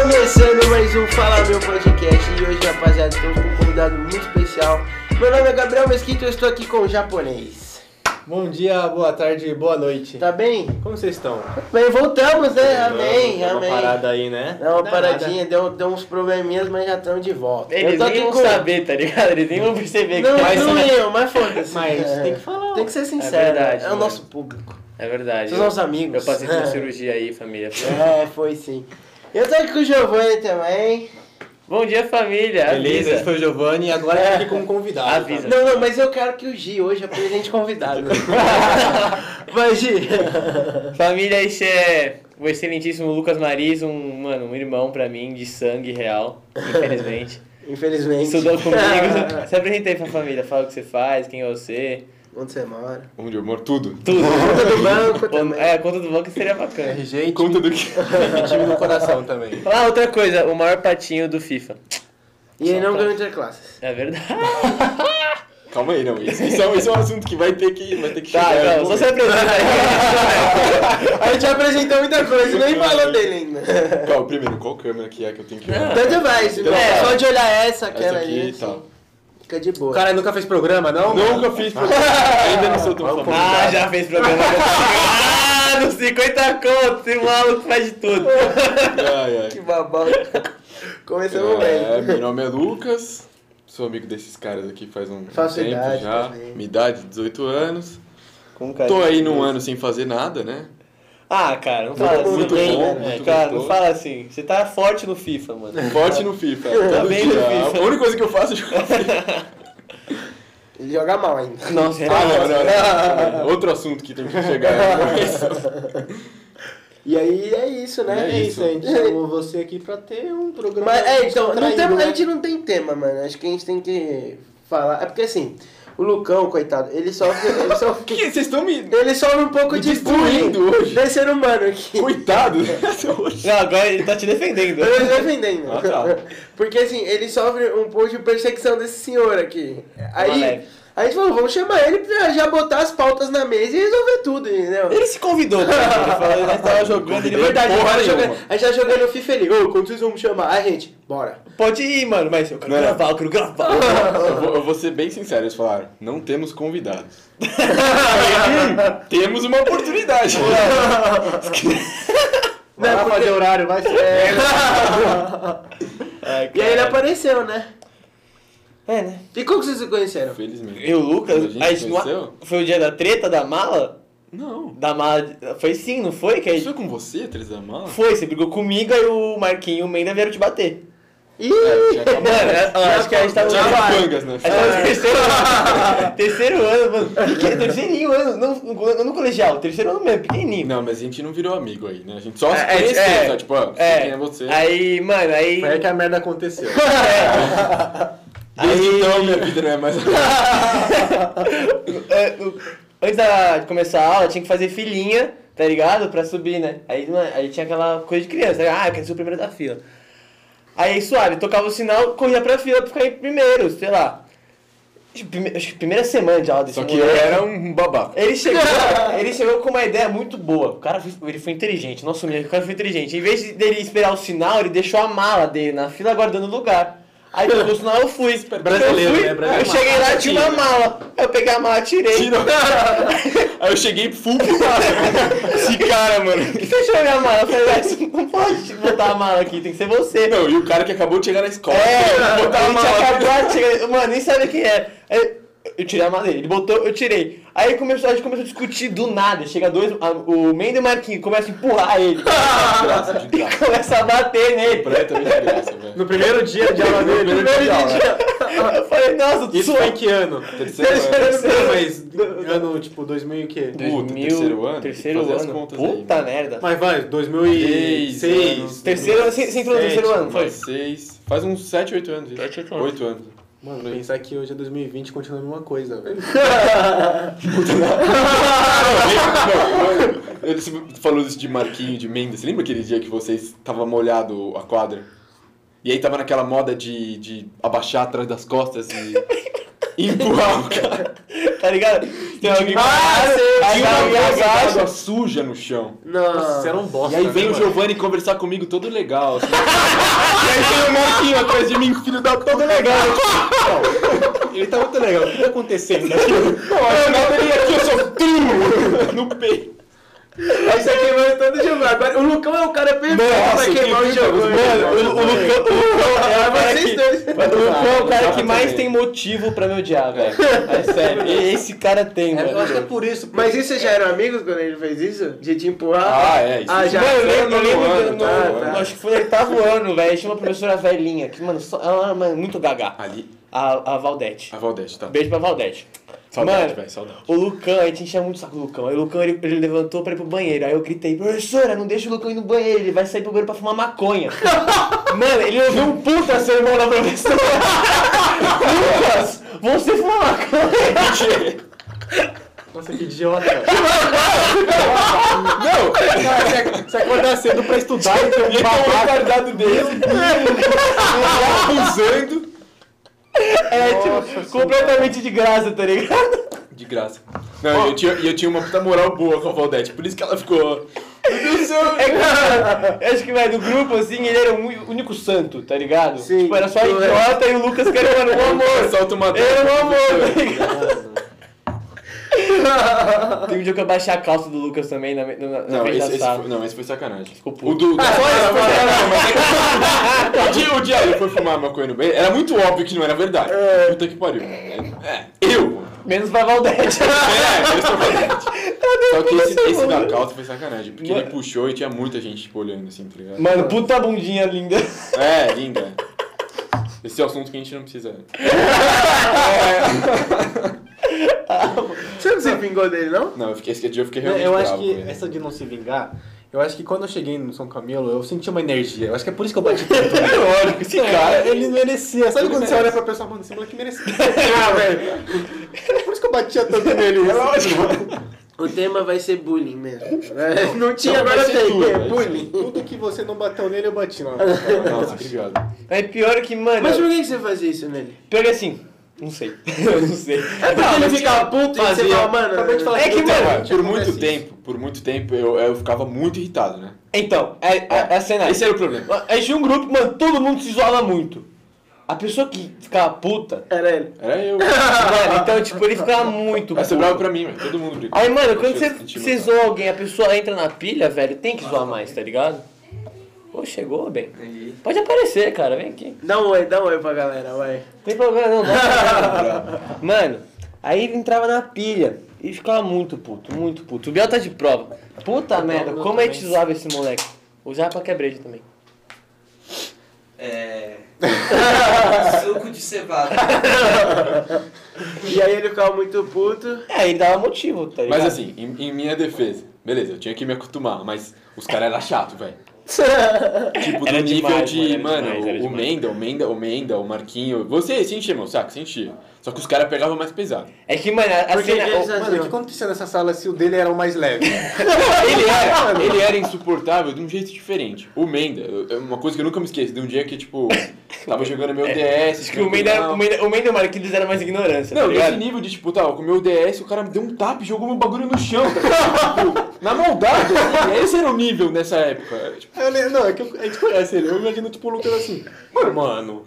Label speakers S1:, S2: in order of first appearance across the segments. S1: Começando mais um Fala Meu Podcast e hoje, rapaziada, estamos com um convidado muito especial. Meu nome é Gabriel Mesquita e eu estou aqui com o japonês.
S2: Bom dia, boa tarde, boa noite.
S1: Tá bem?
S2: Como vocês estão?
S1: Bem, voltamos, né? amém,
S2: Deu
S1: amém.
S2: Uma parada aí, né?
S1: Dá uma
S2: Dá
S1: paradinha, deu, deu uns probleminhas, mas já estamos de volta.
S3: Eles
S1: tô aqui
S3: nem vão saber, tá ligado? Eles nem vão perceber
S1: Não,
S3: que mais
S1: não é. eu, mas foda-se.
S2: Mas
S1: É.
S2: tem que falar.
S1: Tem que ser sincero. É,
S3: verdade,
S1: o
S3: mano.
S1: nosso público.
S3: É verdade.
S1: São nossos
S3: eu,
S1: amigos.
S3: eu passei por uma
S1: É.
S3: cirurgia aí, família.
S1: É, foi sim. Eu tô aqui com o Giovanni também.
S3: Bom dia, família.
S2: Beleza, esse
S3: Avisa.
S2: foi o Giovanni e agora
S1: É.
S2: é. aqui como convidado.
S3: Avisa.
S2: tá?
S1: Não, não, mas eu quero que o Gi hoje apresente convidado. Vai, Gi.
S3: Família, esse é o excelentíssimo Lucas Mariz, um, mano, um irmão pra mim, de sangue real, infelizmente.
S1: Infelizmente.
S3: Estudou comigo. Se apresenta aí pra família, fala o que você faz, quem é você,
S1: Onde você mora?
S4: Onde eu moro? Tudo.
S3: tudo.
S1: Conta do banco
S3: Bom,
S1: também.
S3: é, conta do banco seria bacana.
S2: RG e
S4: Conta do que.
S2: time, time é no coração também.
S3: Ah, outra coisa, o maior patinho do FIFA.
S1: e ele não
S3: só-
S1: ganhou interclasses.
S3: É verdade.
S4: Calma aí, não. Isso, isso é, isso é um assunto que vai ter que, vai ter que
S3: Tá,
S4: chegar.
S1: é,
S3: não, só se apresenta aí.
S1: A gente apresentou muita coisa e nem falou dele ainda.
S4: Calma, primeiro, qual câmera que é que eu tenho que olhar?
S1: Tanto vai, se
S4: Então
S1: é,
S4: tá.
S1: só de olhar essa, Ah, aquela
S4: Essa aqui tá.
S1: ali.
S4: e tal.
S1: assim, Fica de boa.
S2: O cara nunca fez programa, não?
S1: É
S4: Nunca fiz programa. Ainda não sou tão famoso.
S3: Ah, já fez programa. ah, nos 50 contos, esse maluco faz de tudo.
S4: Ai, ai.
S1: que babado. Começamos
S4: É,
S1: bem.
S4: meu nome é Lucas, sou amigo desses caras aqui faz um
S1: Faço
S4: tempo
S1: idade
S4: já.
S1: também.
S4: Minha idade, 18 anos.
S3: Com
S4: Tô aí num ano sem fazer nada, né?
S3: é? Ah, cara, não fala assim.
S4: muito
S3: também,
S4: bom,
S3: né?
S4: muito
S3: cara,
S4: bom.
S3: não fala assim. Você tá forte no FIFA, mano.
S4: Forte no FIFA. Todo
S3: bem no
S4: dia.
S3: FIFA.
S4: A única coisa que eu faço é jogar FIFA.
S1: Ele joga mal ainda.
S3: Nossa,
S4: Ah, não, não, não. Outro assunto que tem que chegar.
S1: E aí é isso, né?
S2: É isso, a gente
S1: É.
S2: chamou você aqui pra ter um programa.
S1: Mas é, então, não
S2: descontraído,
S1: tem-
S2: né?
S1: a gente não tem tema, mano. Acho que a gente tem que falar. É porque assim, o Lucão, coitado, ele sofre. Ele
S4: Que?
S1: sofre,
S4: Vocês estão me
S1: ele sofre um pouco de bullying
S4: destruindo hoje.
S1: desse ser humano aqui.
S4: Coitado!
S1: É.
S3: Não, agora ele tá te defendendo.
S1: Eu tô defendendo.
S4: Ah, tá.
S1: Porque assim, ele sofre um pouco de perseguição desse senhor aqui. Aí.
S3: leve.
S1: A gente falou, vamos chamar ele pra já botar as pautas na mesa e resolver tudo, entendeu?
S3: Ele se convidou, cara. Ele falou, nós tava jogando, ele
S1: É verdade,
S3: porra
S1: agora
S3: nenhuma.
S1: jogando, a gente tá jogando o FIFA ali. Ô, quando vocês vão me chamar? Ai, gente, bora.
S3: Pode ir, mano, mas eu quero
S4: Não. é?
S3: gravar, eu quero gravar.
S4: Eu vou, eu vou ser bem sincero, eles falaram, não temos convidados. temos uma oportunidade.
S2: Vai lá
S1: Não,
S2: fazer
S1: porque- é,
S2: horário, vai ser.
S3: Ai,
S1: E aí ele
S3: cara.
S1: apareceu, né?
S3: É, né?
S1: E como que vocês se conheceram?
S4: Felizmente.
S3: E o Lucas,
S4: A gente
S3: a gente não...
S4: conheceu?
S3: foi o dia da treta, da mala?
S4: Não.
S3: Da mala... de- Foi sim, não foi? Que aí...
S4: Isso foi com você, Três da Mala?
S3: Foi, você brigou comigo, aí o Marquinho e o Menda vieram te bater.
S1: Ih!
S4: É, tinha
S3: Mano, eu né? acho que a gente tava
S4: Tinha
S3: no
S4: as pangas, né?
S3: Acho que tava no terceiro ano. terceiro ano, mano. Pequeno, terceirinho ano, não, não no colegial, terceiro ano mesmo, pequenininho.
S4: Não, mas a gente não virou amigo aí, né? A gente só se
S3: É, é,
S4: conheceu,
S3: é.
S4: sabe? Tipo, ó,
S3: É.
S4: sei quem é você.
S3: Aí, mano, aí.
S2: Foi aí que a merda aconteceu.
S4: Desde então, minha vida não é mais...
S3: é, o- Antes da- de começar a aula, tinha que fazer filinha, tá ligado? Pra subir, né? Aí, mano, aí tinha aquela coisa de criança, tá ligado? ah, eu quero ser o primeiro da fila. Aí, suave, tocava o sinal, corria pra fila pra ficar em primeiro, sei lá. Acho que prime- acho que primeira semana de aula desse
S4: Só que eu
S3: moleque.
S4: era um babaca.
S3: Ele chegou, ele chegou com uma ideia muito boa. O cara foi, ele foi inteligente, nosso menino, o cara foi inteligente. Em vez de- dele esperar o sinal, ele deixou a mala dele na fila aguardando o lugar. Aí tocou o sinal, eu fui.
S2: Brasileiro,
S3: eu fui,
S2: né? Brasileiro.
S3: Eu cheguei lá, tinha uma mala. Eu peguei a mala, tirei.
S4: Tirou. Aí eu cheguei full pro lado. Esse
S3: É,
S4: cara, mano.
S3: Por que você tirou minha mala? Eu falei, "Ué, você não pode botar a mala aqui, tem que ser você.
S4: Não, e o cara que acabou de chegar na escola.
S3: É,
S4: botar
S3: a
S4: a assim.
S3: gente
S4: mala.
S3: acabou de chegar. Mano, nem sabe quem é. Aí, eu tirei a mala dele, ele botou, eu tirei. Aí começou, a gente começou a discutir do nada. Chega dois, a- o Mendes e o Marquinhos começam a empurrar ele.
S4: Graça de graça.
S3: E começa a bater nele.
S4: Completamente de graça, velho.
S2: No primeiro dia de aula dele,
S4: Primeiro
S2: primeiro
S4: dia de
S2: dia.
S3: Eu falei, nossa,
S2: Isso
S3: sua-
S2: foi em que ano?
S4: Terceiro ano.
S2: Terceiro, mas ano tipo 2000 e quê?
S4: Puta,
S3: 2000,
S4: terceiro ano, tem
S3: Terceiro
S4: que fazer as
S3: ano.
S4: contas
S3: Puta
S4: aí,
S3: merda.
S2: Mas vai, 2006. né?
S4: Seis anos.
S3: Terceiro ano, você você entrou no
S2: Sete,
S3: terceiro ano, foi?
S4: Mais seis. Faz uns sete, oito anos isso.
S3: Sete, oito anos.
S4: 8 anos.
S2: Mano, pensar que hoje é 2020 e continua a mesma coisa, velho.
S4: Não, eu- eu- Você falou isso de Marquinho, de Mendes. Você lembra aquele dia que vocês tava molhado a quadra? E aí tava naquela moda de, de abaixar atrás das costas e empurrar o cara.
S3: Tá ligado? Tem alguém
S4: Ah,
S3: sei, Aí tá
S4: Tinha uma
S3: vai,
S4: poça
S3: abaixa.
S4: d'água suja no chão.
S1: Não.
S2: Você era um bosta.
S4: E aí vem
S2: né,
S4: o
S2: mano?
S4: Giovanni conversar comigo todo legal. assim. e aí tem o Marquinho atrás de mim, filho da todo legal. Ele tá muito legal. O que tá acontecendo aqui? eu não ele aqui, eu sou duro no peito.
S1: Aí você queimando todo o Giovanni. Agora, o Lucão é o cara perfeito
S4: Nossa,
S1: pra
S4: que
S1: queimar o
S4: puta
S1: Giovanni.
S4: coisa.
S3: Mano, o, o Lucão, o Lucão é o cara
S1: Vocês
S3: que,
S1: dois.
S3: o Lucão é o cara que
S4: Exatamente.
S3: mais tem motivo pra me odiar, velho. É sério. E Esse cara tem,
S2: Eu acho que é
S3: mano.
S2: por isso.
S1: Mas isso vocês já eram amigos quando ele fez isso? De te empurrar?
S4: Ah, é, isso
S1: Ah, já.
S3: Mano, eu lembro, eu
S1: Foi
S3: lembro
S1: no
S3: do-
S1: ano,
S3: no-
S1: tá, tá.
S3: acho que foi no oitavo ano, velho. Tinha uma professora velhinha, que, mano, só- ela era mano, muito gaga.
S4: Ali,
S3: A, a Valdete.
S4: a Valdete, tá.
S3: Beijo pra Valdete.
S4: Saudade,
S3: Mano,
S4: velho, saudade.
S3: O Lucão, a gente enchia muito o saco do Lucão. Aí o Lucão ele, ele levantou pra ir pro banheiro. Aí eu gritei, professora, não deixa o Lucão ir no banheiro, ele vai sair pro banheiro pra fumar maconha. Mano, ele ouviu um puta sermão da professora. Lucas, você fuma maconha?
S2: Nossa, que idiota.
S4: Não!
S2: Você acordar cedo pra estudar e ter
S4: E aí,
S2: um
S4: o
S2: babaca.
S4: retardado é dele, abusando.
S3: É, tipo, completamente de graça, tá ligado?
S4: De graça. Não, e eu tinha, e eu tinha uma puta moral boa com a Valdete, por isso que ela ficou.
S3: É que, mano, eu acho que, velho, do grupo, assim, ele era o uni- único santo, tá ligado?
S1: Sim,
S3: tipo, era só
S1: tu
S3: idiota e o Lucas que era, mano, um amor.
S4: Solta uma
S3: Ele era um amor, tá ligado? Tem um dia que eu baixei a calça do Lucas também na, me- na, na
S4: Não,
S3: frente
S4: esse,
S3: da
S4: esse
S3: sala.
S4: foi, não, esse foi sacanagem.
S3: Ficou puto.
S4: O do. é O dia, o dia ele foi fumar maconha no banheiro, era muito óbvio que não era verdade. Puta que pariu. É, eu.
S3: Menos pra Valdete.
S4: É, eu sou verdade. Só que esse, esse da
S3: mano.
S4: calça foi sacanagem, porque
S3: Mano.
S4: ele puxou e tinha muita gente tipo, olhando assim, tá ligado?
S3: Mano, puta bundinha linda.
S4: É, linda. Esse é o assunto que a gente não precisa.
S1: Você não se vingou dele, não?
S4: Não, eu fiquei, esse dia eu fiquei
S2: Não,
S4: realmente
S2: eu acho
S4: bravo
S2: que
S4: com ele.
S2: essa de não se vingar, eu acho que quando eu cheguei no São Camilo, eu senti uma energia. Eu acho que é por isso que eu bati tanto. É lógico, esse
S3: é.
S2: cara. Ele merecia. Sabe quando você olha pra pessoa, mano, esse moleque merecia.
S1: Ah, velho.
S2: Por isso que eu batia tanto nele. É lógico.
S1: O tema vai ser bullying mesmo. É, Não tinha,
S4: Não, vai
S1: agora
S4: ser
S1: tem.
S4: tudo,
S1: é
S4: vai ser
S1: bullying.
S2: Tudo que você não bateu nele, eu bati lá.
S4: Nossa, obrigado.
S3: Aí É pior que, mano.
S1: Mas por que que você fazia isso nele?
S3: Pior que assim. Não sei. Eu não sei.
S1: É porque ele fica puto e você
S2: fazia.
S1: fala, mano.
S2: Acabei de falar
S3: É que,
S4: Então,
S3: mano.
S4: por muito
S2: acontece
S4: tempo, por muito tempo, eu, eu ficava muito irritado, né?
S3: Então, é, é, é a cena.
S4: Esse era o problema.
S3: Aí tinha um grupo, mano, todo mundo se isola muito. A pessoa que ficava puta.
S1: Era ele.
S4: Era eu.
S3: Mano, então, tipo, ele ficava muito
S4: Vai
S3: puto.
S4: ser bravo pra mim, velho. Todo mundo briga.
S3: Aí, mano, quando você,
S4: Deixa eu sentir
S3: você
S4: meu
S3: zoa alguém, a pessoa entra na pilha, velho, tem que zoar mais, tá ligado? Pô, chegou, bem. Pode aparecer, cara, vem aqui.
S1: Dá um oi, dá um oi pra galera, vai.
S3: Não tem problema não, não. Mano, aí ele entrava na pilha e ficava muito puto, muito puto. O Biel tá de prova. Puta merda, como a gente zoava esse moleque? Usava pra quebreja também.
S5: É. Suco de cevada.
S1: E aí ele ficava muito puto.
S3: É, ele dava motivo, tá ligado?
S4: Mas assim, em, em minha defesa, beleza, eu tinha que me acostumar, mas os caras eram chato, velho. Tipo, do
S3: Era
S4: nível
S3: demais,
S4: de,
S3: mano, era
S4: mano,
S3: demais, era
S4: o, o
S3: demais.
S4: Menda, o Menda, o Menda, o Marquinho. Você se enchia, meu saco, se enchia. Só que os caras pegavam mais pesado.
S3: É que, mano, a
S1: Porque
S3: cena...
S1: eles-
S2: Mano, o que acontecia nessa sala se o dele era o mais leve?
S4: Ele era, ele era insuportável de um jeito diferente. O Menda, eu- é uma coisa que eu nunca me esqueço, de um dia que, tipo, tava jogando meu DS.
S3: É, Acho que o Mendo era- o Mendo- o Mendo e o Marquinhos eram mais ignorância, tá
S4: Não, nesse
S3: ligado?
S4: nível de, tipo, tá, com o meu DS, o cara me deu um tapa e jogou meu bagulho no chão, tá ligado? Tipo, Na maldade, assim, esse era o nível nessa época. Tipo,
S2: Eu lembro- não, é que eu- a gente conhece ele. Eu imagino, tipo, o Lucas assim. Mano, mano.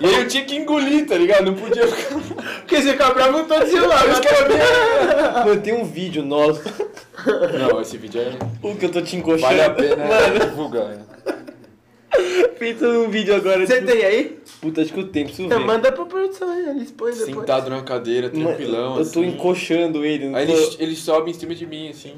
S4: e aí eu tinha que engolir, tá ligado? Não podia ficar.
S1: Porque você fica bravo todo seu lado.
S4: Os caras me-
S3: Mano, tem um vídeo nosso,
S4: Não, esse vídeo é.
S3: o que eu tô te encoxando.
S4: Vale a pena
S3: Mano,
S4: divulgar. né?
S3: feito um vídeo agora.
S1: Você
S3: tipo,
S1: tem aí?
S3: Puta, acho que o tempo isso
S1: Não,
S3: vem.
S1: manda pra produção aí, eles põem depois.
S4: Sentado na cadeira,
S3: Mano,
S4: tranquilão.
S3: Eu tô
S4: assim.
S3: encoxando ele. Não
S4: Aí
S3: tô...
S4: ele, ele sobe em cima de mim, assim.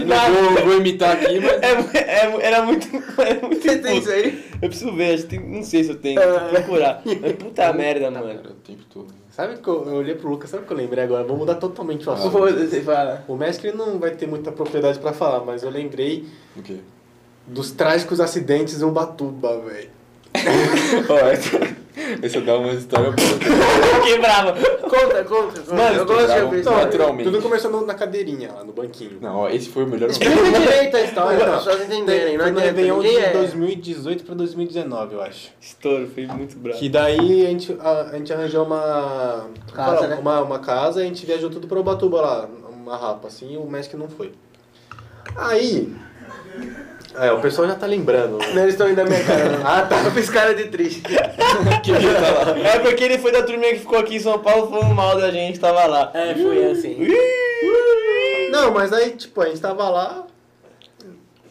S4: E
S3: nada.
S4: não vou, vou imitar aqui, mas.
S3: É mu- é mu- era muito. Era muito
S1: Você tem
S3: puto.
S1: isso aí?
S3: Eu preciso ver, acho que tem- não sei se eu tenho. Vou procurar. Mas puta merda, mano.
S4: Cara, o tempo todo.
S2: Sabe o que eu, eu olhei pro Lucas, sabe o que eu lembrei agora? Vou mudar totalmente o assunto.
S1: Foda-se, fala.
S2: O mestre não vai ter muita propriedade pra falar, mas eu lembrei
S4: O quê?
S2: dos trágicos acidentes em Ubatuba, velho.
S4: Ó,
S3: é.
S4: essa- Essa dá uma história boa.
S3: Que brava.
S1: Conta, conta, conta.
S4: Mano, um
S1: eu gosto de
S4: bravo.
S1: ouvir história.
S4: Não, natural. Naturalmente.
S2: Tudo começou no- na cadeirinha lá, no banquinho.
S4: Não, ó, esse foi o melhor momento.
S1: Explica Tipo, direito a história,
S2: Não,
S1: pra vocês entenderem. Não
S2: Foi no
S1: adianta,
S2: Réveillon
S1: ninguém
S2: de
S1: é.
S2: 2018 pra 2019, eu acho.
S3: Estouro, foi muito bravo.
S2: Que daí a gente, a, a gente arranjou uma
S1: Casa,
S2: uma,
S1: né?
S2: uma, uma casa e a gente viajou tudo pra Ubatuba lá, uma rapa, assim, e o Magic não foi. Aí. É, o pessoal já tá lembrando. né?
S1: Não, eles estão indo na minha cara. ah, tá. Eu fiz cara de triste.
S3: É porque ele foi da turminha que ficou aqui em São Paulo falando mal da gente, tava lá.
S5: É, foi assim.
S2: Não, mas aí, tipo, a gente tava lá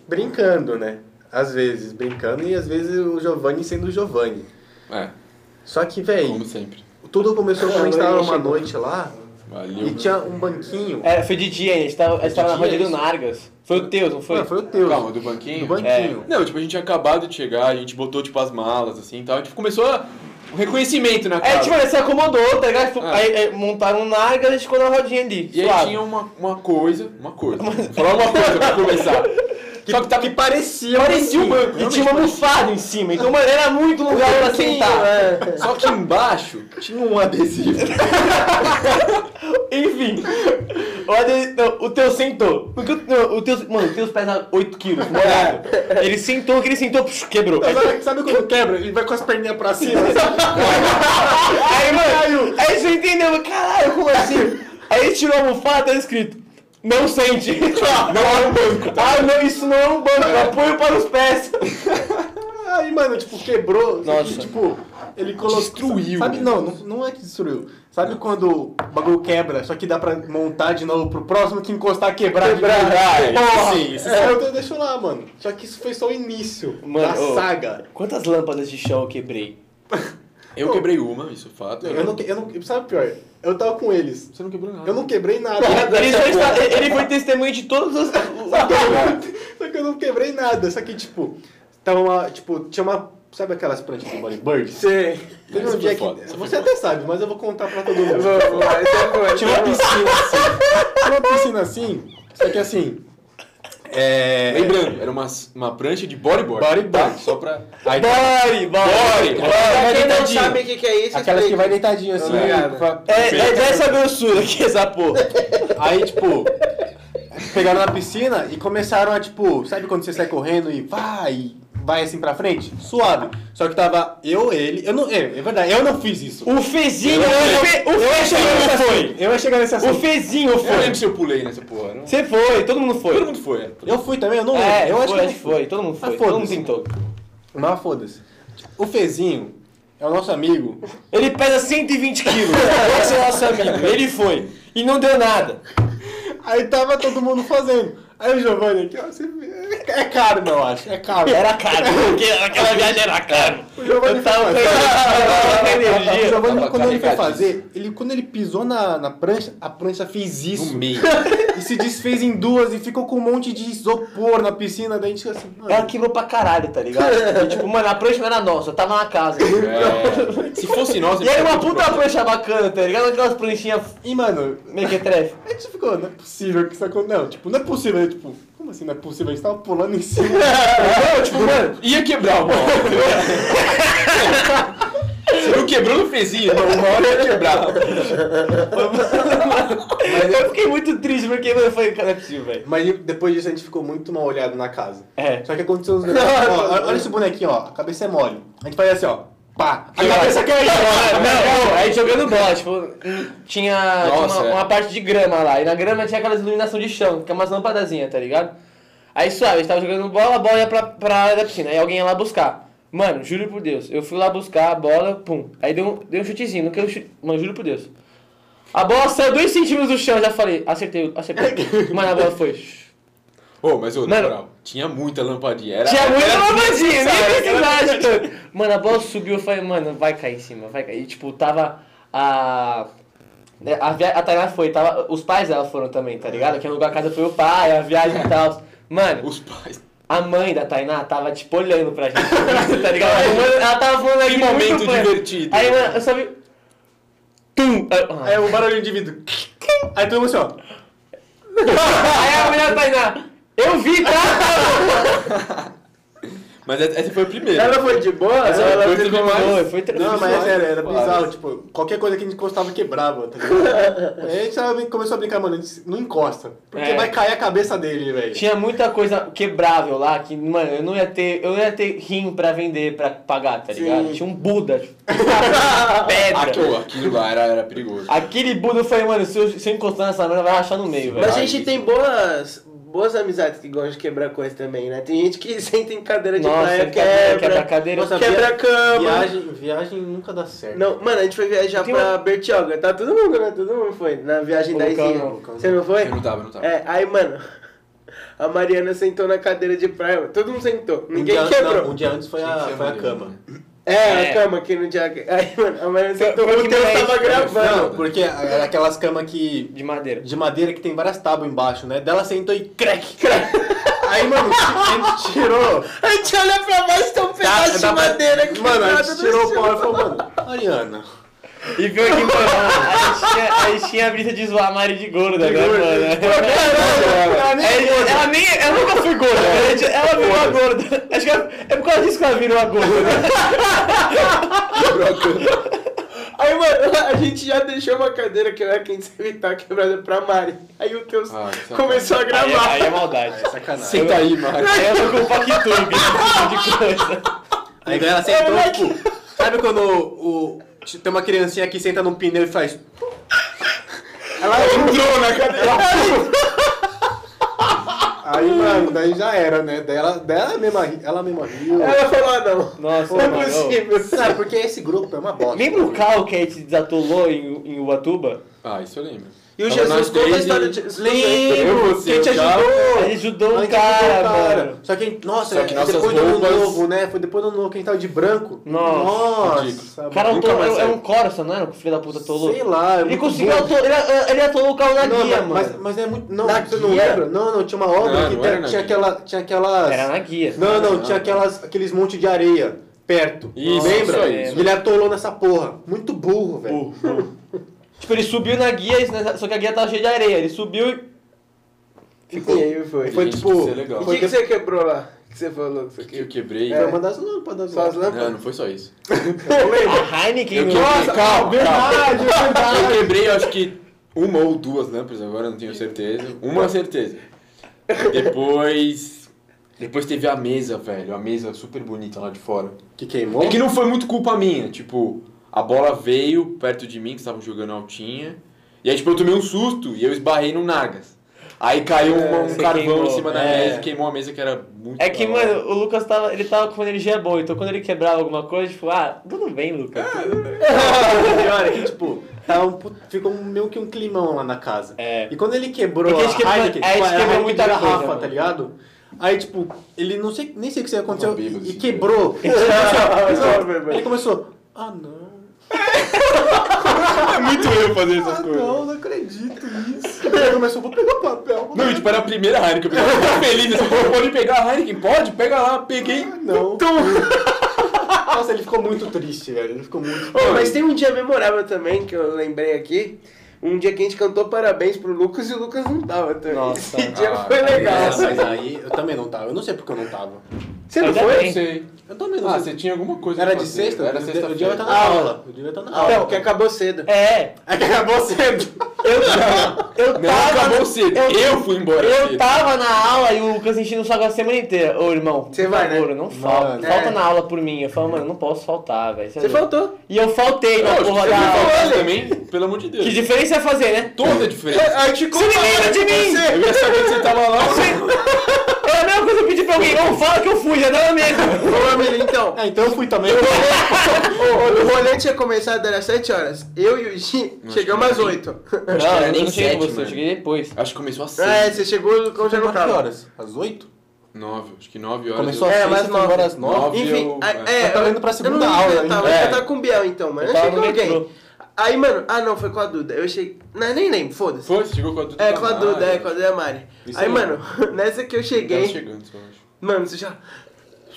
S2: brincando, né? Às vezes brincando e às vezes o Giovanni sendo o Giovanni.
S4: É,
S2: Só que, véi,
S4: como sempre.
S2: tudo começou quando a gente tava numa
S1: Chegou.
S2: noite lá
S4: Valeu.
S2: e tinha um banquinho.
S3: É, foi de dia, a gente tava, a gente tava na
S2: dia,
S3: rodinha do
S4: é
S2: isso.
S3: Nargas. Foi o teu, não foi? É.
S2: Não, foi o teu.
S4: Calma,
S2: Do
S4: do banquinho?
S2: banquinho.
S4: Não, tipo, a gente tinha acabado de chegar, a gente botou, tipo, as malas, assim, e tal. Tipo, começou a- o reconhecimento na casa.
S3: É, tipo, ele se acomodou, tá ligado? Tipo,
S4: Ah.
S3: Aí, aí montaram um Nargas, a gente ficou na rodinha ali.
S4: E aí
S3: suave.
S4: tinha uma, uma coisa, uma coisa. Vou falar uma coisa pra começar. Só que, tá, que parecia,
S3: Parecia um banco. E
S4: Realmente
S3: tinha uma almofada em cima, então, mano, era muito lugar pra sentar.
S1: É.
S4: Só que embaixo tinha um adesivo.
S3: Enfim, o, Ade- não, o teu sentou. Porque o, não, o teu, mano, o teu pesa 8 quilos, molhado. Ele sentou, que ele sentou, psh, quebrou. Aí,
S2: Sabe, sabe quando quebra? Ele vai com as perninhas pra cima.
S3: aí, mano, aí você entendeu, caralho, como assim? Aí ele tirou a almofada, tá escrito, não sente. Não é um banco. Ah, não, isso não é um banco, apoio para os pés.
S2: Aí, mano, tipo, quebrou.
S3: Nossa.
S2: Tipo, ele colocou.
S4: Destruiu.
S2: Sabe, não, não, não é que destruiu. Sabe quando o bagulho quebra, só que dá pra montar de novo pro próximo que encostar, quebrar, de novo?
S4: Ai,
S3: Porra.
S4: sim, isso-
S2: É, eu deixo lá, mano. Só que isso foi só o início
S3: Mano,
S2: da
S3: ô.
S2: saga.
S3: Quantas lâmpadas de chão eu quebrei?
S4: Eu quebrei uma, isso é fato.
S2: Eu não, que- eu não, sabe o pior? Eu tava com eles.
S4: Você não quebrou nada.
S2: Eu não quebrei nada.
S3: Ele, só está- ele foi testemunha de todos os...
S2: só que eu não quebrei nada. Só que, tipo, tava uma. Tipo, tinha uma. Sabe aquelas plantas do bodybuard?
S1: Sei.
S2: Teve
S4: Isso
S2: um dia
S4: foi foda,
S2: que.
S4: isso foi
S2: Você até sabe, mas eu vou contar pra todo mundo.
S1: Vamos, vamos, então vamos.
S2: Tinha uma piscina assim. Tinha uma piscina assim, só que assim. É.
S4: Lembrando, era uma, uma prancha de bodyboard.
S2: Bodyboard.
S4: tá? Só pra...
S2: então. Aí,
S3: Bore, bore.
S4: Bore,
S1: Pra quem não
S2: deitadinho.
S1: sabe o que que é isso,
S2: tá aquelas que
S1: explica.
S2: vai deitadinho assim.
S1: Obrigado.
S2: fa-
S3: É, é dessa grossura que é essa porra.
S2: Aí, tipo. Pegaram na piscina e começaram a, tipo, sabe quando você sai correndo e vai, vai assim pra frente? Suave. Só que tava eu, ele. Eu não. É, é verdade, eu não fiz isso.
S3: O Fezinho,
S4: Eu-
S3: o, fe, o Fezinho foi.
S2: Eu ia chegar nesse
S3: O
S2: assunto.
S3: Fezinho
S4: Eu não lembro
S3: foi.
S4: se eu pulei nessa porra. Não...
S3: Você foi, todo mundo
S4: Todo
S3: foi.
S4: mundo foi. é.
S2: Eu fui também, eu não lembro.
S3: É,
S2: eu acho que eu
S3: foi,
S2: fui.
S3: foi, todo mundo foi.
S2: Ah,
S3: Todo mundo
S2: foda-se.
S3: tentou.
S2: Mas foda-se. O Fezinho é o nosso amigo.
S3: Ele pesa 120 quilos. Esse é nosso amigo. Ele foi. E não deu nada.
S2: Aí tava todo mundo fazendo. Aí o Giovanni aqui, ó, você... é caro, não, eu acho. É caro.
S3: Era caro. Porque aquela viagem era caro.
S2: O Giovanni
S3: Eu tava
S2: foi fazer.
S3: com
S2: O
S3: energia.
S2: Giovanni,
S4: Tava
S2: quando ele foi
S4: carregadíssimo.
S2: fazer, ele, quando ele pisou na, na prancha, a prancha fez isso.
S4: No meio.
S2: E se desfez em duas e ficou com um monte de isopor na piscina. Daí a gente assim, mano,
S3: Ela quebrou pra caralho, tá ligado? E, tipo, mano, a prancha não era nossa, eu tava na casa.
S4: É, se fosse nós...
S3: E era uma puta prancha bacana, tá ligado? Aquelas pranchinhas
S2: E, mano,
S3: mequetrefe.
S2: a gente ficou, não é possível que isso aconteceu. Não, tipo, não é possível. Eu, tipo, como assim não é possível? A gente tava pulando em cima.
S3: Não, tipo, mano,
S4: Ia quebrar uma hora. Se não quebrou, não fez isso. Uma hora ia quebrar.
S3: eu fiquei muito triste porque mano, foi cara não é possível, velho.
S2: Mas depois disso a gente ficou muito mal olhado na casa.
S3: É.
S2: Só que aconteceu uns negócios.
S3: Não,
S2: ó,
S3: não.
S2: olha esse bonequinho, ó. A cabeça é mole. A gente faz assim, ó. Pá! A
S3: Que
S2: cabeça
S3: ódio.
S2: caiu!
S3: Não, não, aí jogando bola, tipo, tinha, tinha
S4: Nossa,
S3: uma,
S4: é.
S3: uma parte de grama lá, e na grama tinha aquelas iluminação de chão, que é umas lampadazinhas, tá ligado? Aí suave, a gente tava jogando bola, a bola ia pra, pra área da piscina, aí alguém ia lá buscar. Mano, juro por Deus, eu fui lá buscar a bola, pum. Aí deu um, deu um chutezinho, no que eu chute... Mano, juro por Deus. A bola saiu 2 centímetros do chão, eu já falei, acertei, acertei. Mano, a bola foi.
S4: Ô, mas ô, na
S3: Mano.
S4: moral, tinha muita lampadinha. Era,
S3: Tinha muita
S4: era
S3: lavadinha,
S4: desnecessário,
S3: é nem
S4: era
S3: precisava de tanto. Mano, a bola subiu, eu falei, mano, vai cair em cima, vai cair. E, tipo, tava a... né, A, via... a Tainá foi, tava... os pais dela foram também, tá ligado? Quem alugou a casa foi o pai, a viagem e tal. Mano,
S4: Os pais.
S3: a mãe da Tainá tava, tipo, olhando pra gente, tá ligado? Ela- Ela tava falando aqui
S4: Que
S3: muito
S4: momento
S3: plano.
S4: divertido.
S3: Aí, mano, eu só vi... Tum! Ah.
S2: Aí É o barulhinho de vidro. Aí todo mundo assim, ó.
S3: ah, Aí a mulher da Tainá, eu vi, tá?
S4: Mas essa foi a primeira.
S1: Ela foi de boa?
S4: Essa
S1: ela
S4: foi
S1: ficou
S4: demais.
S3: Foi, foi tranquilo.
S2: Não, mas é sério, era
S4: Várias.
S2: bizarro, tipo, qualquer coisa que a gente encostava quebrava, tá ligado? Aí a gente tava- começou a brincar, mano, a gente não encosta, porque
S3: É.
S2: vai cair a cabeça dele, velho.
S3: Tinha muita coisa quebrável lá que, mano, eu não ia ter, eu não ia ter rim pra vender, pra pagar, tá ligado?
S1: Sim.
S3: Tinha um Buda.
S4: Aqui,
S3: pedra.
S4: ó, aquilo lá era, era perigoso.
S3: Aquele Buda foi, mano, se eu, se eu encostar nessa merda, vai rachar no meio, velho.
S1: Mas a gente tem boas, boas amizades que gostam de quebrar coisa também, né? Tem gente que senta em cadeira de
S3: Nossa,
S1: praia,
S3: cadeira,
S1: quebra,
S3: quebra cadeira.
S1: nossa,
S2: Nossa,
S1: quebra cama.
S2: Viagem, viagem nunca dá certo.
S1: Não, mano, a gente foi viajar
S3: Tem
S1: pra Bertioga, tá todo mundo, né? Todo mundo foi, na viagem
S3: O
S1: da
S3: Lucão
S1: Izinha.
S3: não, o
S2: Lucão
S1: Você não foi?
S4: Eu não tava, eu não
S2: Tá.
S4: tava.
S1: É, aí, mano, a Mariana sentou na cadeira de praia, todo mundo sentou,
S2: Um
S1: ninguém
S2: dia-
S1: quebrou.
S2: não, um dia antes foi
S4: Tinha que
S2: a,
S4: ser
S2: foi a
S4: uma
S2: cama.
S4: menina.
S1: É,
S3: É.
S1: a cama aqui no dia. Aí, mano, a Mariana
S3: Foi-
S1: sentou,
S3: foi
S1: o
S3: que
S1: Deus
S3: mais-
S1: tava gravando.
S2: Não, porque era aquelas camas que
S3: De madeira.
S2: de madeira que tem várias tábuas embaixo, né? Dela sentou e crack, crack. Aí, mano, a gente tirou.
S1: A gente olha pra baixo, tem um pedaço de
S2: dá pra-
S1: madeira aqui.
S2: Mano, a
S1: nada
S2: gente
S1: do
S2: tirou o
S1: chão.
S2: pau e falou, mano, Ariana.
S3: E viu aqui, mano, a gente tinha, a gente tinha a brisa de zoar a Mari de gorda, né,
S2: gorda.
S3: mano?
S2: Ela nem
S3: Ela, ela nem, ela nunca foi gorda, a gente- ela virou a gorda. Acho que ela- é por causa disso que ela virou a gorda, né?
S1: Aí, mano, a gente já deixou uma cadeira que era quem se evitar quebrada pra Mari. Aí o Teus
S2: então
S4: Ah, isso é
S1: começou a
S2: tá.
S3: Aí,
S1: gravar.
S3: aí é maldade.
S2: Sacanagem.
S4: Senta aí, Marcos.
S3: Aí eu tô com o Pactube, esse tipo de coisa. É
S2: Aí ela sentou, tipo, sabe quando o, o- tem uma criancinha que senta num pneu e faz. Ela
S3: é
S2: entrou na cadeira. Aí, mano, daí já era, né? Daí ela, daí ela mesma, ri- ela mesma riu.
S1: Ela falou, ah, não.
S3: Nossa,
S1: não é
S3: mano, ô.
S1: possível.
S2: Sabe, É, porque esse grupo é uma bosta.
S3: Lembra o carro que a gente desatolou em, em Ubatuba?
S4: Ah, isso eu lembro.
S1: E o
S4: Tava
S1: Jesus
S4: nós
S1: conta
S4: três
S1: a história
S4: e-
S1: de Jesus.
S4: Eu,
S2: Lembro!
S4: você,
S2: Quem te
S4: o cara.
S2: ajudou?
S3: A gente ajudou
S2: Não, então,
S3: um
S2: a gente ajudou
S3: cara,
S2: o cara.
S3: mano.
S2: Só que, nossa,
S4: Só que
S2: é,
S4: nossas
S2: depois do ano
S4: roupas-
S2: novo, né? Foi depois do ano novo que a gente tava de branco.
S3: Nossa.
S2: nossa
S3: O cara
S2: mano, nunca
S3: atolou,
S2: mais
S3: era
S2: saiu.
S3: um Corsa, não era? Que o filho da puta atolou.
S2: Sei lá, é
S3: Ele
S2: muito
S3: conseguiu
S2: bom.
S3: atolou, ele, ele atolou o carro na
S2: Não,
S3: guia,
S2: mas,
S3: mano.
S2: mas, mas é muito. Não,
S1: Na
S2: você não
S1: guia?
S2: lembra? Não, não, tinha uma obra
S4: Não,
S2: que
S4: não
S2: te-
S4: era na
S2: tinha,
S4: guia.
S2: aquela, tinha aquelas.
S3: Era na guia.
S2: Não, não,
S4: Não,
S2: tinha
S4: não.
S2: aquelas, aqueles montes de areia perto.
S4: Isso,
S2: lembra?
S4: isso aí, isso.
S2: Ele atolou nessa porra. Muito burro, velho.
S3: Tipo, ele subiu na guia, só que a guia tava cheia de areia. Ele subiu e.
S1: E aí foi.
S2: Foi
S4: Gente,
S2: tipo.
S4: isso é legal.
S1: E o
S2: Foi,
S1: que, que você quebrou lá? Que você falou que você
S4: Que eu
S1: quebrou?
S4: quebrei.
S2: foi uma das lâmpadas.
S1: É, Só as
S2: lá.
S4: Não,
S1: lâmpadas?
S4: não foi só isso.
S1: Eu lembro.
S3: A Heineken.
S4: Eu
S3: mano.
S4: quebrei, calma,
S1: Ah,
S2: verdade,
S4: calma.
S2: verdade.
S4: Eu quebrei, acho que uma ou duas lâmpadas, agora não tenho certeza. Uma certeza. Depois. Depois teve a mesa, velho. A mesa super bonita lá de fora.
S2: Que queimou?
S4: É que não foi muito culpa minha. Tipo, a bola veio perto de mim, que estavam jogando altinha. E aí, tipo, eu tomei um susto e eu esbarrei no Nagas. Aí caiu uma- um
S3: você
S4: carvão
S3: queimou,
S4: em cima da
S2: é.
S4: mesa e queimou a mesa que era muito.
S3: É que,
S4: da hora.
S3: mano, o Lucas tava, ele tava com uma energia boa, então quando ele quebrava alguma coisa, tipo, ah, tudo bem, Lucas.
S2: Pior é que, tipo, tava um pu- ficou um- meio que um climão lá na casa.
S3: É.
S2: E quando ele quebrou
S3: Porque a gente quebrou-
S2: Heineken,
S3: a gente
S2: tipo, era
S3: quebrou
S2: Heineken
S3: muita
S2: de
S3: coisa,
S2: garrafa,
S3: mano.
S2: tá ligado? Aí, tipo, ele não sei, nem sei o que aconteceu
S4: Tava
S2: e,
S4: bêbado,
S2: e
S4: esse
S2: quebrou. Ele
S1: Resolve,
S2: começou,
S1: velho.
S2: ele começou, ah não,
S4: É muito eu fazer essas
S2: ah
S4: coisas.
S2: não, não acredito nisso. Ele começou, vou pegar papel. vou
S4: Não, e
S2: pegar
S4: tipo, era a primeira Heineken. Eu peguei, eu tô feliz, assim, pô, pode pegar a Heineken? Pode? Pega lá, peguei.
S2: papel, não. Nossa, ele ficou muito triste, velho. Ele ficou muito
S1: Ô, mas tem um dia memorável também que eu lembrei aqui. Um dia que a gente cantou parabéns pro Lucas e o Lucas não tava também.
S3: Nossa,
S1: Esse dia
S4: cara.
S1: foi legal.
S2: Nossa, É, mas aí eu também não tava. Eu não sei porque eu não tava.
S1: Você não
S3: Ainda
S1: foi?
S3: bem.
S4: sei.
S2: Eu também não
S4: Ah,
S2: sei.
S4: você tinha alguma coisa
S2: Era
S4: pra
S2: de
S4: fazer.
S2: sexta?
S4: Era
S2: Eu
S4: sexta-feira.
S2: devia estar na
S1: Ah,
S2: aula. Então, Eu devia estar na aula.
S1: Não, porque acabou cedo.
S3: É,
S2: É que acabou cedo.
S3: eu, eu
S4: Não,
S3: tava.
S4: acabou cedo. Eu, fui embora
S3: Eu
S4: cedo.
S3: tava na aula e o Lucas enchendo o saco a semana inteira. Ô, irmão,
S1: Você
S3: por
S1: vai,
S3: favor,
S1: né?
S3: não falta.
S2: Mano.
S3: Falta
S1: É.
S3: na aula por mim. Eu falo, mano, eu não posso faltar, velho. é
S1: Você faltou.
S3: E eu faltei na
S4: Lógico,
S3: porra
S4: você
S3: da
S4: me falou
S3: aula.
S4: isso também, pelo amor de Deus.
S3: Que diferença ia fazer, né?
S4: Toda a diferença.
S3: Se me lembra de mim!
S4: Eu ia saber que você tava lá.
S3: É a mesma coisa que eu pedi pra alguém, ô, fala que eu fui, já dava mesmo.
S1: Ô, Amelie, então.
S2: Ah, então eu fui também.
S1: o, o rolê tinha começado, era 7 horas. Eu e o Gi
S4: Não,
S1: chegamos
S4: acho
S1: às
S4: que não.
S1: 8.
S3: Não, eu
S4: nem
S3: não cheguei com
S4: sete,
S3: você, eu
S4: mano.
S3: cheguei depois.
S4: Acho que começou às seis.
S1: É, você chegou quando já não
S2: Mas que
S1: tava.
S2: horas? Às 8?
S4: Nove, acho que nove horas.
S2: Começou às
S1: É,
S2: 6
S1: mas
S2: e foi embora às 9?
S4: Nove,
S1: Enfim,
S4: eu-
S1: a-
S4: é.
S1: é.
S2: Ela tá indo pra
S1: eu
S2: segunda
S1: não
S2: aula
S1: Eu tava,
S2: ainda.
S1: eu tava com o Biel então, mano. Eu,
S3: Eu tava
S1: cheguei
S3: no
S1: com alguém.
S3: metrô.
S1: Aí, mano, ah não, foi com a Duda. Eu cheguei. Não, nem lembro, foda-se.
S4: Foi, você chegou com a Duda.
S1: É, com a Duda,
S4: Mara.
S1: é, com a Duda e a Mari.
S4: Isso
S1: aí,
S4: aí.
S1: mano, nessa que eu
S4: Tava
S1: cheguei.
S4: chegando, só acho.
S1: Mano, você já.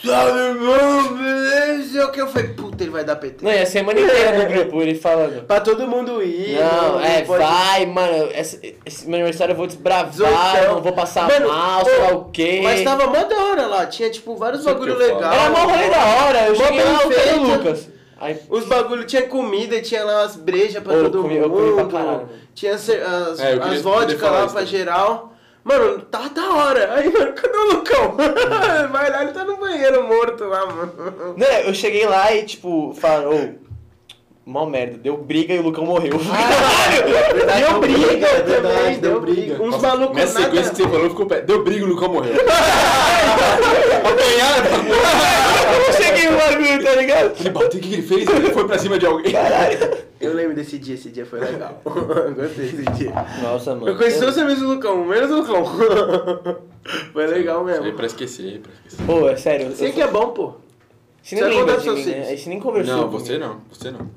S1: Salve, irmão, beleza? Eu que eu falei, puta, ele vai dar PT.
S3: Não, e a semana inteira no grupo, ele falando.
S1: Pra todo mundo ir.
S3: Não, é,
S1: pode-
S3: vai, mano. Esse, esse meu aniversário eu vou desbravar,
S1: Zoião.
S3: não vou passar
S1: Mano,
S3: mal,
S1: pô,
S3: sei lá o quê.
S1: Mas tá tava mó da hora lá, tinha tipo vários
S4: Isso
S1: bagulho
S4: que eu falo.
S1: legal.
S3: Era mó rolê da hora, eu
S1: Mó
S3: cheguei
S1: bem
S3: lá, o cara
S1: feito.
S3: Lucas. Aí,
S1: Os bagulho, tinha comida, tinha lá umas brejas pra
S3: Ô, eu
S1: todo
S3: comi- eu
S1: mundo.
S3: comi pra caralho.
S1: tinha ce- as,
S4: É, eu queria
S1: as
S4: poder
S1: vodka
S4: falar
S1: lá
S4: isso
S1: pra
S4: também.
S1: geral. Mano, tá da hora. Aí, mano, cadê o Lucão?
S3: Hum.
S1: Vai lá, ele tá no banheiro morto lá, mano.
S3: né, eu cheguei lá e, tipo, falaram, ô, mó merda, deu briga e o Lucão morreu.
S1: Ah, Verdade, deu briga
S2: é
S1: também,
S2: verdade,
S1: deu,
S2: deu
S1: briga.
S2: briga.
S1: Uns malucos
S4: Nessa
S1: nada-
S4: sequência que você falou, ficou pé. Deu briga, o Lucão morreu. Apanharam. né?
S1: é.
S3: eu cheguei no bagulho, tá ligado?
S4: Ele bateu, o que que ele fez? Ele foi pra cima de alguém.
S1: Eu lembro desse dia, esse dia foi legal. Gostei desse dia.
S3: Nossa, mano.
S1: Eu conheci todos os amigos do Lucão, menos o Lucão. foi legal
S4: Errei
S1: mesmo.
S4: é pra esquecer, errei pra esquecer.
S3: Pô, é sério.
S1: Você
S3: eu-
S1: que é bom, pô.
S3: Você nem
S1: Você
S3: lembra
S1: acontece
S3: de mim,
S1: assim.
S3: né? Aí Você nem conversou
S4: Não,
S3: comigo.
S4: você não, você não.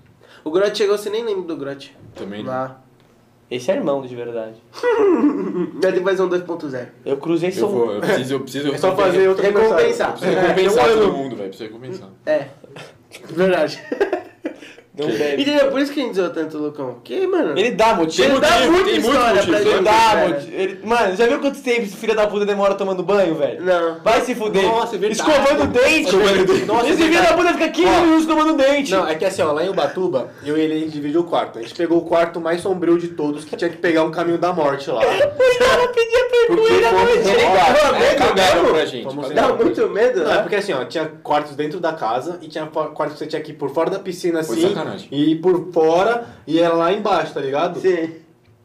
S1: O Grote chegou, você nem lembra do Grote.
S4: Também não.
S1: Lá.
S3: Esse é irmão, de verdade.
S1: Vai ter que fazer um 2.0.
S3: Eu cruzei um
S4: Eu
S3: São...
S4: vou, eu preciso, eu preciso.
S2: É só fazer outro
S1: Recompensar.
S4: Preciso recompensar todo mundo, velho. Preciso recompensar.
S1: É. Verdade.
S3: Não
S4: Que-
S3: bebe.
S1: Entendeu? Por isso que a gente zoou tanto o Lucão. Porque, mano.
S3: Ele dá motivo.
S1: ele
S4: Tem
S1: dá
S4: motivo,
S1: muita
S4: tem muito
S1: história
S4: motivo,
S1: pra
S4: tem
S1: gente.
S3: Ele dá
S1: velho.
S3: motivo. Ele- Mano, já viu quanto tempo esse filho da puta demora tomando banho, velho?
S1: Não.
S3: Vai se fuder.
S2: Nossa, é verdade.
S3: Escovando o dente.
S4: Escovando o dente.
S2: Nossa, é
S3: esse filho da
S2: verdade.
S3: puta fica 15
S2: Ó.
S3: minutos escovando o dente.
S2: Não, é que assim, ó, lá em Ubatuba, eu e ele, a gente dividiu o quarto. A gente pegou o quarto mais sombrio de todos, que tinha que pegar um caminho da morte lá.
S3: Os caras pediam percuíra à
S2: fomos-
S3: noite.
S2: Ó,
S4: É, cagaram pra gente. tá
S2: Vamos
S4: cagaram
S1: Dá
S4: pra
S1: muito
S4: gente.
S1: medo,
S2: Não, é
S1: né?
S2: porque assim, ó, tinha quartos dentro da casa e tinha fo- quartos que você tinha que ir por fora da piscina
S4: Foi
S2: assim,
S4: sacanagem.
S2: e por fora e era lá embaixo, tá ligado?
S1: Sim.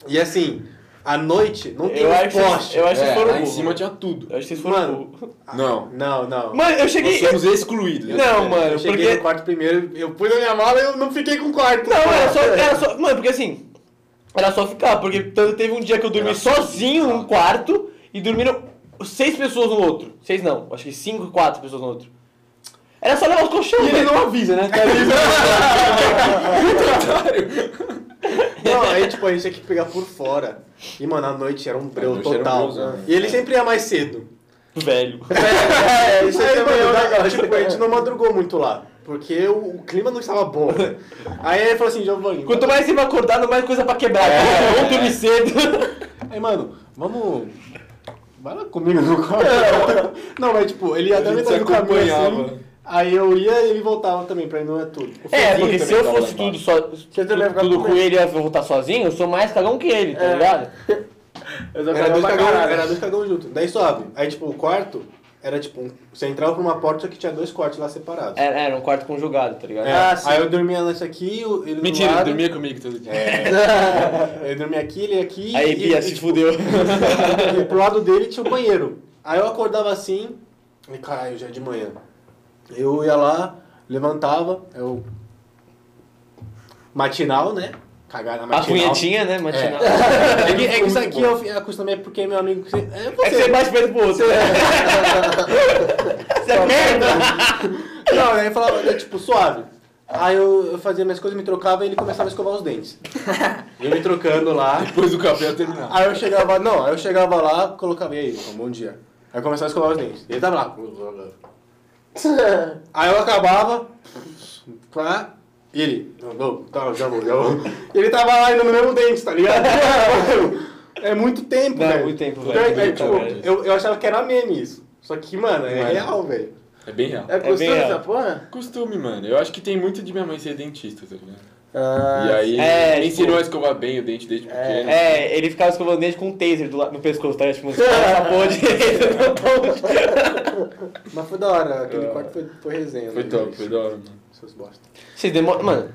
S2: E assim, à noite não tem
S3: Eu
S2: um
S3: acho,
S2: poste.
S3: eu acho que
S4: É,
S3: foram
S4: lá em
S3: burro. né?
S4: cima tinha tudo.
S3: Eu acho que vocês foram
S2: Mano.
S3: burro.
S4: Não.
S2: Não, não.
S3: Mano, eu cheguei...
S4: Nós somos né? excluídos.
S3: Não, mano,
S2: eu cheguei
S3: porque...
S2: no quarto primeiro, eu pus na minha mala e eu não fiquei com o quarto.
S3: Não, era só, era só. Mano, porque assim. Era só ficar, porque tanto teve um dia que eu dormi
S4: Era só
S3: sozinho
S4: ficar.
S3: num quarto e dormiram seis pessoas no outro. Seis não, acho que cinco, quatro pessoas no outro. Era só levar os colchão.
S2: E ele
S3: velho.
S2: não avisa, né? Não, aí tipo, a gente tinha que pegar por fora. E, mano, à noite era um
S4: À
S2: breu
S4: noite era um
S2: total.
S4: breuzão.
S2: e ele sempre ia mais cedo.
S3: Velho.
S1: É,
S4: tipo,
S1: isso aí
S2: Aí,
S1: também é um
S2: mano,
S1: negócio.
S2: tipo, a gente não madrugou muito lá. Porque o, o clima não estava bom. Aí ele falou assim, Giovanni.
S3: Quanto mais você vai acordado, mais coisa pra quebrar.
S4: É.
S3: Vamos dormir cedo.
S2: Aí, mano, vamos. Vai lá comigo no quarto. Não, mas tipo, ele ia até
S4: A
S2: me
S4: gente
S2: dar
S4: se
S2: no caminho
S4: acompanhava.
S2: assim. Aí eu ia e ele voltava também, pra ele não é tudo. O
S3: É,
S2: Fezinho
S3: porque
S2: também
S3: se eu
S2: tava lá
S3: fosse tudo
S2: embaixo.
S3: só.
S1: também vai
S3: Tudo,
S1: ficar
S3: tudo
S1: com
S3: com ele e eu voltar sozinho, eu sou mais cagão que ele, tá ligado?
S1: Eu sou
S2: Era
S1: é. cagão
S2: dois,
S1: pra
S2: cagão,
S1: caralho.
S2: era dois cagão junto. Daí suave. Aí, tipo, o quarto era tipo. um- Você entrava por uma porta, só que tinha dois quartos lá separados.
S3: Era, era um quarto conjugado, tá ligado?
S2: É,
S1: Ah, sim.
S2: aí eu dormia nessa aqui, o- ele do
S4: Mentira, ele
S2: lado. É.
S4: dormia comigo todo dia.
S2: Eu dormia aqui, ele aqui.
S3: Aí,
S2: e-
S3: Bia, assim.
S2: e,
S3: se
S2: tipo,
S3: fudeu.
S2: e pro lado dele tinha o banheiro. Aí eu acordava assim, e caralho, já é de manhã. Eu ia lá, levantava, eu. Matinal, né? Cagar na
S3: A
S2: matinal.
S3: punhetinha, né, matinal.
S2: É que, é que isso
S4: Muito
S2: aqui
S4: bom.
S2: eu fi- acuso também porque meu amigo. que você- É
S3: É que um você
S2: você.
S3: bate perto pro outro. Você é merda.
S2: Não, aí eu falava, é, tipo, suave. Aí eu, eu fazia minhas coisas, me trocava e ele começava a escovar os dentes. Eu me trocando lá.
S4: Depois do café eu terminava.
S2: Aí eu chegava, não, aí eu chegava lá, colocava, e aí, Lucão, bom dia. Aí eu começava a escovar os dentes. E ele tava lá. Aí eu acabava, pá, e ele, não, não, tá, já vou, já vou. E ele tava lá ainda no mesmo dente, tá ligado? É muito tempo,
S3: Não,
S2: velho.
S3: é muito tempo,
S2: Então,
S3: velho.
S2: é,
S4: Muito,
S2: tipo,
S4: velho.
S2: eu, eu achava que era meme isso. Só que, mano, é
S4: Mano.
S2: real, velho.
S4: É bem real.
S1: É
S3: bem
S1: costume
S3: real.
S1: essa porra?
S4: Costume, mano. Eu acho que tem muito de minha mãe ser dentista, tá ligado?
S1: Ah,
S4: e aí,
S3: é,
S4: me
S3: tipo-
S4: ensinou a escovar bem o dente desde pequeno.
S3: É, ele ficava escovando dente com um taser do la- no pescoço, tá? ligado? Tipo, essa porra direita no ponto.
S2: Mas foi da hora, aquele
S4: É.
S2: quarto foi, foi resenha.
S4: Foi
S2: né,
S4: top,
S2: gente?
S4: foi da hora,
S3: Então,
S4: mano.
S2: Seus bosta.
S3: Vocês demoram... Mano,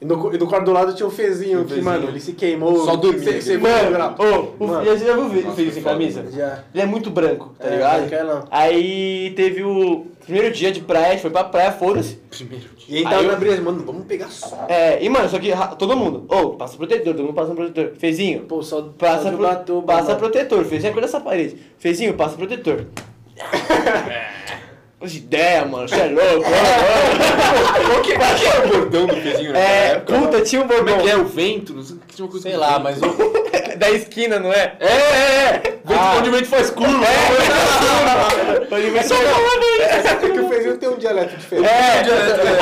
S2: E no, e no quarto do lado tinha o Fezinho,
S3: Um
S4: O
S2: que,
S4: Fezinho.
S2: mano, ele se queimou.
S4: Só dormia,
S2: Você- você-
S3: né? mano, ô, o-
S2: Mano.
S3: você já viu o vídeo
S4: Nossa,
S3: filho
S4: foi
S3: sem
S4: foda,
S3: camisa?
S4: mano.
S1: já.
S3: Ele é muito branco, tá
S1: É,
S3: ligado?
S1: aquela-
S3: Aí teve o primeiro dia de praia, a gente foi pra praia, foda-se.
S4: Primeiro dia.
S2: E aí tava
S3: Aí eu-
S2: na brisa, mano, vamos pegar sol.
S3: É, e mano, só que ra- todo mundo, ô, passa protetor, todo mundo passa protetor. Fezinho,
S1: Pô, só
S3: Passa,
S1: só de
S3: pro-
S1: Ubatuba,
S3: passa
S1: mano.
S3: protetor, Fezinho, acorda essa parede. Fezinho, passa protetor. As ideias, mano, você é louco.
S4: Qual que qual que era o bordão do pezinho naquela
S3: É,
S4: época?
S3: puta, tinha um
S4: Como é
S3: bordão
S4: que é o vento? Não sei, tinha uma coisa
S2: Sei
S4: com
S2: lá,
S4: vento.
S2: mas o,
S3: da esquina, não é?
S4: É, é, é! Vento condimento faz curva. um-
S3: Condimento
S2: É, Porque o feijão tem um dialeto diferente.
S3: É,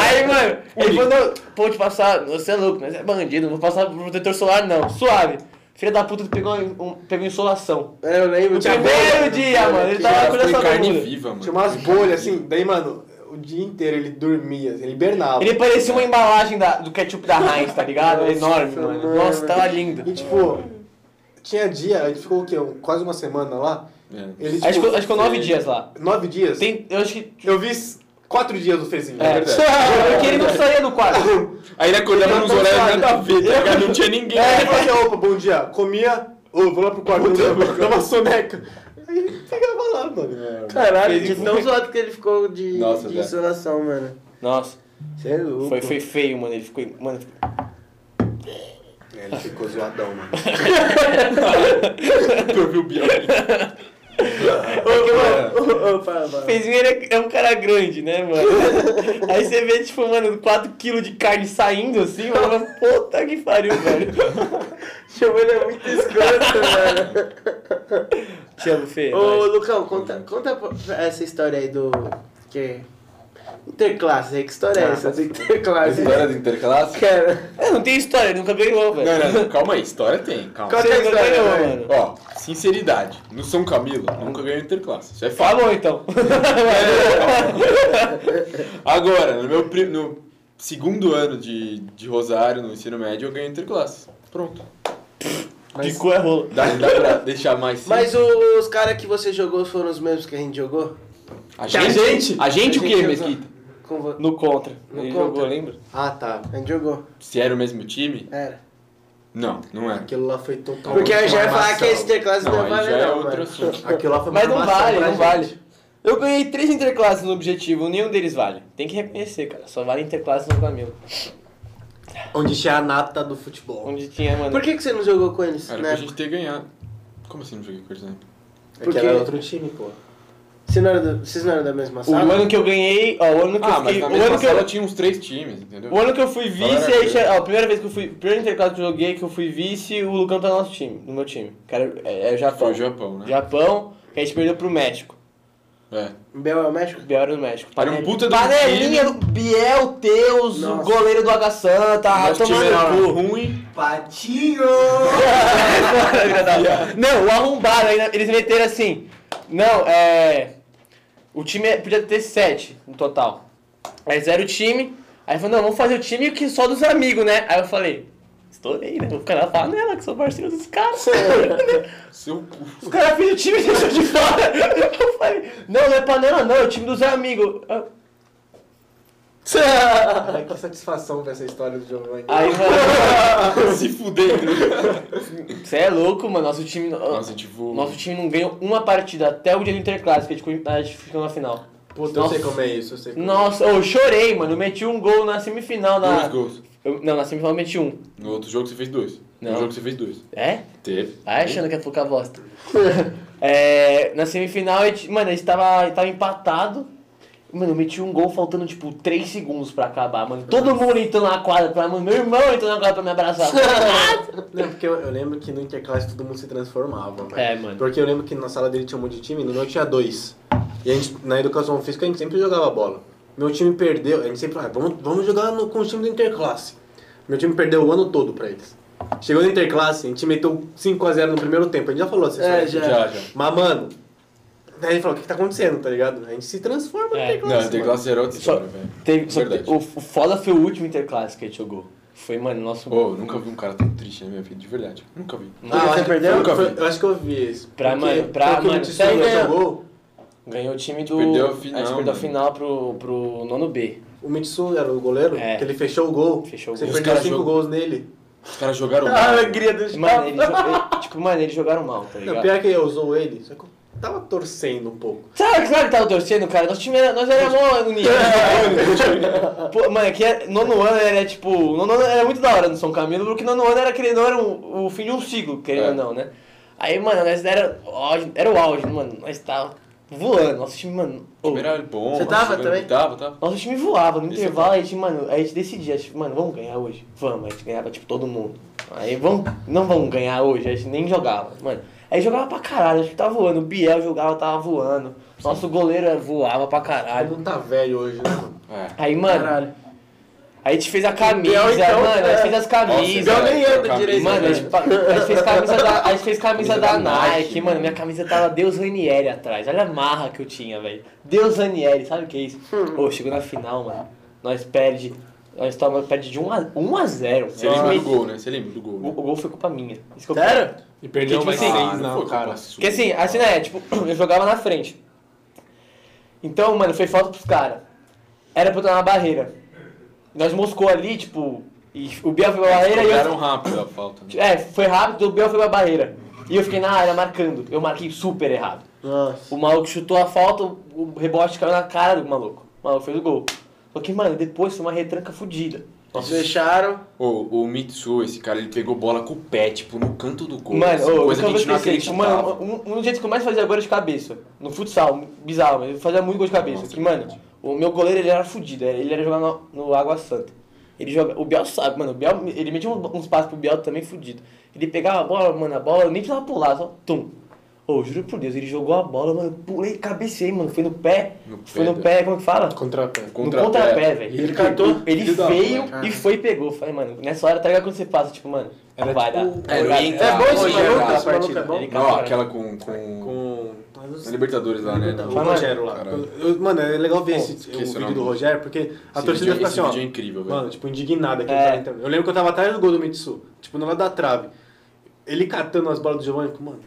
S3: aí, mano, ele mandou, pô, te passar, você é louco, mas é bandido, não vou passar protetor solar não, suave. Filha da puta que pegou, um, pegou insolação.
S1: É, Eu lembro. tinha
S3: Primeiro
S1: bolha.
S3: dia, mano, ele tava
S4: Foi
S3: cuidando da
S4: carne
S3: bunda.
S4: viva,
S2: Tinha
S4: mano.
S2: umas bolhas assim, daí, mano, o dia inteiro ele dormia, ele hibernava.
S3: Ele parecia uma embalagem da, do ketchup da Heinz, tá ligado?
S1: Nossa,
S3: Enorme, mano.
S1: mano.
S3: Nossa, tava lindo.
S2: E tipo, tinha dia, a gente ficou o quê? Um- Quase uma semana lá.
S4: É.
S2: Ele,
S3: Acho que
S2: tipo,
S3: acho que nove dias lá.
S2: nove dias.
S3: Tem, eu acho que.
S2: Eu vi s- quatro dias do Fezinho.
S3: É. Porque ele não saía do quarto.
S4: Aí ele acordava nos horários nada a ver, tá ligado? Não tinha ninguém.
S2: É, ele fazia, opa, bom dia. Comia, ô, vou lá pro quarto, dava soneca. Aí ele ficava lá, mano.
S1: Caralho, de tão zoado que ele ficou de,
S4: Nossa,
S1: de
S4: Zé.
S1: insolação, mano.
S3: Nossa,
S1: Você é louco.
S3: foi, foi feio, mano. Ele ficou. Mano,
S2: É, ele ficou zoadão, mano.
S4: Eu vi o Biel. É.
S1: Ô, fala, fala.
S3: Fezinho ele é- é um cara grande, né, mano? Aí você vê, tipo, mano, 4kg de carne saindo assim, mano, fala, puta que pariu, velho.
S1: Giovanni é muito escroto,
S3: Te amo, Fê.
S1: mano. Ô,
S3: mas-
S1: Lucão, conta, conta pra- essa história aí do... Que... Interclasse, aí, que história é
S4: Ah,
S1: essa do interclasse?
S4: História do interclasse?
S1: Cara,
S3: Eu É, não tenho história, ele nunca ganhou, velho.
S4: Não, não, calma aí, história tem, calma.
S1: Qual-
S3: Você
S1: Conta a
S3: nunca
S1: história,
S3: ganhou,
S1: velho.
S3: mano.
S4: Ó, sinceridade, no São Camilo nunca ganhou interclasse, isso é fato.
S3: Falou então.
S4: Agora, no meu pri- no segundo ano de, de Rosário, no ensino médio, eu ganhei interclasse. Pronto.
S3: De cu é rolo.
S4: Dá, dá pra deixar mais simples.
S1: mas o- os caras que você jogou foram os mesmos que a gente jogou?
S4: A
S1: Que a gente-
S4: A gente o quê,
S1: usou.
S4: Mesquita?
S1: Com vo-
S3: No contra.
S1: No
S3: ele
S1: contra.
S3: jogou, lembra?
S2: Ah, tá.
S1: A gente jogou,
S4: Se era o mesmo time?
S1: era.
S4: Não, não é. era.
S2: Aquilo lá foi tão
S1: Porque eu já ia falar que esse
S2: esse
S1: interclasse não,
S4: Não,
S1: não
S4: aí já
S1: vale
S4: é
S1: não,
S4: outro
S1: mano.
S4: assunto.
S2: Aquilo lá foi uma
S3: Mas não
S2: armação
S3: vale,
S2: pra
S3: não
S2: gente.
S3: vale. Eu ganhei três interclasses no objetivo, nenhum deles vale. Tem que reconhecer, cara. Só vale interclasse no Flamengo.
S2: Onde tinha a nata do futebol.
S3: Onde tinha, mano.
S1: Por que, que você não jogou com eles,
S4: Era
S1: né?
S4: pra gente ter ganhado. Como assim não joguei com eles, né?
S2: É que
S1: Porque-
S2: era outro time, pô.
S1: Você não era do- Vocês não eram da mesma
S3: O
S1: sala?
S3: ano que eu ganhei. Ó, o ano que
S4: Ah,
S3: eu
S4: mas
S3: fiquei.
S4: na
S3: o ano
S4: mesma
S3: que eu-
S4: sala tinha uns três times, entendeu?
S3: O ano que eu fui vice,
S4: Agora
S3: aí,
S4: é
S3: che- ó, a primeira vez que eu fui, o primeiro interclasse que eu joguei, que eu fui vice, o Lucão tá no nosso time, no meu time. Cara, é, é o Japão.
S4: Foi o Japão, né?
S3: Japão, que a gente perdeu pro México.
S4: É.
S1: Bel é o México?
S3: O Biel era do México.
S4: Era um puta do
S3: Panelinha do Biel, Teus, o
S1: Nossa.
S3: goleiro do Água Santa, ah,
S4: Nosso time
S3: tomando
S4: era
S3: cu.
S4: ruim.
S5: Patinho!
S3: Não, o arrombado, ainda- eles meteram assim. Não, é. O time é, podia ter sete no total. Aí zero o time. Aí falou, não, vamos fazer o time que só dos amigos, né? Aí eu falei, estourei, né? Vou ficar na panela, que sou parceiro dos caras.
S4: Seu cu.
S3: Os caras fez o time e deixou de fora. Eu falei, não, não é panela não, é o time dos amigos.
S2: Ai, que satisfação ver essa história do Giovanni.
S3: Aí, mano,
S4: Se fuder.
S3: você é louco, mano. Nosso time.
S4: Nossa, tipo.
S3: Nosso time não ganhou uma partida até o dia do Interclássico, a gente ficou- a gente ficou na final.
S2: Puta, eu
S3: Nossa.
S2: sei como é isso, eu sei como
S3: Nossa, eu chorei, mano. Eu meti um gol na semifinal. Na...
S4: Dois gols.
S3: Eu- não, na semifinal eu meti um.
S4: No outro jogo você fez dois.
S3: Não.
S4: No jogo você fez dois.
S3: É?
S4: Teve.
S3: Tá achando que é pouca bosta. é, na semifinal, a gente- mano, a gente tava, a gente tava empatado. Mano, eu meti um gol faltando, tipo, 3 segundos pra acabar, mano. Todo mundo entrou na quadra pra... Mano, meu irmão entrou na quadra pra me abraçar.
S2: é. Não, porque eu, eu lembro que no Interclasse todo mundo se transformava, mano.
S3: É, mano.
S2: Porque eu lembro que na sala dele tinha um monte de time, no meu tinha dois. E a gente, na educação física, a gente sempre jogava bola. Meu time perdeu, a gente sempre falava, "Ah, vamos, vamos jogar no- com o time do Interclasse. Meu time perdeu o ano todo pra eles. Chegou no Interclasse, a gente meteu 5x0 no primeiro tempo, a gente já falou assim,
S1: É, já.
S4: Já, já.
S2: Mas, mano, daí ele falou, o que, que tá acontecendo, tá ligado? A gente se transforma
S3: É.
S2: no Interclasse,
S4: Não, tem
S2: mano.
S4: classe era outra
S3: Só-
S4: história, velho.
S3: Teve, só que
S4: Verdade.
S3: o, o foda foi o último Interclássico que a gente jogou. Foi, mano, nosso...
S4: Ô, eu nunca vi um cara tão triste na minha vida, de verdade. Nunca vi.
S2: Ah, eu
S1: Você
S2: acho que-
S1: perdeu?
S2: foi-
S4: Nunca vi.
S2: eu acho que eu vi isso.
S3: Pra, mano, pra,
S2: porque
S3: mano, é
S2: o
S3: sério,
S2: Mitsui
S3: ganhou.
S2: jogou,
S3: Ganhou o time do...
S4: Perdeu a
S3: A gente
S4: final,
S3: perdeu a
S4: mano.
S3: final pro, pro nono B.
S2: o Mitsu era o goleiro,
S3: É.
S2: que ele fechou o gol.
S3: Fechou o
S2: Você
S3: gol.
S2: perdeu
S4: Os caras
S2: cinco
S4: jogam-
S2: gols nele.
S4: Os caras jogaram
S1: Ah,
S4: mal.
S1: alegria do
S3: Mano, eles, jo- tipo, mano, eles jogaram mal, tá ligado?
S2: Não, pior que eu usou ele, só que eu tava torcendo um pouco.
S3: Sabe, claro que tava torcendo, cara. Nosso time era, nós éramos mó unidos. Pô, mano, aqui é, nono ano era tipo. Nono ano era muito da hora no São Camilo, porque nono ano era querendo ou não, era o, o fim de um ciclo, querendo
S4: É.
S3: ou não, né? Aí, mano, nós era. auge- Era o auge, mano. Nós tava voando. Nosso time, mano. ô,
S4: Primeiro bom.
S1: Você
S4: mas
S1: tava
S4: jogando-
S1: também?
S4: Tava, tava.
S3: nosso time voava, no
S4: Isso
S3: intervalo a gente, mano, a gente decidia, tipo, mano, vamos ganhar hoje? Vamos, a gente ganhava, tipo, todo mundo. Aí, vamos, não vamos ganhar hoje, a gente nem jogava, mano. Aí jogava pra caralho, acho que tava voando. O Biel jogava, tava voando. Nosso goleiro voava pra
S2: Todo
S3: caralho.
S2: mundo tá velho hoje, né, mano?
S4: É.
S3: Aí, mano,
S1: Caralho.
S3: aí a gente fez a camisa,
S2: Biel, então,
S3: mano, a
S2: é.
S3: gente fez as camisas.
S4: Nossa,
S1: nem
S4: cara,
S1: anda
S4: trocar-
S1: direito,
S3: Mano, a gente, pa- a gente fez camisa da, a gente fez camisa
S4: Camisa
S3: da,
S4: da
S3: Nike,
S4: Nike,
S3: mano. Minha camisa tava Deus Ranieri atrás. Olha a marra que eu tinha, velho. Deus Ranieri, sabe o que é isso? Ô, chegou na final, mano. Nós perde. Nós toma, perde de 1 a, 1 a 0.
S4: Você lembra do gol, né? Você lembra do
S3: O,
S4: gol.
S3: o gol foi culpa minha. Isso que eu-
S2: Sério?
S4: E perdeu
S3: Porque,
S4: mais
S3: tipo
S4: seis,
S3: assim,
S2: ah, não
S4: não foi,
S2: foi,
S4: cara.
S2: culpa
S3: Porque assim, assim, né? Tipo, eu jogava na frente. Então, mano, foi falta pros caras. Era pra eu estar na barreira. Nós moscou ali, tipo, e o Biel foi pra barreira e eu
S4: Jogaram rápido a falta. né?
S3: É, foi rápido, o Biel foi pra barreira. E eu fiquei na área marcando. Eu marquei super errado.
S2: Nossa.
S3: O maluco chutou a falta, o rebote caiu na cara do maluco. O maluco fez o gol. Só que, mano, depois foi uma retranca fodida.
S1: Eles Fecharam.
S4: Ô, o Mitsu, esse cara, ele pegou bola com o pé, tipo, no canto do gol.
S3: Mano,
S4: assim,
S3: ô, nunca
S4: coisa que a
S3: vou
S4: gente não
S3: esquecer. Tipo, mano,
S4: acreditava.
S3: um, um dos jeitos que eu mais fazia agora de cabeça. No futsal, bizarro, mas eu fazia muito gol de cabeça.
S4: Nossa,
S3: que, mano, o meu goleiro ele era fudido, ele era jogar no, no Água Santa. Ele joga, o Biel sabe, mano, o Biel, ele metia uns, uns passos pro Biel também fudido. Ele pegava a bola, mano, a bola, eu nem precisava pular, só tum. Ô, juro por Deus, ele jogou a bola, mano, eu pulei, cabecei, mano, foi no pé,
S4: No
S3: foi
S4: pé,
S3: no pé, como que fala?
S2: Contrapé.
S3: no
S4: Contrapé.
S3: contrapé, velho.
S1: Ele catou.
S3: Ele
S2: Filho da
S3: veio
S2: mãe, cara.
S3: e foi e pegou. Falei, mano, nessa hora, tá ligado quando você passa, tipo, mano, não vai
S2: tipo
S3: dar.
S4: É,
S3: não vai
S4: entra-
S3: dar.
S1: É bom esse
S4: Hoje é
S1: maluco,
S4: braço,
S1: esse maluco é
S2: partida.
S1: bom.
S3: Ele-
S4: Não, aquela com... com...
S2: Com.
S4: na Libertadores lá, né?
S2: tá, O
S3: Fala,
S2: Rogério lá.
S4: cara.
S2: Eu- eu- mano, é legal ver esse,
S4: esqueci
S2: o
S4: o
S2: vídeo
S4: nome.
S2: do Rogério, porque a
S4: Esse
S2: torcida
S4: vídeo-
S2: fica
S4: esse
S2: assim, ó.
S4: vídeo é incrível, velho.
S2: Mano, tipo, indignada. Que
S3: É.
S2: ele tá entrando. Eu lembro que eu tava atrás do gol do Mitsu, tipo, no lado da trave. Ele catando as bolas do Giovanni, eu fico, mano.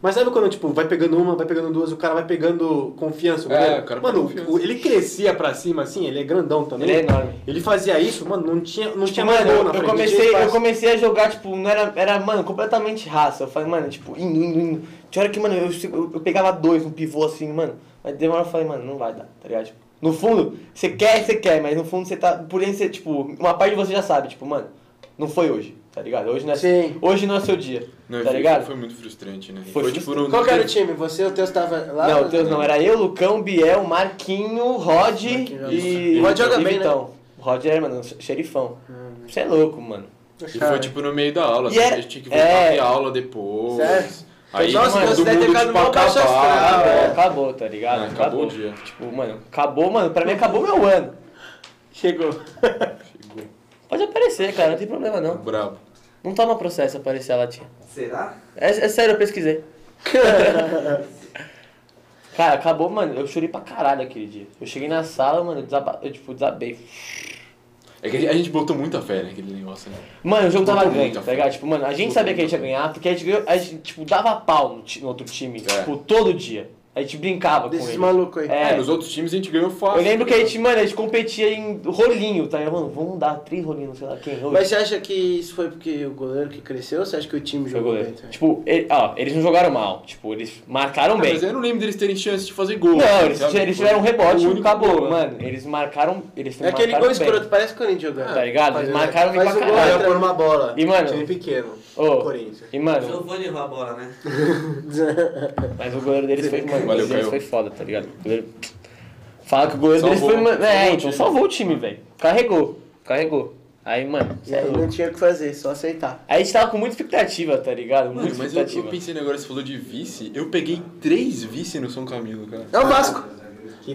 S2: Mas sabe quando, tipo, vai pegando uma, vai pegando duas, o cara vai pegando confiança?
S4: É,
S2: goleiro?
S4: o cara pega
S2: mano,
S4: confiança.
S2: o- ele crescia pra cima, assim, ele é grandão também.
S3: Ele é enorme. Tipo,
S2: Ele fazia isso, mano, não tinha, não tinha mais
S3: mano,
S2: gol na
S3: eu,
S2: frente.
S3: comecei,
S2: Tinha
S3: eu
S2: espaço.
S3: comecei a jogar, tipo, não era, era, mano, completamente raça. Eu falei, mano, tipo, indo, indo, indo. Tinha hora que, mano, eu, eu, eu pegava dois, um pivô assim, mano. Mas deu uma hora eu falei, mano, não vai dar, tá ligado? Tipo, no fundo, você quer, você quer, mas no fundo você tá. Por isso, você, tipo, uma parte de você já sabe, tipo, mano, não foi hoje, tá ligado? Hoje não é,
S2: Sim.
S3: hoje não é seu dia,
S4: Não,
S3: tá
S4: foi-
S3: ligado?
S4: Foi muito frustrante, né?
S3: Foi
S4: tipo
S3: frustrante.
S4: no-
S1: Qual que era o time? Você, o teu estava lá?
S3: não, o Deus não, era eu, Lucão, Biel, Marquinho, Rod
S1: Marquinho,
S3: e.
S1: isso. O Rod joga
S3: e
S1: bem, né?
S3: Vitão. O Rod era, mano, xerifão. Você é louco, mano.
S4: E foi tipo no meio da aula,
S3: E
S4: assim,
S3: era-
S4: a gente tinha que voltar
S3: é.
S4: a ter aula depois.
S1: Sério?
S4: Aí
S1: Nossa,
S4: mano,
S1: você
S4: todo
S1: deve ter
S4: mundo
S1: ficado
S4: tipo,
S1: mal baixa
S4: acabar.
S1: astral,
S3: Acabou,
S1: é.
S3: acabou, tá ligado?
S4: Ah, acabou o dia.
S3: Tipo, mano, acabou, mano. Pra mim acabou meu ano.
S1: Chegou.
S3: Pode aparecer, cara, não tem problema não.
S4: Tipo, Brabo.
S3: Não toma processo aparecer a latinha.
S5: Será?
S3: É, é sério, eu pesquisei. cara, acabou, mano. Eu chorei pra caralho aquele dia. Eu cheguei na sala, mano, eu, desaba... eu tipo, desabei.
S4: É que a gente- a gente botou muita fé naquele negócio, né?
S3: Mano, o jogo tava
S4: Muito,
S3: ganho,
S4: muito
S3: tá ligado? Tipo, mano, a gente sabia que a gente ia ganhar, porque a gente, ganhou, a gente tipo, dava pau no, ti- no outro time,
S4: É.
S3: tipo, todo dia. A gente brincava com
S1: Desses
S3: ele.
S1: malucos aí.
S4: É, nos outros times a gente ganhou fácil.
S3: Eu lembro que a gente, mano, a gente competia em rolinho, tá ligado? Mano, vamos dar três rolinhos, sei lá quem. hoje.
S1: Mas você acha que isso foi porque o goleiro que cresceu ou você acha que o time
S3: Foi
S1: jogou
S3: goleiro.
S1: bem? também?
S3: Tipo, ele- ó, eles não jogaram mal. Tipo, eles marcaram
S4: Ah,
S3: bem.
S1: é
S4: Mas eu não lembro deles terem chance de fazer gol.
S3: Não,
S4: assim,
S3: eles,
S4: sabe?
S3: eles
S4: Foi
S3: tiveram um rebote,
S4: o
S3: e
S4: único
S3: acabou.
S4: gol, né?
S3: Mano, eles marcaram. Eles
S1: É aquele
S3: marcaram
S1: gol
S3: bem,
S1: escroto, parece Corinthians jogando.
S3: Tá ligado? Eles marcaram bem pra
S1: faz o gol, né?
S3: caralho.
S1: entra.
S2: Por uma bola.
S3: E, mano,
S2: Time um pequeno.
S3: Ô,
S2: Corinthians.
S3: e mano,
S5: Giovanni rouba a bola, né?
S3: mas o goleiro deles foi, mano, o goleiro
S4: Valeu,
S3: deles
S4: Caio.
S3: foi foda, tá ligado? O goleiro- Fala que o goleiro deles
S4: Salvou.
S3: foi. Mano, é,
S4: Salvou o
S3: então
S4: time.
S3: salvou o time, velho. Carregou, carregou. Aí, mano, é
S1: E aí não tinha o que fazer, só aceitar.
S3: aí a gente tava com muita expectativa, tá ligado?
S4: Mano,
S3: Muita
S4: mas eu, eu
S3: expectativa.
S4: pensei agora, você falou de vice, eu peguei três vice no São Camilo, cara.
S1: É o Vasco. Alô,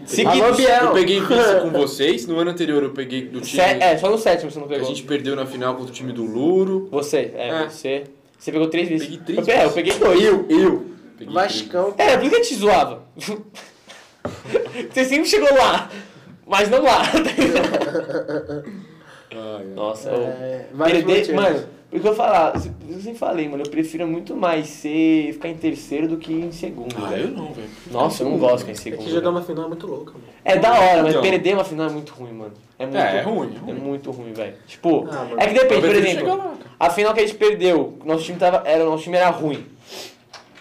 S3: Seguidos.
S1: Biel.
S4: Eu peguei vice com vocês, no ano anterior eu peguei do
S3: Se-
S4: time
S3: É, só no sétimo você não
S4: que a
S3: pegou.
S4: gente perdeu na final contra o time do Louro.
S3: Você, é,
S4: É.
S3: você. Você pegou três vezes.
S4: Peguei três
S3: eu, pe- é, eu peguei dois.
S4: Eu, eu. Peguei
S1: Vascão.
S3: É, por isso que eu te zoava. você sempre chegou lá, mas não lá. tá
S4: três. Ai, ai.
S3: Nossa,
S1: É,
S3: eu...
S1: vários
S3: perder-
S1: motivos.
S3: Mano, o que eu falar, eu sempre falei, mano, eu prefiro muito mais ser, ficar em terceiro do que em segundo.
S4: Ah,
S3: velho.
S4: eu não, velho.
S3: Nossa, eu não gosto de
S2: É
S3: ficar em
S2: que
S3: segundo.
S2: jogar
S3: velho.
S2: uma final é muito louca, mano.
S3: É da hora, mas
S4: Então.
S3: perder uma final é muito ruim, mano. É, muito,
S4: É, é ruim, é ruim.
S3: muito ruim, velho. Tipo,
S2: Ah, mano.
S3: é que depende, por
S4: Eu prefiro chegar
S3: exemplo,
S4: lá, cara.
S3: a final que a gente perdeu, nosso time, tava, era, nosso time era ruim.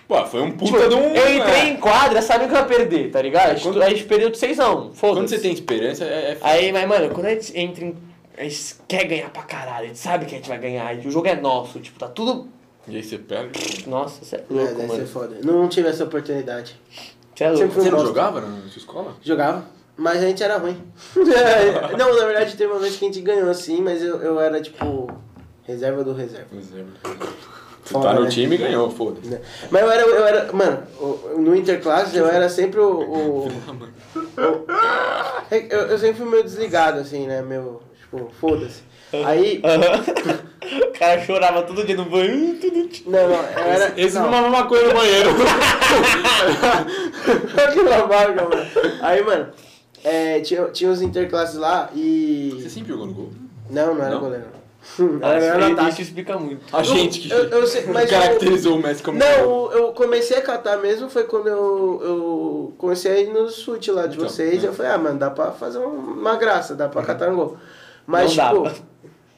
S4: Pô, foi um
S3: Tipo,
S4: puta de um.
S3: eu entrei
S4: é.
S3: em quadra, sabe o que eu ia perder, tá ligado? A gente, a gente perdeu de 6x1,
S4: Quando você
S3: foda-se.
S4: tem esperança, é. é...
S3: Aí, mas mano, quando a gente entra em... A gente quer ganhar pra caralho, a gente sabe que a gente vai ganhar, e o jogo é nosso, tipo, tá tudo...
S4: E aí você perde.
S3: Nossa, você é
S1: é,
S3: louco,
S1: deve
S3: mano.
S1: ser foda. Não tive essa oportunidade.
S3: Você é louco.
S1: Sempre
S4: Você não
S1: gosto.
S4: jogava na sua escola?
S1: Jogava, mas a gente era ruim. não, na verdade teve uma vez que a gente ganhou sim, mas eu, eu era tipo reserva do reserva.
S4: Pois é. Se
S1: Foda,
S4: tá no
S1: né?
S4: time, ganhou, foda-se.
S1: Mas eu era, eu era, mano, o- no Interclasses eu era sempre o. o- o- eu, eu sempre fui meio desligado, assim, né? Meu, tipo, foda-se. Aí.
S3: Aham. O cara chorava todo dia no banho. Tudo...
S1: Não, não, eu era.
S4: Esse
S1: não.
S4: não é lava maconha no banheiro.
S1: que lavagem, mano. Aí, mano, é, tinha, tinha uns interclasses lá
S4: Você
S1: e.
S4: sempre jogou no gol?
S1: Não, não era
S4: Não?
S1: goleiro.
S3: Ah,
S1: Era
S3: isso,
S1: ataque.
S3: isso explica muito.
S4: A é gente que
S1: Eu, eu sei, mas eu-
S4: caracterizou o Messi como gol.
S1: Não, eu comecei a catar mesmo foi quando eu, eu comecei a ir no chute lá de
S4: Então, Uhum.
S1: vocês.
S4: é.
S1: Eu falei, ah, mano, dá pra fazer um- uma graça, dá pra catar um gol. Mas,
S3: Não
S1: tipo.
S3: dava.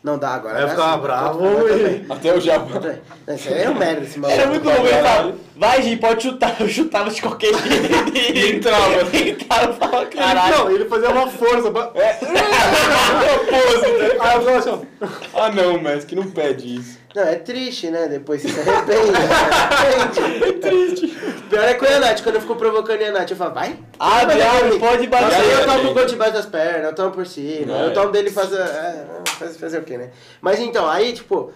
S1: Não dá agora.
S2: Aí eu
S1: né?
S2: ficava
S1: Assim,
S2: bravo,
S1: mas tudo bem,
S2: e-
S4: Até o Japa.
S1: tudo bem. Esse aí é um merda esse maluco.
S3: Era muito bom, ele falava, vai Gi, pode chutar, eu chutava de qualquer jeito. E entrava. Entrava e falava, caralho.
S2: Não, ele fazia uma força. pra- Aí eu falava assim, ó.
S4: Ah não, Messi, que não pede isso.
S1: Não, é triste, né? Depois você se arrepende. né? É triste. Pior é com o Yanate, quando eu fico provocando o Yanate, eu falo, vai.
S3: Ah,
S1: vai, vai.
S3: diabo, pode
S1: Mas aí eu
S3: bater.
S1: tomo o gol debaixo das pernas, eu tomo por cima,
S4: É.
S1: eu tomo dele fazer. É, faz- fazer o quê, né? Mas então, aí, tipo,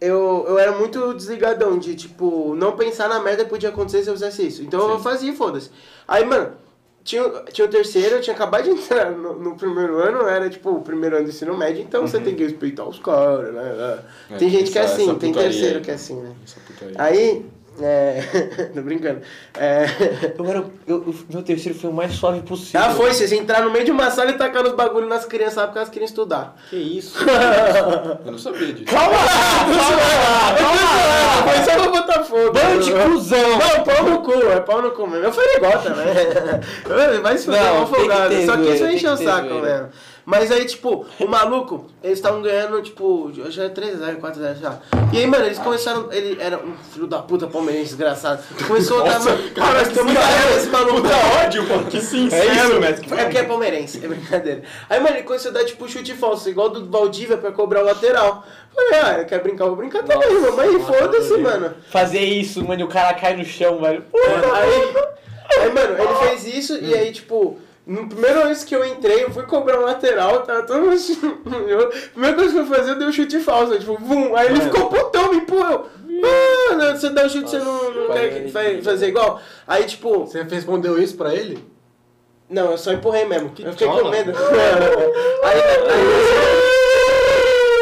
S1: eu, eu era muito desligadão de, tipo, não pensar na merda que podia acontecer se eu fizesse isso. Então eu
S4: Sim.
S1: fazia e foda-se. Aí, mano, tinha, tinha o terceiro, eu tinha acabado de entrar no, no primeiro ano, era, tipo, o primeiro ano do ensino médio, então você tem que respeitar os caras, né?
S4: É,
S1: tem gente que é
S4: essa-
S1: assim,
S4: essa
S1: tem
S4: putaria
S1: terceiro
S4: aí.
S1: que é assim, né?
S4: Essa putaria.
S1: Aí, é. tô brincando. É.
S3: Eu era, o- eu, o meu terceiro foi o mais suave possível.
S1: Já foi, vocês entrar no meio de uma sala e tacar os bagulhos nas crianças lá porque elas queriam estudar.
S2: Que isso?
S4: Eu não sabia disso.
S3: Calma lá, calma lá, calma lá.
S1: Foi só pra botar fogo.
S3: Bando de cuzão.
S1: Não, pau no cu, é pau no cu mesmo. Eu falei igual também. Vai se fuder,
S3: Não,
S1: mal
S3: tem que
S1: folgado.
S3: ter
S1: Só que isso
S3: zoeira,
S1: vai encher o
S3: tem que ter
S1: saco
S3: zoeira.
S1: mesmo. Mas aí, tipo, o maluco, eles estavam ganhando, tipo, já é 3x0, 4x0 já. E aí, mano, eles começaram. Ele era um filho da puta palmeirense, desgraçado. Começou a dar. Mano, cara, nós estamos ganhando esse maluco. tá
S4: ódio, mano. Que sincero.
S2: É isso, Messi.
S1: É porque é palmeirense, é brincadeira. Aí, mano, ele começou a dar tipo chute falso, igual do Valdívia pra cobrar o lateral. Falei, ah, quer brincar, vou brincar também, mano. Mas foda-se, mano.
S3: Fazer isso, mano, e o cara cai no chão, velho. Puta.
S1: Aí, aí, mano, ele fez isso e aí, tipo, no primeiro lance que eu entrei, eu fui cobrar um lateral, tava todo mundo. assim, Eu, a primeira coisa que eu fui fazer, eu dei um chute falso, tipo, vum. Aí ele ficou putão, me empurrou. Mano, você dá um chute, você não, não quer que vai fazer igual? Aí, tipo,
S2: Você respondeu isso pra ele?
S1: Não, eu só empurrei mesmo. eu fiquei
S2: chola.
S1: com medo. aí, aí,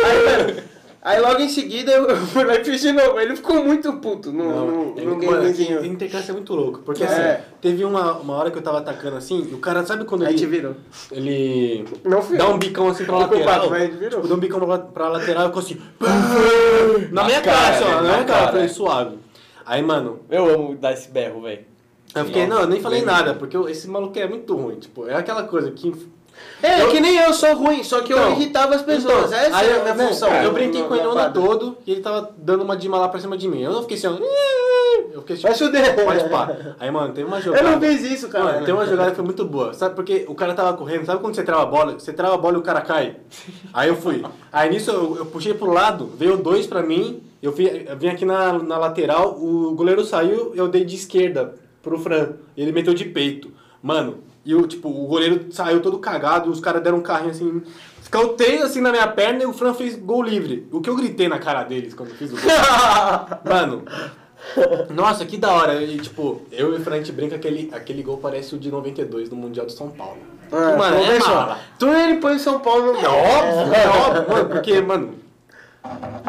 S1: aí, mano, aí logo em seguida eu fui lá e fiz de novo. Ele ficou muito puto no, no, no gamezinho.
S2: Interclasse é muito louco, porque
S1: É.
S2: assim, teve uma, uma hora que eu tava atacando assim, e o cara, sabe quando
S1: Aí te
S2: ele,
S1: virou.
S2: ele
S1: Não fui
S2: dá
S1: eu.
S2: um bicão assim pra
S1: Tô
S2: lateral?
S1: culpado, mas virou.
S2: Tipo, dá um bicão pra, pra lateral e ficou assim, pá, na minha
S4: cara,
S2: cara, assim, ó,
S4: né?
S2: na
S4: Na
S2: minha cara, eu
S4: cara.
S2: falei, suave. Aí, mano,
S3: Eu amo dar esse berro, velho.
S2: eu fiquei, não, eu nem falei
S4: Lembra.
S2: nada, porque eu- esse maluco é muito ruim, tipo, é aquela coisa que...
S1: É, que nem eu sou ruim, só que eu
S2: Então,
S1: irritava as pessoas. Essa
S2: aí
S1: é a
S2: eu-
S1: minha
S2: né,
S1: função.
S2: Eu
S1: no-
S2: brinquei
S1: no-
S2: com ele
S1: na
S2: o ano
S1: quadra.
S2: todo e ele tava dando uma de lá pra cima de mim. Eu não fiquei assim, ó, eu fiquei assim,
S1: Vai fuder.
S2: pode pá. Aí, mano, teve uma
S1: Eu
S2: jogada...
S1: não fiz isso, cara.
S2: Mano, tem uma jogada que foi muito boa. Sabe porque o cara tava correndo, sabe quando você trava a bola? Você trava a bola e o cara cai. Aí eu fui. Aí nisso eu, eu puxei pro lado, veio dois pra mim, eu, fui, eu vim aqui na, na lateral, o goleiro saiu, eu dei de esquerda pro Fran. Ele meteu de peito. Mano, e o tipo, o goleiro saiu todo cagado, os caras deram um carrinho assim. Escaltei assim na minha perna e o Fran fez gol livre. O que eu gritei na cara deles quando eu fiz o gol? Mano, nossa, que da hora. E, tipo, eu e o Fran, a gente brinca que aquele, aquele gol parece o de 92 do Mundial de São Paulo.
S1: Ah,
S2: mano,
S1: pô,
S2: é
S1: deixa-
S2: mala.
S1: Tu ele põe o São Paulo no.
S2: É óbvio, é óbvio. Mano, porque, mano,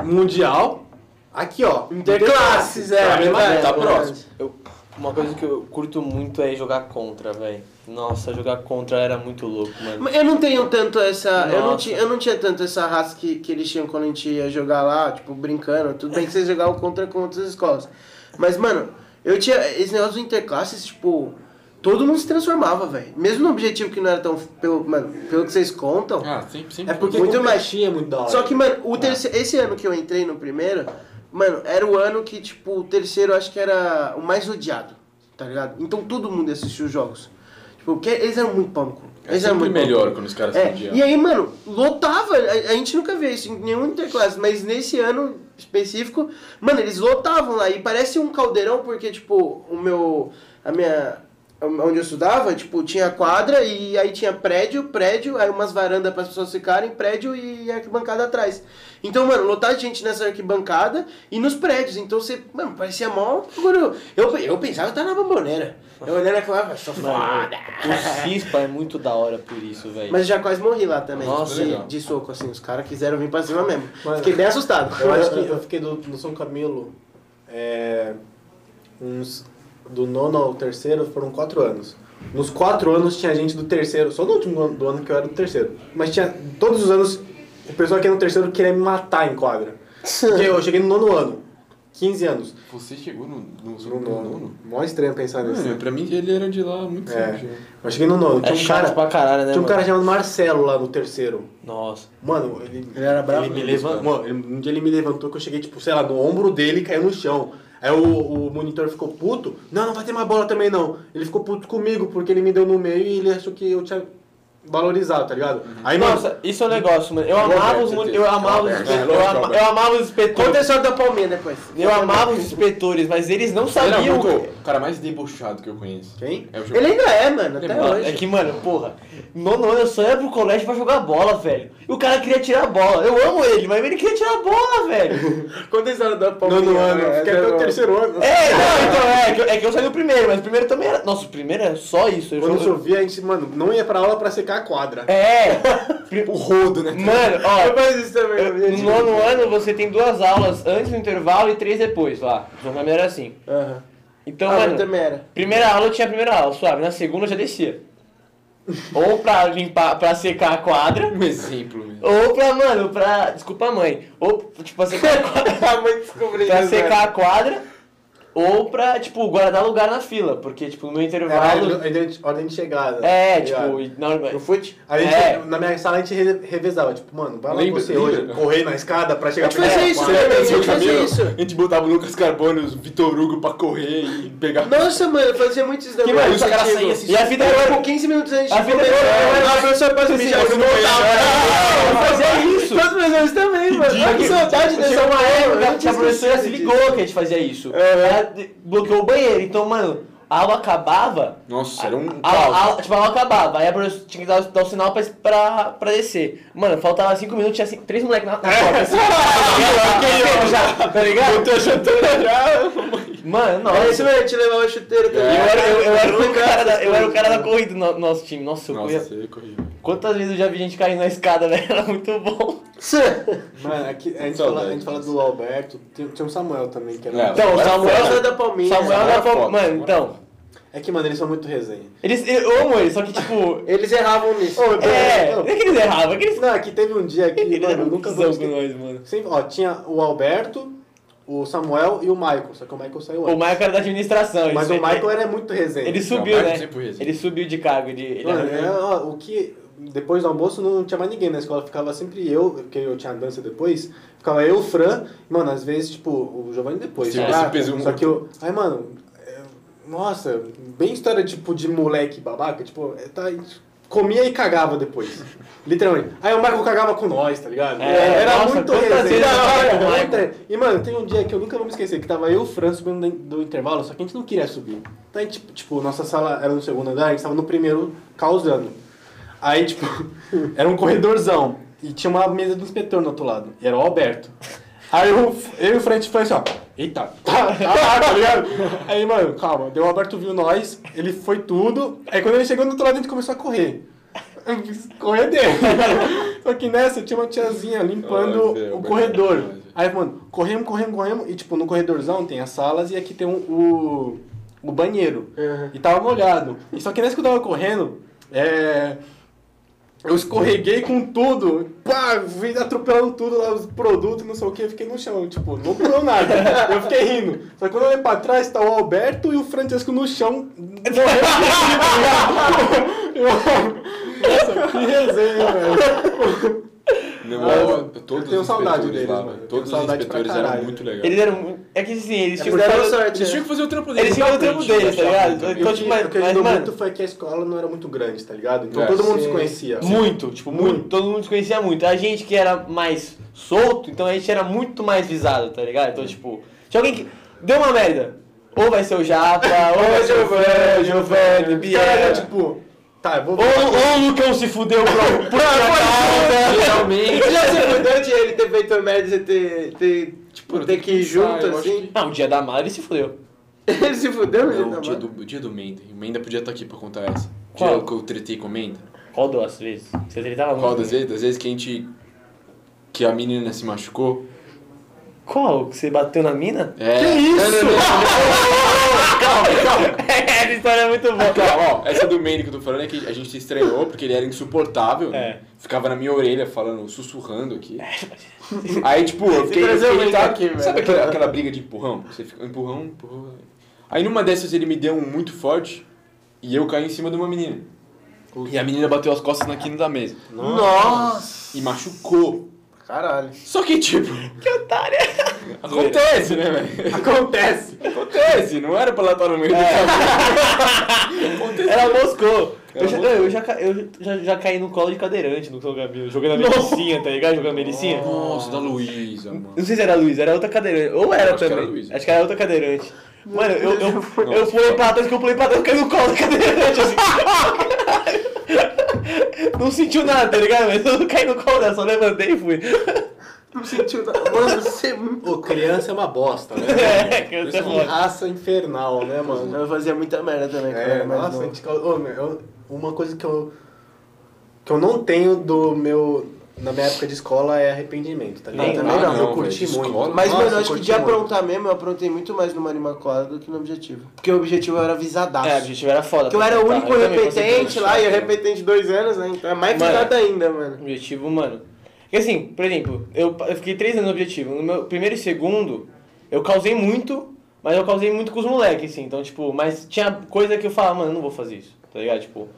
S2: Mundial, aqui, ó.
S1: Interclasses, é.
S2: Tá vendo?
S1: verdade,
S2: Tá
S1: verdade.
S2: próximo.
S3: Eu- uma coisa que eu curto muito é jogar contra, velho. Nossa, jogar contra era muito louco, mano.
S1: Eu não tenho tanto essa. Eu não,
S3: Nossa.
S1: tinha, eu não tinha tanto essa raça que, que eles tinham quando a gente ia jogar lá, tipo, brincando. Tudo bem que vocês jogavam contra com outras escolas. Mas, mano, eu tinha. Esse negócio do interclasses, tipo. Todo mundo se transformava, velho. Mesmo no objetivo que não era tão. Pelo, mano, pelo que vocês contam.
S4: Ah, sempre, sempre.
S2: É porque
S1: Muito
S2: muito
S1: mais.
S2: mexia, é muito da hora.
S1: Só que, mano, o terceiro, esse ano que eu entrei no primeiro, mano, era o ano que, tipo, o terceiro eu acho que era o mais odiado, tá ligado? Então todo mundo assistiu os jogos. Tipo, porque eles eram muito pão no cu.
S4: É
S1: Eles eram
S4: sempre
S1: muito pau no cu.
S4: melhor quando os caras se
S1: É,
S4: odiam.
S1: e aí, mano, lotava. A, a gente nunca vê isso em nenhum interclasse, mas nesse ano específico, mano, eles lotavam lá. E parece um caldeirão, porque, tipo, o meu. A minha. onde eu estudava, tipo, tinha quadra e aí tinha prédio, prédio, aí umas varandas para as pessoas ficarem, prédio e arquibancada atrás. Então, mano, lotar de gente nessa arquibancada e nos prédios. Então você, mano, parecia mó. bagulho. Eu, eu pensava que tá na bombonera. Eu olhando aquela, ah, sou foda.
S3: O Cispa é muito da hora por isso, velho.
S1: Mas eu já quase morri lá também.
S3: Nossa,
S1: de,
S4: legal.
S1: de soco, assim. Os caras quiseram vir pra cima mesmo.
S2: Mas-
S1: Fiquei bem assustado.
S2: Eu acho que eu fiquei do, no São Camilo. é, uns do nono ao terceiro foram quatro anos. Nos quatro anos tinha gente do terceiro, só no último ano, do ano que eu era do terceiro. Mas tinha todos os anos o pessoal que era no terceiro queria me matar em quadra. Porque eu cheguei no nono ano, 15 anos.
S4: Você chegou no, no,
S2: No
S4: no,
S2: nono.
S4: nono?
S2: Mó estranho pensar nisso.
S4: Mano, pra mim ele era de lá há muito
S2: É.
S4: tempo. já.
S2: Eu cheguei no nono.
S3: É
S2: Tinha um
S3: chato
S2: cara,
S3: pra caralho, né,
S2: tinha um cara
S3: mano?
S2: chamado Marcelo lá no terceiro.
S3: Nossa.
S2: Mano, ele,
S1: Ele era bravo
S2: Ele me
S1: mesmo,
S2: levantou, mano, ele- um dia ele me levantou que eu cheguei, tipo, sei lá, no ombro dele e caiu no chão. Aí o, o monitor ficou puto. Não, não vai ter mais bola também, não. Ele ficou puto comigo porque ele me deu no meio e ele achou que eu tinha valorizado, tá ligado? Aí, mano,
S3: Nossa, isso é um negócio, mano. Eu amava os moni- eu amava os inspe- eu ama- eu amava os
S1: Conta a
S3: inspetores.
S1: história da Palmeira depois.
S3: Eu amava os inspetores, mas eles não
S4: Ele era
S3: sabiam.
S4: muito- o cara mais debochado que eu conheço.
S2: Quem?
S4: É o Gilberto.
S1: Ele ainda é, mano, até
S4: Mano,
S1: hoje.
S3: É que, mano, porra, nono ano eu só ia pro colégio pra jogar bola, velho. E o cara queria tirar a bola. Eu amo ele, mas ele queria tirar a bola, velho.
S1: Conta a história da Palmeira.
S2: nono ano, fiquei
S1: é,
S2: até o terceiro ano.
S3: É, não, então é, que eu- é que eu saí no primeiro, mas o primeiro também era. Nossa, o primeiro era só isso. Eu
S2: Quando
S3: jogo-
S2: chovia, a gente, mano, não ia pra aula pra secar a quadra.
S3: É!
S2: O rodo, né?
S3: Mano, ó.
S1: Eu faço isso também,
S3: Eu-
S1: eu-
S3: No nono ano você tem duas aulas antes do intervalo e três depois lá. O jornal era assim.
S1: Aham.
S3: Então,
S1: Ah,
S3: mano,
S1: eu também era.
S3: primeira aula eu tinha a primeira aula, suave. Na segunda eu já descia. ou pra limpar, pra secar a
S1: é
S3: quadra,
S4: Um exemplo mesmo.
S3: ou pra, mano, pra. Desculpa a mãe. Ou, tipo, pra secar a né? quadra.
S1: A mãe descobriu
S3: pra
S1: isso, né?
S3: secar
S1: velho.
S3: a quadra, ou pra, tipo, guardar lugar na fila. Porque, tipo, no
S2: Era
S3: intervalo.
S2: É, ordem de- ordem de chegada.
S3: É,
S2: tá
S3: tipo,
S2: ligado?
S3: e na hora.
S1: No fute?
S2: A gente,
S3: É.
S2: Na minha sala a gente re- revezava, tipo, mano, vai lá
S4: Lembra-
S2: você
S4: lembra?
S2: hoje, correr na escada pra chegar
S1: A gente fazia isso,
S2: quadra.
S1: né?
S4: Lembra
S1: a
S4: do
S1: gente
S4: seu
S1: fazia
S4: Camilo?
S1: isso.
S4: A gente botava o Lucas Carbone, o Vitor Hugo pra correr e pegar.
S1: Nossa, mano, eu fazia muito isso da
S3: Que
S1: minha
S3: mais?
S1: vida
S3: Os caras
S1: antiga.
S3: saíam assim, E a vida
S1: Era,
S3: era-
S1: tipo, 15 minutos antes
S3: A
S1: de
S3: vida
S1: começar.
S3: era- era-
S1: Ah, professor, passa o
S3: Assim,
S1: mijar.
S3: eu
S1: Eu
S3: não
S1: voltava.
S3: Eu fazia isso.
S1: Mas professores também, mano. Olha que saudade
S3: Chegou
S1: dessa
S3: uma
S1: época.
S3: época
S1: eu
S3: que a
S1: tinha
S3: professora se
S1: esquecido
S3: ligou
S1: disso.
S3: que a gente fazia isso.
S1: É.
S3: Ela de- bloqueou o banheiro. Então, mano, a aula acabava.
S4: Nossa, era um
S3: A,
S4: caos.
S3: a- a- tipo, a aula acabava. Aí a professora tinha que dar, dar o sinal pra, pra, pra descer. Mano, faltava 5 minutos, tinha cinco- três moleques na, na porta. Assim, Tá já, tá ligado? Eu tô chutando já. Mano, nossa.
S1: É isso mesmo, a gente levava a chuteira
S3: É. Eu
S1: também.
S3: era, eu, eu era um assim. o
S1: Nunca
S3: cara da,
S1: essas
S3: eu era o
S1: coisas,
S3: cara da
S1: mano.
S3: corrida no nosso time. Nossa, eu corria.
S4: Nossa, você corria.
S3: Quantas vezes eu já vi gente caindo na escada, velho? Era muito bom.
S2: Mano, aqui, é a, gente
S4: Saudade.
S2: fala, a gente fala do Alberto, tinha, tinha um Samuel também que era.
S4: É.
S3: Então, o
S4: Agora
S1: Samuel
S3: Samuel.
S1: da Palmeiras.
S3: Samuel
S4: agora
S3: da
S4: foda,
S3: Palmeiras. Mano,
S4: agora
S3: então.
S2: É que, mano, eles são muito resenha.
S3: Eles, eu amo eles, só que tipo.
S1: Eles erravam nisso.
S3: É,
S2: não.
S3: não é que eles erravam, é que eles.
S2: Não, aqui teve um dia que,
S3: Eles
S2: mano,
S3: eram
S2: eu nunca
S3: nunca
S2: vou
S3: são com
S2: esquecer.
S3: nós, mano.
S2: Sempre, ó, tinha o Alberto, o Samuel e o Michael, só que o Michael saiu
S3: O
S2: antes.
S3: Michael era da administração.
S2: Mas o é
S3: ele-
S2: Michael era muito resenha.
S3: Ele
S4: Não,
S3: subiu,
S4: o
S3: né?
S4: Michael sempre foi assim.
S3: Ele subiu de cargo. Ele, ele
S2: Mano,
S3: era-
S2: é, ó, o que. Depois do almoço não tinha mais ninguém na escola, ficava sempre eu, porque eu tinha dança depois, ficava eu, o Fran, mano, às vezes, tipo, o Giovanni depois.
S4: Se
S2: sei
S4: você
S2: lá,
S4: pesa um-
S2: Só que eu. Aí, mano, é, nossa, bem história tipo de moleque babaca, tipo, é, tá, comia e cagava depois. Literalmente. Aí o Marco cagava com nós, tá ligado?
S3: É,
S2: era
S3: nossa,
S2: muito
S3: quantas
S2: resenha,
S3: vezes eu
S2: era
S3: tava com o
S2: muita-
S3: Marco.
S2: e, mano, tem um dia que eu nunca vou me esquecer, que tava eu e o Fran subindo do- do intervalo, só que a gente não queria subir. Então, a gente, tipo, nossa sala era no segundo andar, a gente tava no primeiro causando. Aí, tipo, era um corredorzão. E tinha uma mesa do inspetor no outro lado. E era o Alberto. Aí eu, eu e o Fran, a gente foi assim, ó. Eita, tá, tá, tá ligado? Aí, mano, calma. Daí o Alberto viu nós, ele foi tudo. Aí quando ele chegou no outro lado, a gente começou a correr. Correr dele. Só que nessa tinha uma tiazinha limpando
S4: Ai, velho,
S2: o
S4: Alberto.
S2: corredor. Aí, mano, corremos, corremos, corremos. E, tipo, no corredorzão tem as salas e aqui tem um- o, o banheiro. E tava molhado. E só que nessa que eu tava correndo, é, Eu escorreguei com tudo, pá, vim atropelando tudo lá, os produtos, não sei o que, fiquei no chão, tipo, não curou nada. Eu fiquei rindo. Só que quando eu olhei pra trás, tá o Alberto e o Francesco no chão, morrendo de rir, tá ligado? Nossa, que resenha, velho.
S4: Não,
S2: Ah,
S4: ó,
S2: eu
S4: todos
S2: tenho
S4: os
S2: saudade
S4: inspetores
S2: deles,
S4: lá,
S2: mano. Eu tenho
S4: todos os
S2: saudade pra
S4: inspetores eram
S2: caralho.
S4: muito legais.
S3: Eles eram. É que assim, eles
S1: É
S3: tinham
S1: porque
S3: que
S1: deram
S3: fazer-
S1: sorte,
S4: Eles
S1: né?
S4: tinham que fazer o trampo deles.
S3: Eles tinham que fazer o trampo deles, tá ligado?
S2: E
S3: Então,
S2: O que,
S3: tipo, mas,
S2: o que
S3: mas,
S2: ajudou muito
S3: mano,
S2: foi que a escola não era muito grande, tá ligado? Então
S4: É,
S2: todo mundo se
S1: sim.
S2: conhecia.
S3: muito, tipo, muito. Todo mundo se conhecia muito. A gente que era mais solto, então a gente era muito mais visado, tá ligado? Então, tipo, se alguém que. Deu uma merda. Ou vai ser o Japa, ou vai
S2: Tipo,
S3: ser o Fran, Giovanni,
S2: Cara,
S3: Biel.
S2: tipo, tá, eu vou.
S3: Ou, ou o Lucão se fudeu pra, pra
S4: Geralmente.
S1: Já se mudou de é ele ter feito merda e ter, ter, tipo,
S4: Mano,
S1: ter
S4: tem
S1: que ir
S4: pensar,
S1: junto,
S4: eu acho
S1: assim?
S3: Não, o dia da Mara ele se fudeu.
S1: Ele se fudeu,
S4: Não,
S1: gente,
S4: o dia
S1: mano.
S4: do, o dia do Menda. O Menda podia estar aqui pra contar essa. O
S3: Qual?
S4: dia que eu tretei com o Menda.
S3: Qual duas vezes? Você tava muito.
S4: Qual das vezes? Das vezes que a gente. Que a menina se machucou.
S3: Qual? Que você bateu na mina?
S4: É.
S2: Que isso?
S4: Não, não, não,
S3: Essa história é muito boa.
S4: Calma, ó, essa do Mandy que eu tô falando é que a gente se estranhou porque ele era insuportável, né?
S3: É.
S4: Ficava na minha orelha falando, sussurrando aqui. Aí, tipo, eu fiquei, eu
S1: trazer
S4: fiquei
S1: o Mandy
S4: irritado.
S1: aqui, velho.
S4: Sabe aquela, aquela briga de empurrão? Você fica empurrão, empurrão. Aí numa dessas ele me deu um muito forte e eu caí em cima de uma menina. E a menina bateu as costas na quina da mesa.
S2: Nossa!
S4: E machucou.
S2: Caralho.
S4: Só que, tipo,
S3: Que otária.
S4: acontece, né, velho?
S2: Acontece.
S4: Acontece, não era pra ela estar no meio do
S3: Ela moscou. Eu,
S4: Ela
S3: já,
S4: moscou.
S3: eu, já, ca- eu já, já caí no colo de cadeirante no São Gabriel, jogando a melicinha, tá ligado? Jogando a melicinha.
S4: Nossa, da Luísa, mano.
S3: Não sei se era a Luiz, era outra cadeirante. Ou era
S4: acho que
S3: também.
S4: era a Luísa.
S3: acho que era outra cadeirante. Mano, eu, eu, eu, pulei pra trás, que eu pulei pra trás, eu caí no colo da cadeirante, assim. Não sentiu nada, tá ligado? Mas eu não caí no colo dela, só levantei e fui.
S1: Não sentiu
S2: Tipo,
S1: nada.
S2: tá,
S1: Mano, você é muito...
S2: Ô, criança é uma bosta, né?
S3: É, que eu tô
S2: Que
S3: foda.
S2: raça infernal, né, mano?
S1: Eu fazia muita merda também, cara.
S2: É,
S1: mas
S2: nossa, a
S1: não.
S2: gente causa- Ô, meu, eu- uma coisa que eu, que eu não tenho do meu. Na minha época de escola é arrependimento, tá ligado?
S1: Nem
S2: Também
S1: lá,
S2: não,
S4: não,
S2: eu curti
S4: velho, de
S2: muito.
S4: escola.
S1: Mas,
S2: Nossa,
S1: mano, eu
S2: eu
S1: acho que
S2: curti
S1: de
S2: muito.
S1: aprontar mesmo, eu aprontei muito mais numa animacola do que no objetivo. Porque o objetivo era avisar
S3: É, o
S1: É,
S3: objetivo era foda.
S1: que eu era o único
S3: Eu também consegui
S1: repetente
S3: achar,
S1: lá, e eu
S3: né?
S1: repetente dois anos, né? Então é mais
S3: Mano.
S1: cuidado ainda, mano.
S3: Objetivo, mano. Porque assim, por exemplo, eu, eu fiquei três anos no objetivo. No meu primeiro e segundo, eu causei muito, mas eu causei muito com os moleques, assim. Então, tipo, mas tinha coisa que eu falava, mano, eu não vou fazer isso, tá ligado? Tipo,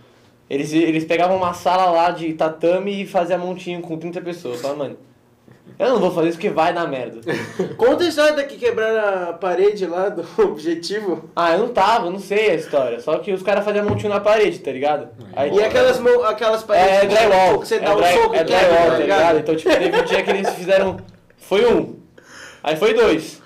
S3: eles, eles pegavam uma sala lá de tatame e faziam montinho com 30 pessoas. Eu falava, mano, eu não vou fazer isso porque vai dar merda.
S1: Conta a história daqui quebrar a parede lá do objetivo.
S3: ah, eu não tava, eu não sei a história. Só que os caras faziam montinho na parede, tá ligado? Aí,
S1: E aquelas, mão- aquelas paredes
S3: É,
S1: que
S3: drywall.
S1: você
S3: é
S1: dá um
S3: dry-
S1: soco
S3: é
S1: e quebra,
S3: drywall, tá ligado? Então, tipo, teve um dia que eles fizeram. Foi um. Aí foi dois.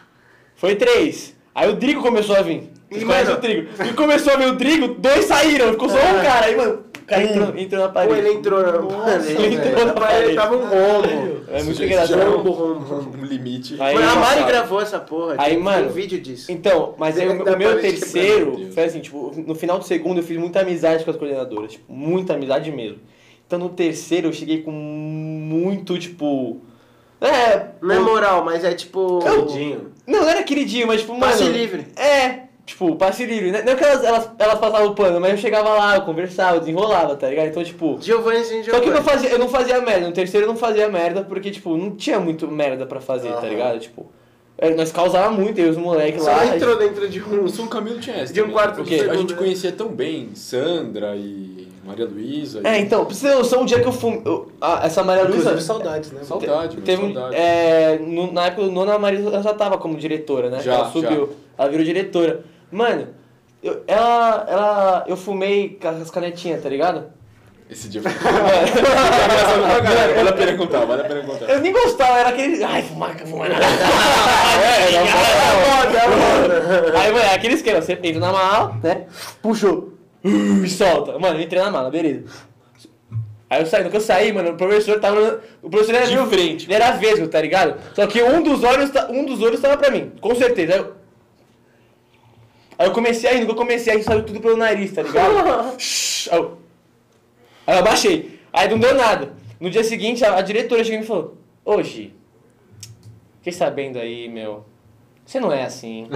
S3: Foi três. Aí o Drigo começou a vir. Vocês
S1: E,
S3: conhecem
S1: mano-
S3: o Drigo. E começou a vir o Drigo, dois saíram, ficou só
S4: É.
S3: um cara. Aí, mano, o cara
S4: Hum.
S3: entrou, entrou na
S1: Pô,
S3: parede.
S1: ele entrou na parede.
S3: ele entrou
S1: velho.
S3: na
S1: Ele
S3: parede.
S1: tava um rombo.
S3: É muito
S4: Isso já
S3: engraçado.
S4: é um-
S1: Rombo, rombo.
S4: Um limite.
S3: Aí,
S1: Mano, a Mari
S3: engraçado.
S1: gravou essa porra.
S3: Aí,
S1: tem
S3: mano,
S1: um vídeo disso.
S3: Então, mas aí o,
S1: Da
S3: o meu
S1: parede
S4: quebrando, meu
S3: terceiro
S4: Deus.
S3: foi assim, tipo, no final do segundo eu fiz muita amizade com as coordenadoras, tipo, muita amizade mesmo. Então no terceiro eu cheguei com muito, tipo. É.
S1: Não é moral, mas é tipo.
S2: Tadinho.
S3: Não, não era queridinho, mas tipo, mano.
S1: Passe livre.
S3: É, tipo, passe livre. Não é que elas, elas, elas passavam o pano, mas eu chegava lá, eu conversava, eu desenrolava, tá ligado? Então, tipo.
S1: Giovanni sem
S3: Só que eu
S1: Giovanni.
S3: não fazia, eu não fazia merda. No terceiro eu não fazia merda, porque, tipo, não tinha muito merda pra fazer, tá
S2: Aham.
S3: ligado? Tipo. é, Nós causava muito, eu e os moleques lá.
S1: Só
S3: a gente-
S1: entrou dentro de um.
S4: O São Camilo tinha essa.
S1: De um
S4: também,
S1: quarto
S4: porque
S1: de
S4: a
S1: segundo,
S4: gente
S1: né?
S4: conhecia tão bem Sandra e Maria Luísa.
S3: É,
S4: e...
S3: então, pra você ter noção, um dia que eu fui. eu- ah, essa Maria
S2: Inclusive,
S3: Luísa.
S2: saudades, né?
S4: Saudades. Saudade, mano,
S3: teve um-
S4: saudade.
S3: é, no- na época, o Nona Maria ela já tava como diretora, né?
S4: Já,
S3: ela subiu, ela virou diretora. Mano, eu, ela, ela. Eu fumei com as canetinhas, tá ligado?
S4: Esse dia foi. Tá engraçado pra caralho. Vale a pena contar, vale a pena contar.
S3: Eu nem gostava, era aquele. Ai, fumar, fumar.
S4: É, era
S3: Aí, mano, é aquele esquema, você entra na mala, né? Puxou. uh, E solta. Mano, eu entrei na mala, beleza. Aí eu saí, no que eu saí, mano, o professor tava. O professor era
S4: De
S3: meio-
S4: frente.
S3: Ele era vesgo, tá ligado? Só que um dos olhos, ta- um dos olhos tava pra mim, com certeza. Aí eu, aí eu comecei a ir, no que eu comecei a ir, saiu tudo pelo nariz, tá ligado? Shhh, aí, eu, aí eu abaixei. Aí não deu nada. No dia seguinte, a, a diretora chegou e me falou: Ô, Gi, fiquei sabendo aí, meu. Você não é assim.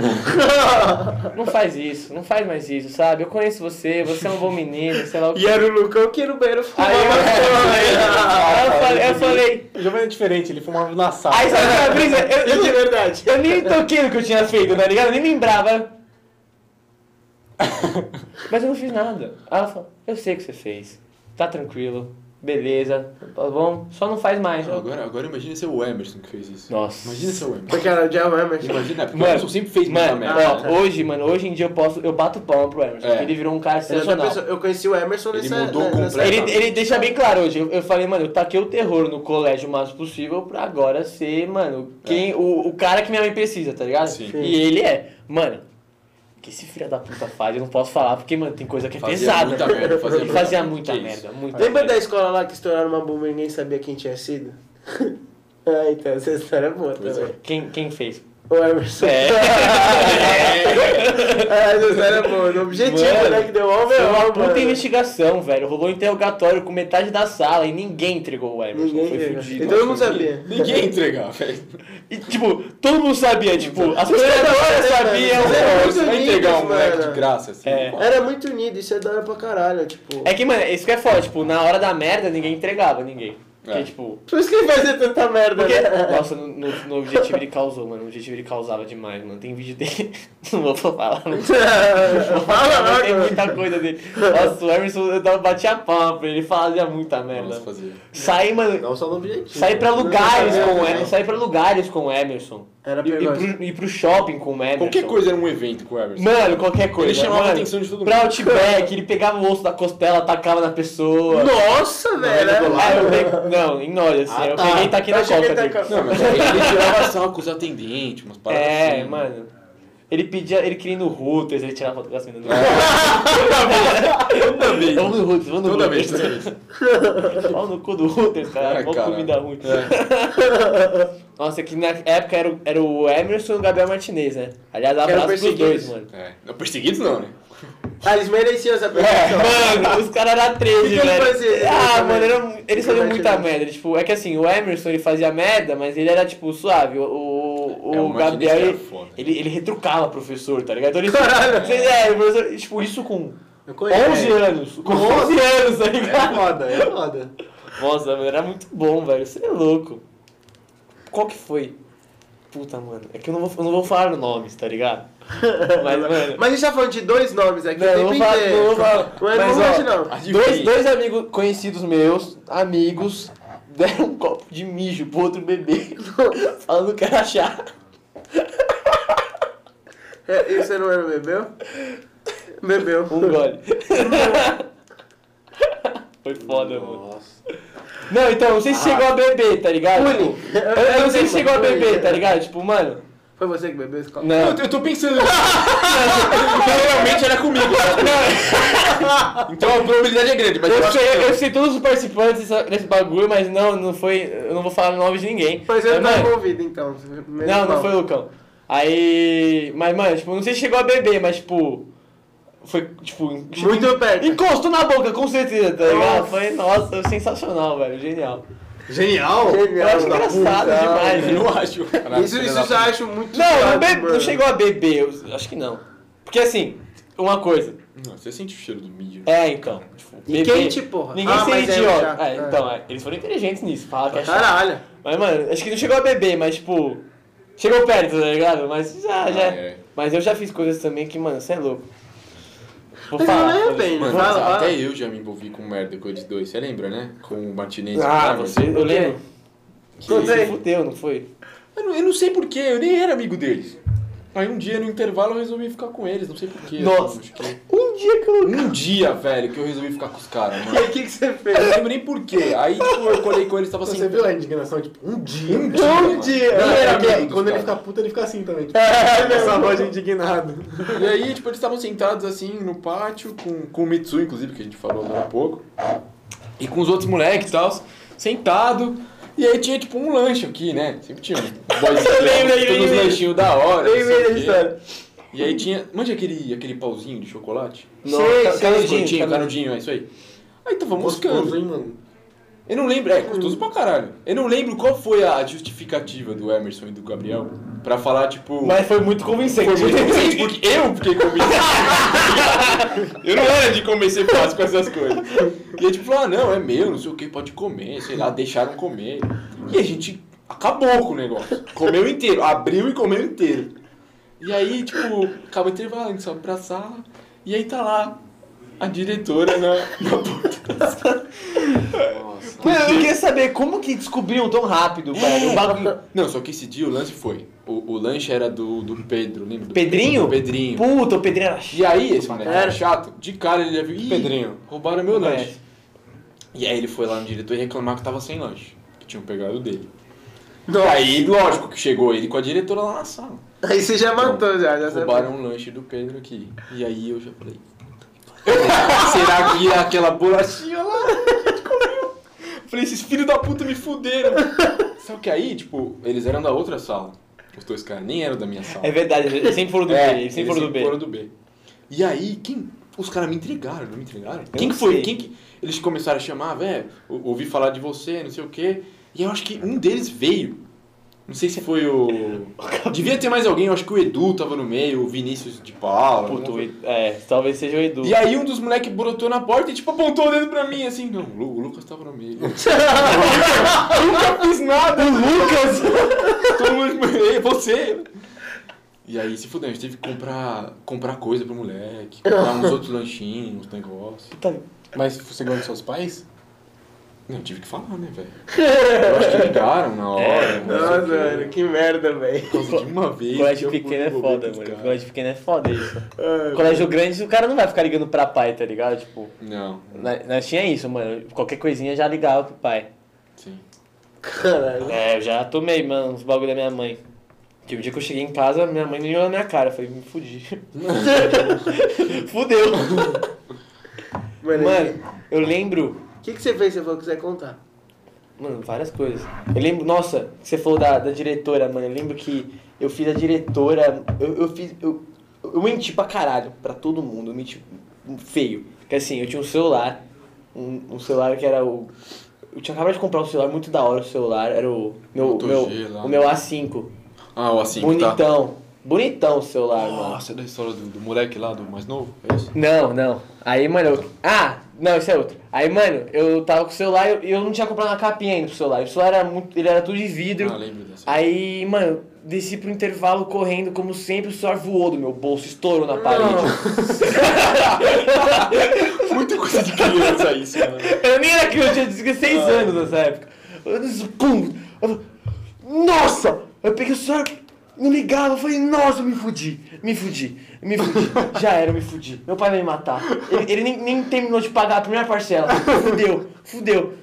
S3: não faz isso, não faz mais isso, sabe? Eu conheço você, você é um bom menino, sei lá o que.
S1: E era o Lucão que ia no banheiro
S3: Aí é. eu, aí eu falei, eu falei.
S2: O Giovanni é diferente, ele fumava na
S4: É,
S2: sala.
S3: Aí sabe aquela brisa? Eu,
S1: Eu de
S3: eu,
S1: verdade.
S3: eu nem toquei no que eu tinha feito, tá ligado? Eu nem lembrava. Mas eu não fiz nada. Aí ela falou, eu sei o que você fez. Tá tranquilo. Beleza, tá bom? Só não faz mais.
S4: Não, Agora, agora imagina ser o Emerson que fez isso.
S3: Nossa.
S4: Imagina ser o Emerson.
S1: Porque era o Javan, mas.
S4: Imagina, porque o
S3: Mano,
S4: Emerson sempre fez muita
S3: Mano,
S4: merda. né?
S3: ó, hoje, mano, hoje em dia eu posso. Eu bato palma pro Emerson,
S4: É.
S3: porque ele virou um cara
S1: Ele é outra
S3: sensacional.
S1: pessoa. Eu conheci o Emerson
S4: Ele
S1: nessa.
S4: mudou
S1: nessa-
S3: Ele,
S4: completamente.
S3: ele deixa bem claro hoje. Eu, eu falei, mano, eu taquei o terror no colégio o máximo possível pra agora
S4: É.
S3: ser, mano, quem, o, o cara que minha mãe precisa, tá ligado?
S4: Sim.
S3: E ele é. Mano, O que esse filho da puta faz? Eu não posso falar porque, mano, tem coisa que é
S4: Fazia
S3: pesada.
S4: muita merda, fazia
S3: Ele
S4: muita
S3: fazia
S4: merda.
S3: muita
S4: Que isso?
S3: merda, muita
S1: Lembra
S3: merda.
S1: da escola lá que estouraram uma bomba e ninguém sabia quem tinha sido? ah, então, essa história é boa também.
S3: Quem, quem fez?
S1: O Emerson.
S3: É.
S1: ah, essa história é boa. No objetivo,
S3: Mano,
S1: né, que deu all
S3: Foi uma
S1: overall,
S3: puta
S1: mano.
S3: investigação, velho. Rolou interrogatório com metade da sala e ninguém entregou o Emerson.
S1: Ninguém né?
S3: foi
S1: entregou.
S3: fudido.
S1: E todo mundo sabia.
S4: Ninguém entregava, velho.
S3: E, tipo, todo mundo sabia, tipo, as
S1: Isso
S3: pessoas
S1: é da hora, né,
S3: sabiam.
S1: mano?
S3: É,
S1: muito
S4: Vai entregar
S1: unidos,
S4: um moleque
S1: mano.
S4: de graça, assim.
S3: É.
S4: pô.
S1: Era muito unido, isso é da hora pra caralho, tipo...
S3: que, mano, isso que é foda, tipo, na hora da merda ninguém entregava ninguém. Porque,
S4: É.
S3: tipo.
S1: Por isso que ele fazia tanta merda,
S3: Porque,
S1: né?
S3: nossa, no, no- no objetivo ele causou, mano. No objetivo ele causava demais, mano. Tem vídeo dele. Não vou falar, não.
S1: Fala né?
S3: Não, tem
S1: logo.
S3: muita coisa dele. Nossa, o Emerson eu tava- batia palma pra ele, ele fazia muita merda.
S4: Nossa, fazia.
S3: Sair, mano,
S2: Não só no objetivo.
S3: sair pra
S1: Não,
S3: lugares
S1: não, não,
S3: com o
S1: não.
S3: Emerson, sair pra lugares com o Emerson.
S1: Era
S3: E, e
S1: perigoso.
S3: pro, e pro shopping com o Emerson.
S4: Qualquer coisa era um evento com o Emerson.
S3: Mano, qualquer coisa.
S4: Ele chamava
S3: mano.
S4: a atenção de todo
S3: Pra
S4: mundo.
S3: Outback, ele pegava o osso da costela, atacava na pessoa.
S1: Nossa, velho. né?
S2: era
S1: era-
S2: do
S3: Ah, eu peguei... Não, ignora, assim.
S2: Ah,
S3: eu
S2: tá.
S3: peguei e tá aqui
S1: Eu
S3: na
S1: achei que ele
S3: copa.
S1: tá
S3: dele.
S1: com-
S4: Não, mas aí ele tirava sal com os atendentes, umas paradas
S3: É,
S4: assim.
S3: mano. Ele pedia, ele queria ir no Hooters, ele tirava foto com as meninas.
S4: Toda vez.
S3: Vamos no Hooters, vamos no
S4: Toda vez,
S3: Hooters.
S4: toda vez.
S3: Pau no cu do Hooters, cara.
S4: Ah,
S3: Mó
S4: cara.
S3: comida ruim.
S4: É.
S3: Nossa, que na época era, o- era o Emerson e o Gabriel Martinez, né? Aliás, abraço pros
S1: perseguidos.
S3: dois, mano.
S4: É. Não, Perseguidos não, né?
S1: Ah, eles mereciam essa
S3: É.
S1: perseguição.
S3: Mano, os caras eram
S1: O que
S3: três,
S1: que ele
S3: velho.
S1: fazia?
S3: Ah,
S1: Ele
S3: mano,
S1: também.
S3: era- eles faziam muita
S1: Martinez.
S3: merda. Tipo, é que assim, o Emerson ele fazia merda, mas ele era, tipo, suave. O, o,
S4: É, o
S3: o
S4: Martinez
S3: Gabriel,
S4: era
S3: ele,
S4: foda.
S3: ele, ele retrucava o professor, tá ligado? Então, ele,
S1: Caralho.
S3: É, o professor, tipo, isso com
S1: Eu conheço.
S3: 11 anos. Com 11 anos, tá ligado?
S2: É foda, é foda.
S3: Nossa, mano, era muito bom, velho. Você é louco. Qual que foi? Puta, mano. É que eu não vou, eu não vou falar nomes, tá ligado? Mas, mano.
S1: Mas a gente tá falando de dois nomes aqui o
S3: Não,
S1: tempo
S3: não vou falar. Não
S1: inteiro.
S3: vou falar.
S1: Mas não
S3: ó,
S1: mexe, não.
S3: Dois, dois amigos conhecidos meus, amigos, deram um copo de mijo pro outro bebê, falando que era chá.
S1: É, e você não era bebeu? Bebeu.
S3: Um gole. Foi foda, mano.
S2: Nossa.
S3: Não, então, não sei se chegou a beber, tá ligado?
S1: Bullying.
S3: Tipo, Eu, eu não sei se chegou a
S1: Bullying.
S3: beber, tá ligado? Tipo, mano.
S1: Foi você que bebeu esse copo?
S3: Não.
S4: Eu tô pensando. Provavelmente era comigo. né? Então a probabilidade é grande, mas eu
S3: é. Eu
S4: acho que
S3: sei, eu sei todos os participantes dessa- desse bagulho, mas não, não foi. Eu não vou falar nome de ninguém.
S1: Mas ele tá
S3: mano,
S1: envolvido, então.
S3: É, né? Não, não foi o Lucão. Aí. Mas, mano, tipo, não sei se chegou a beber, mas, tipo. Foi, tipo. chegou-
S1: Muito perto.
S3: Encostou na boca, com certeza, tá ligado? Foi, nossa, sensacional, velho, genial.
S2: Genial!
S3: Eu
S1: Genial.
S3: acho
S1: da
S3: engraçado
S1: puta.
S3: demais,
S4: eu
S3: velho.
S4: acho.
S1: Isso, isso eu
S4: é-
S1: já acho muito
S3: Não, não,
S1: chato,
S3: bebe, não
S1: mano.
S3: chegou a beber, eu acho que não. Porque, assim, uma coisa.
S4: Não, você sente o cheiro do milho.
S3: É, então. Tipo,
S1: E
S3: beber-
S1: quente, porra.
S3: Ninguém
S1: Ah,
S3: seria
S1: mas é
S3: idiota.
S1: já-
S3: É,
S1: é.
S3: então, é, eles foram inteligentes nisso, falaram que é chato.
S1: Caralho.
S3: Mas, mano, acho que não chegou a beber, mas, tipo, chegou perto, tá ligado? Mas já, já.
S4: é.
S3: Mas eu já fiz coisas também que, mano, você é louco. Vou
S1: Mas
S3: falar.
S1: não é
S3: foda-se.
S1: bem, né?
S4: Mano,
S1: Fala, fala.
S4: até eu já me envolvi com merda com eles dois, você lembra, né? Com o Martinez e assim.
S3: Ah,
S4: o Emerson.
S3: você, eu lembro.
S4: Que-
S3: Você fudeu, não foi?
S4: Eu não, eu não sei porquê, eu nem era amigo deles. Aí um dia no intervalo eu resolvi ficar com eles, não sei porquê.
S3: Nossa.
S4: acho que-
S3: Um dia que
S2: Tipo
S3: eu.
S4: Um dia, velho, que eu resolvi ficar com os caras,
S1: E
S4: mano.
S1: aí, o que, que você fez?
S4: Eu não lembro nem porquê. Aí, tipo, eu colei com eles tava
S2: Você
S4: assim.
S2: viu a indignação? Tipo, um dia.
S4: Um dia.
S1: Bom dia!
S2: Não,
S4: era
S2: é que
S4: amigo dos
S2: quando ele
S4: caras.
S2: fica puto, ele fica assim também. Tipo, essa voz de indignado.
S4: E aí, tipo, eles estavam sentados assim no pátio, com, com o Mitsu, inclusive, que a gente falou agora há pouco. E com os outros moleques e tal, sentado. E aí tinha tipo um lanche aqui, né? Sempre tinha um boys
S3: Eu lembro, eu
S4: todos os
S3: lembro.
S4: lanchinhos da hora. não
S1: Bem
S4: sei o
S1: mesmo,
S4: quê.
S1: história.
S4: E aí tinha. Mande aquele, aquele pauzinho de chocolate.
S1: Sei,
S3: ca-
S1: sei,
S3: canudinho,
S4: Canudinho,
S3: canudinho.
S4: canudinho, é isso aí. Aí tava
S2: Gostoso,
S4: moscando.
S2: hein, mano?
S4: Eu não lembro, é custoso pra caralho. Eu não lembro qual foi a justificativa do Emerson e do Gabriel pra falar, tipo.
S3: Mas foi muito convincente.
S4: Foi muito convincente, porque eu fiquei convencido. eu não era de convencer fácil com essas coisas. E eu tipo, falou, ah, não, é meu, não sei o que, pode comer, sei lá, deixaram comer. E a gente acabou com o negócio. Comeu inteiro, abriu e comeu inteiro. E aí, tipo, acaba o intervalo, a gente sobe pra sala, e aí tá lá a diretora na, na porta da sala.
S3: Mano, eu queria saber como que descobriam tão
S4: É.
S3: rápido, velho. O bagulho.
S4: Não, só que esse dia o lance foi. O, o lanche era do, do Pedro, lembra? do-
S3: Pedrinho?
S4: Do Pedrinho.
S3: Puta, o Pedrinho era
S4: E
S3: chato.
S4: aí, esse moleque era chato, de cara ele já viu. "Ih,
S2: Pedrinho.
S4: Roubaram meu
S3: Não
S4: lanche. E aí ele foi lá no diretor e reclamar que tava sem lanche. Que tinham pegado o dele. Aí, lógico que chegou ele com a diretora lá na sala.
S1: Aí você já matou, já. já sabe.
S4: Roubaram um lanche do Pedro aqui. E aí eu já falei. "Puta que pariu." Será que aquela bolachinha lá? Eu falei, esses filhos da puta me fuderam. Só que aí, tipo, eles eram da outra sala. Os dois caras nem eram da minha sala.
S3: É verdade, eles sempre foram do
S4: É,
S3: B, eles sempre foram do B.
S4: foram do B. E aí, quem. Os caras me entregaram, não me entregaram? quem
S3: não
S4: que foi?
S3: sei.
S4: Quem que. Eles começaram a chamar, velho, ou- ouvi falar de você, não sei o quê. E eu acho que um deles veio. Não sei se foi o. Devia ter mais alguém, eu acho que o Edu tava no meio, o Vinícius de Paula.
S3: Puto,
S4: alguma
S3: o
S4: coisa.
S3: Edu- é, talvez seja o Edu.
S4: E aí um dos moleques brotou na porta e tipo apontou o dedo pra mim assim, não, o Lu- o Lucas tava no meio.
S3: fiz nada, o Lucas!
S4: Todo mundo, "Ei, é você. E aí se fudeu, a gente teve que comprar, comprar coisa pro moleque, comprar uns outros lanchinhos, uns negócios.
S2: Mas você gosta dos seus pais?
S4: Não, eu tive que falar, né, velho? Eu acho que ligaram na hora. não sei
S1: Nossa,
S4: o quê.
S1: mano, que merda, velho.
S4: Por causa de uma vez. que
S3: Colégio
S4: eu
S3: pequeno é
S4: fui
S3: foda,
S4: envolvido com os
S3: mano.
S4: caras.
S3: Colégio pequeno é foda isso.
S1: Ah,
S3: Colégio grande, o cara não vai ficar ligando pra pai, tá ligado? Tipo,
S4: Não,
S3: na- nós tinha isso, mano. Qualquer coisinha já ligava pro pai.
S4: sim.
S1: Caralho.
S3: É, eu já tomei, mano, os bagulho da minha mãe. Tipo, o dia que eu cheguei em casa, minha mãe nem olhou na minha cara. Eu falei, me fudi. Fudeu.
S1: Mano,
S3: Mano, eu lembro
S1: o que, que você fez? Você falou que você ia contar.
S3: Mano, várias coisas. Eu lembro, nossa, que você falou da, da diretora, mano. Eu lembro que eu fiz a diretora. Eu, eu fiz. Eu, eu menti pra caralho, pra todo mundo. Eu menti feio. Porque assim, eu tinha um celular. Um, um celular que era o. Eu tinha acabado de comprar um celular muito da hora, o celular. Era o meu,
S4: Moto
S3: meu,
S4: G lá,
S3: o meu A5.
S4: Ah, o assim, tá.
S3: bonitão. Bonitão o celular, mano.
S4: Nossa, é da história do, do moleque lá, do mais novo? É isso?
S3: Não, não. Aí, mano, eu... Ah, não, isso é outro. Aí, mano, eu tava com o celular e eu, eu não tinha comprado uma capinha ainda pro celular. O celular era muito... Ele era tudo de vidro.
S4: Ah, lembro dessa.
S3: Aí, mano, desci pro intervalo correndo, como sempre, o suor voou do meu bolso, estourou na parede.
S4: Muita coisa de criança isso, mano.
S3: Eu nem era criança, eu tinha 16 anos nessa época. Eu disse, Pum! Eu- Nossa! Eu peguei o suor, não ligava, eu falei, nossa, eu me fudi, me fudi, me fudi. Já era, eu me fudi. Meu pai vai me matar. Ele, ele nem, nem terminou de pagar a primeira parcela. Fudeu, fudeu.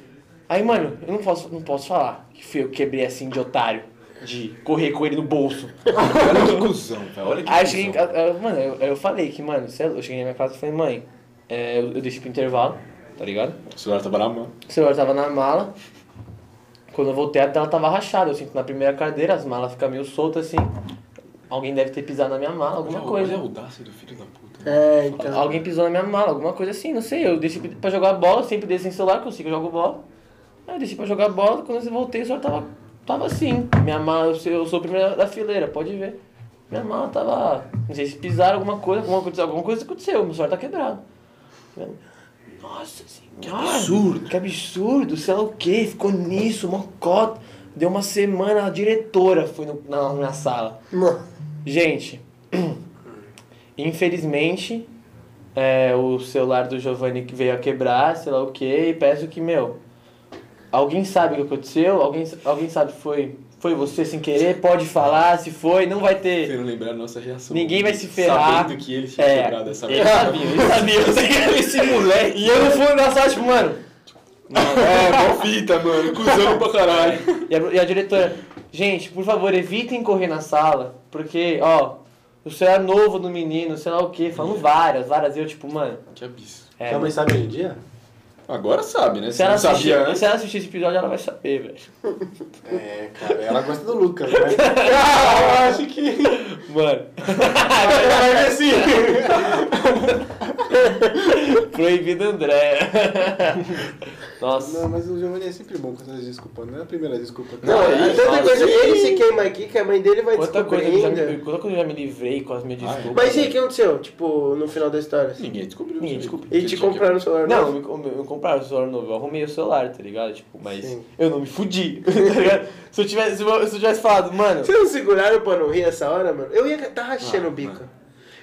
S3: Aí, mano, eu não posso, não posso falar que fui eu que quebrei assim de otário, de correr com ele no bolso.
S4: Olha que cuzão, velho. Olha que
S3: Aí eu cheguei em
S4: cuzão.
S3: casa, eu- mano, eu, eu falei que, mano, sei lá, eu cheguei na minha casa e falei, mãe, é, eu, eu deixei pro intervalo, tá ligado?
S4: O celular tava na mão.
S3: O celular tava na mala. Quando eu voltei, a tela tava rachada. Eu sinto na primeira cadeira, as malas ficam meio soltas assim. Alguém deve ter pisado na minha mala, alguma
S4: Olha-
S3: coisa.
S4: Olha a audácia do filho da puta.
S1: É, então.
S3: Alguém pisou na minha mala, alguma coisa assim, não sei. Eu deixei pra jogar bola, sempre deixo sem celular, consigo, eu jogo bola. Aí eu deixei pra jogar bola, quando eu voltei, o celular tava, tava assim. Minha mala, eu sou, eu sou o primeiro da fileira, pode ver. Minha mala tava. Não sei se pisaram alguma coisa, alguma coisa, alguma coisa aconteceu, meu celular tá quebrado. Nossa senhora! Que absurdo! Que absurdo, sei lá o que, ficou nisso, mocota. Deu uma semana, a diretora foi no- na minha sala. Gente, infelizmente, é, o celular do Giovanni que veio a quebrar, sei lá o que, e peço que, meu, alguém sabe o que aconteceu? Alguém, alguém sabe se foi, foi você sem querer? Pode falar se foi, não vai ter...
S4: Quero lembrar a nossa reação.
S3: Ninguém vai se ferrar.
S4: Sabendo que ele tinha
S3: É,
S4: quebrado essa
S3: Ele sabia, ele sabia, eu sei que era esse moleque. E eu não fui na sala, tipo, mano...
S4: É, mó fita, mano. Cusão pra caralho.
S3: E a, e a diretora, gente, por favor, evitem correr na sala, porque, ó, o celular novo do menino, sei lá o que, falando várias, várias, e eu, tipo, mano,
S4: Que absurdo.
S3: é.
S2: Sua mãe sabe hoje em dia?
S4: Agora sabe, né?
S3: Se ela,
S4: não
S3: assistir,
S4: sabia antes.
S3: se ela assistir esse episódio, ela vai saber, velho.
S2: É, cara, ela gosta do Lucas, né?
S1: Eu acho que.
S3: Mano,
S2: Mas assim,
S3: proibido André.
S2: Não,
S3: Nossa.
S2: mas o Giovanni é sempre bom com essas desculpas, não é a primeira desculpa.
S1: Não, é tanta
S3: Nossa.
S1: coisa. Ele se queima aqui que a mãe dele vai
S3: Quanta
S1: descobrir
S3: assim. coisa, que eu já,
S1: ainda.
S3: me- quanta coisa eu já me livrei com as minhas desculpas.
S1: Mas e aí, o
S3: velho.
S1: que aconteceu? Tipo, no final da história. assim?
S4: Ninguém descobriu.
S3: Ninguém
S4: isso aí.
S3: descobriu.
S1: E te compraram o celular
S3: Não,
S1: novo?
S3: eu, me- eu, me- eu compraram o celular novo, eu arrumei o celular, tá ligado? Tipo, mas
S1: Sim.
S3: eu não me fudi, tá ligado? Se eu tivesse, se eu, se eu tivesse falado, mano...
S1: Vocês não seguraram pra não rir essa hora, mano? Eu ia tá rachando o bico.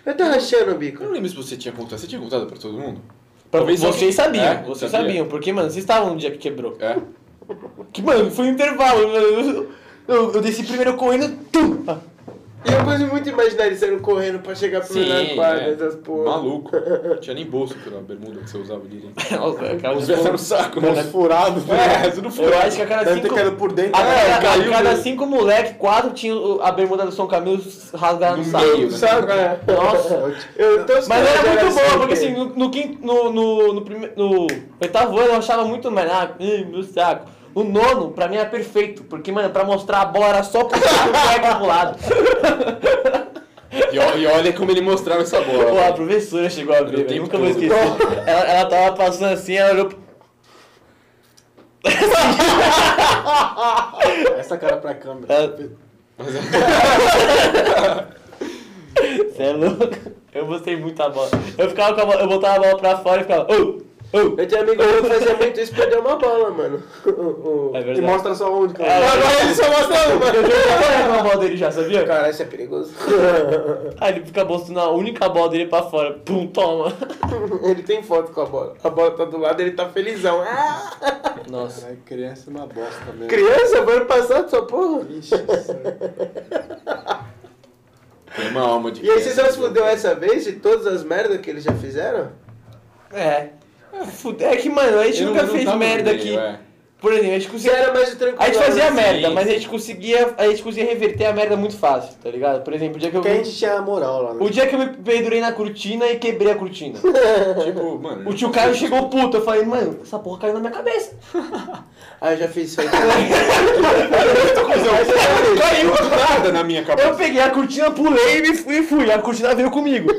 S1: Eu tá rachando o bico.
S4: Eu não lembro se você tinha contado. Você tinha contado pra todo mundo?
S3: Pra-
S4: Talvez só quem-
S3: vocês sabiam,
S4: É,
S3: vocês
S4: sabia.
S3: sabiam, porque, mano, vocês estavam no dia que quebrou.
S4: É.
S3: Que, mano, foi um intervalo, mano. Eu, eu, eu desci primeiro correndo, tum! Ah,
S1: E eu consigo muito imaginar eles saindo correndo pra chegar primeiro
S3: né?
S1: na quadra,
S4: é.
S1: essas porra.
S4: Maluco. tinha nem bolso pela bermuda que você usava direito.
S3: Aquelas-
S4: no um saco,
S3: né?
S2: Com os furados,
S4: É, tudo
S3: Eu
S4: furado.
S3: acho que a cada
S2: Deve ter
S3: cinco...
S2: caído por dentro. É, né?
S3: A cada,
S4: caiu
S3: a cada
S4: mesmo.
S3: cinco moleque, quatro tinha o- a bermuda do São Camilo rasgada no,
S4: No
S3: saco.
S4: meio, né?
S1: Sabe? É.
S3: Nossa.
S1: Eu tô
S3: Mas era muito
S1: assim,
S3: boa, porque assim, no, no, quinto- no, no, no prime- no oitavo ano eu achava muito mais, ah, ih, meu saco. O nono, pra mim, era perfeito, porque, mano, pra mostrar a bola era só pro moleque pro lado.
S4: E, ó- e olha como ele mostrava essa bola.
S3: Pô, a professora chegou a ver,
S4: O
S3: velho,
S4: tempo
S3: nunca vou
S4: todo.
S3: esquecer. Ela, ela tava passando assim, ela olhou... pro-
S2: assim, Essa cara pra câmera.
S4: Tá.
S3: Ela... Você é louco? Eu gostei muito da bola. Eu ficava com a bola, eu botava a bola pra fora e ficava... "Oh, oh".
S1: Eu tinha amigo meu que fazia muito isso, perdeu uma bola, mano. O- o-
S3: É verdade.
S1: e mostra só onde, cara.
S3: É.
S1: Agora ele só mostra uma.
S3: Eu já tava a bola dele já, sabia?
S1: Caralho, isso é perigoso.
S3: Aí ele fica bolsando a única bola dele pra fora. Pum, toma.
S1: ele tem foto com a bola. A bola tá do lado, ele tá felizão. Ah,
S3: Nossa.
S2: Caralho, criança é uma bosta mesmo.
S1: criança, vai ano passado, sua porra.
S2: Ixi, isso-
S4: Tem uma alma de
S1: E aí, você só se
S4: criança.
S1: fudeu essa vez de todas as merdas que eles já fizeram?
S3: É. Fude- É que, mano, a gente
S4: Eu não-
S3: nunca
S4: eu não
S3: fez
S4: tava no
S3: merda
S4: meio,
S3: aqui.
S4: é.
S3: Por exemplo, a gente
S1: Você
S3: conseguia.
S1: era mais de tranquilo.
S3: A gente
S1: né?
S3: fazia merda,
S4: sim.
S3: mas a gente conseguia. A gente conseguia reverter a merda muito fácil, tá ligado? Por exemplo, o dia que eu.
S2: Porque a gente tinha moral lá, né?
S3: O dia que eu me pendurei na cortina e quebrei a cortina.
S4: Tipo, mano.
S3: O tio Caio chegou puto, eu falei, mano, essa porra caiu na minha cabeça.
S1: Ah, eu já fiz isso aí.
S4: caiu do nada na minha cabeça.
S3: Eu peguei a cortina, pulei e me fui, e fui. A cortina veio comigo.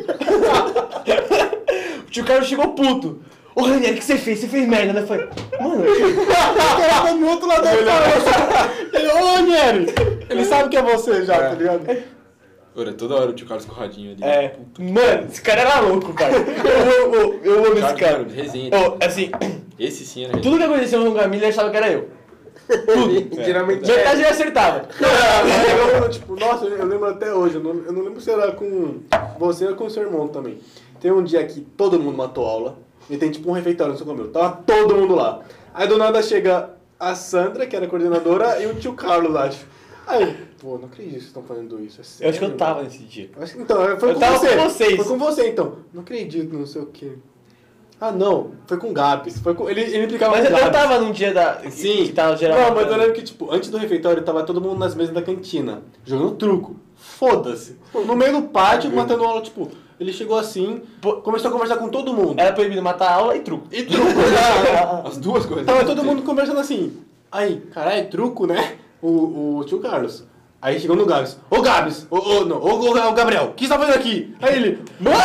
S3: o tio Caio chegou puto. Ô, Raniel, o que você fez? Você fez merda, né? Eu falei, mano,
S2: cara tá no outro lado da sala. Ele, ô, Nieri, ele sabe que é você já, tá ligado?
S4: Ora, toda hora o tio Carlos Corradinho ali.
S3: É, mano, esse cara era louco, cara. Eu, eu, eu, eu amo esse
S4: Carlos,
S3: cara.
S4: mano, resenha.
S3: Eu, assim,
S4: Esse sim era resenha.
S3: tudo que aconteceu no Gamil ele achava que era eu. Tudo.
S1: Geralmente é.
S3: Metade ele acertava.
S2: Eu lembro, tipo, nossa, eu lembro até hoje, eu não, eu não lembro se era com você ou com seu irmão também. Tem um dia que todo mundo matou aula, e tem tipo um refeitório no seu comeu, tava todo mundo lá. Aí do nada chega a Sandra, que era a coordenadora, e o tio Carlos, acho. Aí, pô, não acredito que vocês estão fazendo isso. é
S3: Eu acho que eu
S2: sério?
S3: tava nesse dia.
S2: Eu acho que- Então, foi
S3: Eu
S2: com
S3: tava
S2: você.
S3: com vocês.
S2: Foi com você, então. Não acredito, não sei o quê. Ah, não. Foi com o Gabs. Foi com... Ele, ele implicava
S3: Mas
S2: com o
S3: eu, eu
S2: Gabs.
S3: tava num dia da. que-
S2: Sim.
S3: Que tava geral.
S2: Não, mas eu lembro que, tipo, antes do refeitório, tava todo mundo nas mesas da cantina, jogando truco. Foda-se. No meio do pátio, matando aula, tipo, ele chegou assim,
S3: Pô.
S2: começou a conversar com todo mundo.
S3: Era proibido matar aula e truco.
S2: E truco. né?
S4: As duas coisas.
S2: Tava todo mundo conversando assim. Aí, caralho, truco, né? O, o tio Carlos. Aí chegou no Gabs. Ô Gabs! Ô, ô, não, ô, ô, ô, Gabriel, o que você tá fazendo aqui? Aí ele, mano!